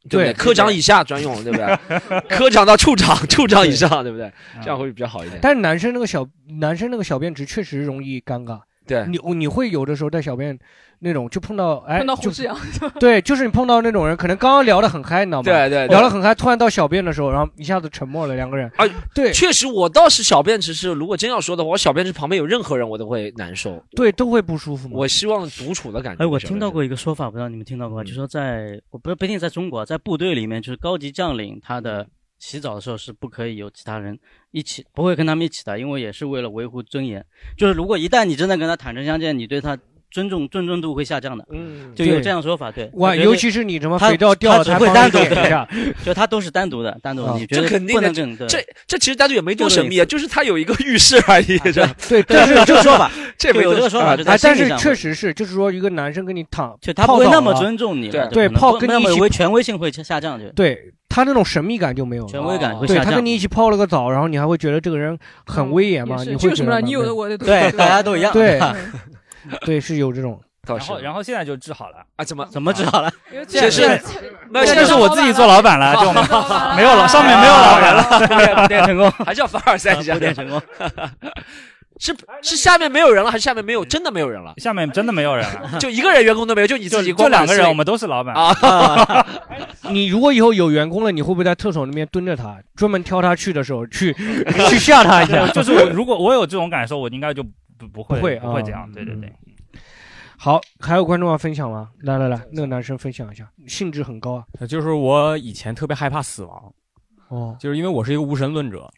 对不对科长以下专用，对不 对？科长到处长，处长以上，对不对？这样会比较好一点。啊但是男生那个小男生那个小便池确实容易尴尬。对你你会有的时候在小便那种就碰到哎碰到就胡志阳， 对，就是你碰到那种人，可能刚刚聊得很嗨，你知道吗？对对对聊得很嗨，突然到小便的时候，然后一下子沉默了，两个人。啊，对，确实，我倒是小便池是，如果真要说的话，我小便池旁边有任何人，我都会难受。 对，都会不舒服嘛。我希望独处的感觉。哎，我听到过一个说法，不知道你们听到嗯过吗？就说在我不不一定在中国，在部队里面，就是高级将领他嗯的洗澡的时候是不可以有其他人一起，不会跟他们一起的，因为也是为了维护尊严。就是如果一旦你真的跟他坦诚相见，你对他尊重尊重度会下降的。嗯就有这样的说法，对。哇我觉得尤其是你什么他肥皂掉了才他只会帮单你独舔一对下就他都是单独的，单哦独的，你觉这得肯定不的能，跟对这这其实单独也没多这神秘啊，就是它有一个浴室而已。这这对，但是这 这这没没多啊啊哎但是确确实是，就是说一个男生跟你躺，就他不泡会澡那么了尊重你了，对，可能泡啊不跟那你一么起为权威性会下降，就对他那种神秘感就没有了，权威感会对下他降跟你一起泡了个澡，然后你还会觉得这个人很威严嘛？嗯也是你这会觉有什么得了你有的我的都对，对大家都一样对嗯，对是有这种。然后然后现在就治好了啊？怎么怎么治好了？ 现是在那现现在在是我自己做老板了， 就没有了，上面没有老板啊 了， 铺垫成功，还是要凡尔赛一下，铺垫啊成功。是是下面没有人了，还是下面没有真的没有人了？嗯下面真的没有人了， 就一个人员工都没有，就你自己就光两膀个子人，我们都是老板 啊。你如果以后有员工了，你会不会在厕所那边蹲着他，专门挑他去的时候去去吓他一下？ 就是我如果我有这种感受，我应该就不不会不会不会啊这样，嗯对对对。 好，还有观众要分享吗？来来来，那个男生分享一下，兴致很高啊。就是我以前特别害怕死亡，哦，就是因为我是一个无神论者，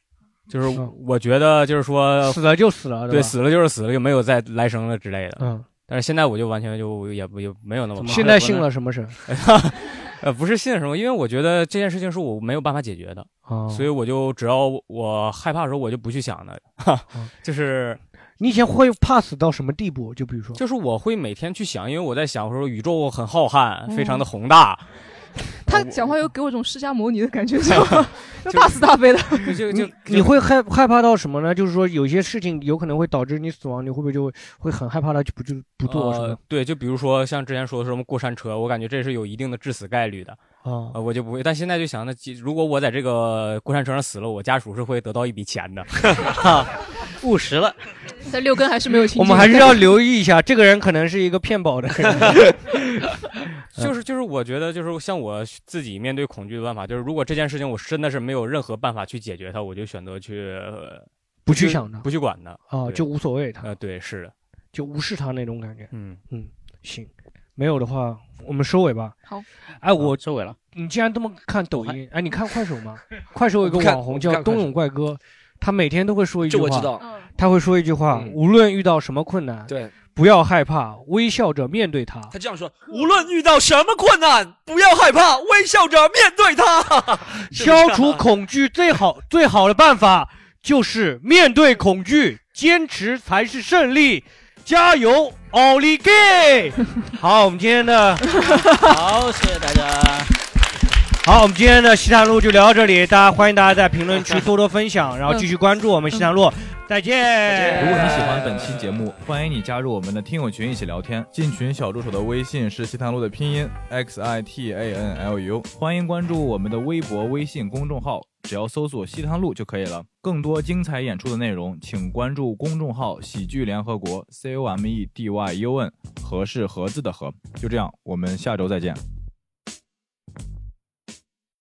就是我觉得就是说死了就死了，对，吧死了就是死了，就没有再来生了之类的。嗯，但是现在我就完全就也不也没有那么怕现在信了什么神？ 呃，不是信什么，因为我觉得这件事情是我没有办法解决的，哦所以我就只要我害怕的时候，我就不去想的， 就是哦你以前会怕死到什么地步？就比如说，就是我会每天去想，因为我在想说宇宙很浩瀚，非嗯常的宏大，他讲话又给我一种释迦摩尼的感觉，就呃 就大慈大悲的。就你你会害害怕到什么呢？就是说有些事情有可能会导致你死亡，你会不会就会很害怕的就不就不做什么？呃。对，就比如说像之前说的什么过山车，我感觉这是有一定的致死概率的。哦呃我就不会，但现在就想，那既如果我在这个过山车上死了，我家属是会得到一笔钱 的。务实了，但六根还是没有清净。我们还是要留意一下，这个人可能是一个骗保的嗯人。就是嗯就是，我觉得就是像我自己面对恐惧的办法，就是如果这件事情我真的是没有任何办法去解决它，我就选择去、呃不去想它不去管它哦对就无所谓它呃，对，是的，就无视他那种感觉。嗯嗯，行，没有的话，我们收尾吧。好，哎，我收尾了。你既然这么看抖音，哎，你看快手吗？快手有一个我不看网红我不看叫快冬泳怪哥，他每天都会说一 句这话，我知道嗯他会说一句话，无论遇到什么困难，对，不要害怕，微笑着面对它。他这样说：无论遇到什么困难，不要害怕，微笑着面对它。是不是 消除恐惧最好 最好的办法就是面对恐惧，坚持才是胜利。加油，奥利给！ 好，我们今天的 好，谢谢大家。好，我们今天的西坦路就聊到这里，大家欢迎大家在评论区多多分享，然后继续关注我们西坦路。再见。如果你喜欢本期节目，欢迎你加入我们的听友群一起聊天。进群小助手的微信是西塘路的拼音 x i t a n l u，欢迎关注我们的微博、微信公众号，只要搜索西塘路就可以了。更多精彩演出的内容，请关注公众号“喜剧联 E 合国 ”（C O M E D Y U N），和是盒子的和。就这样，我们下周再见。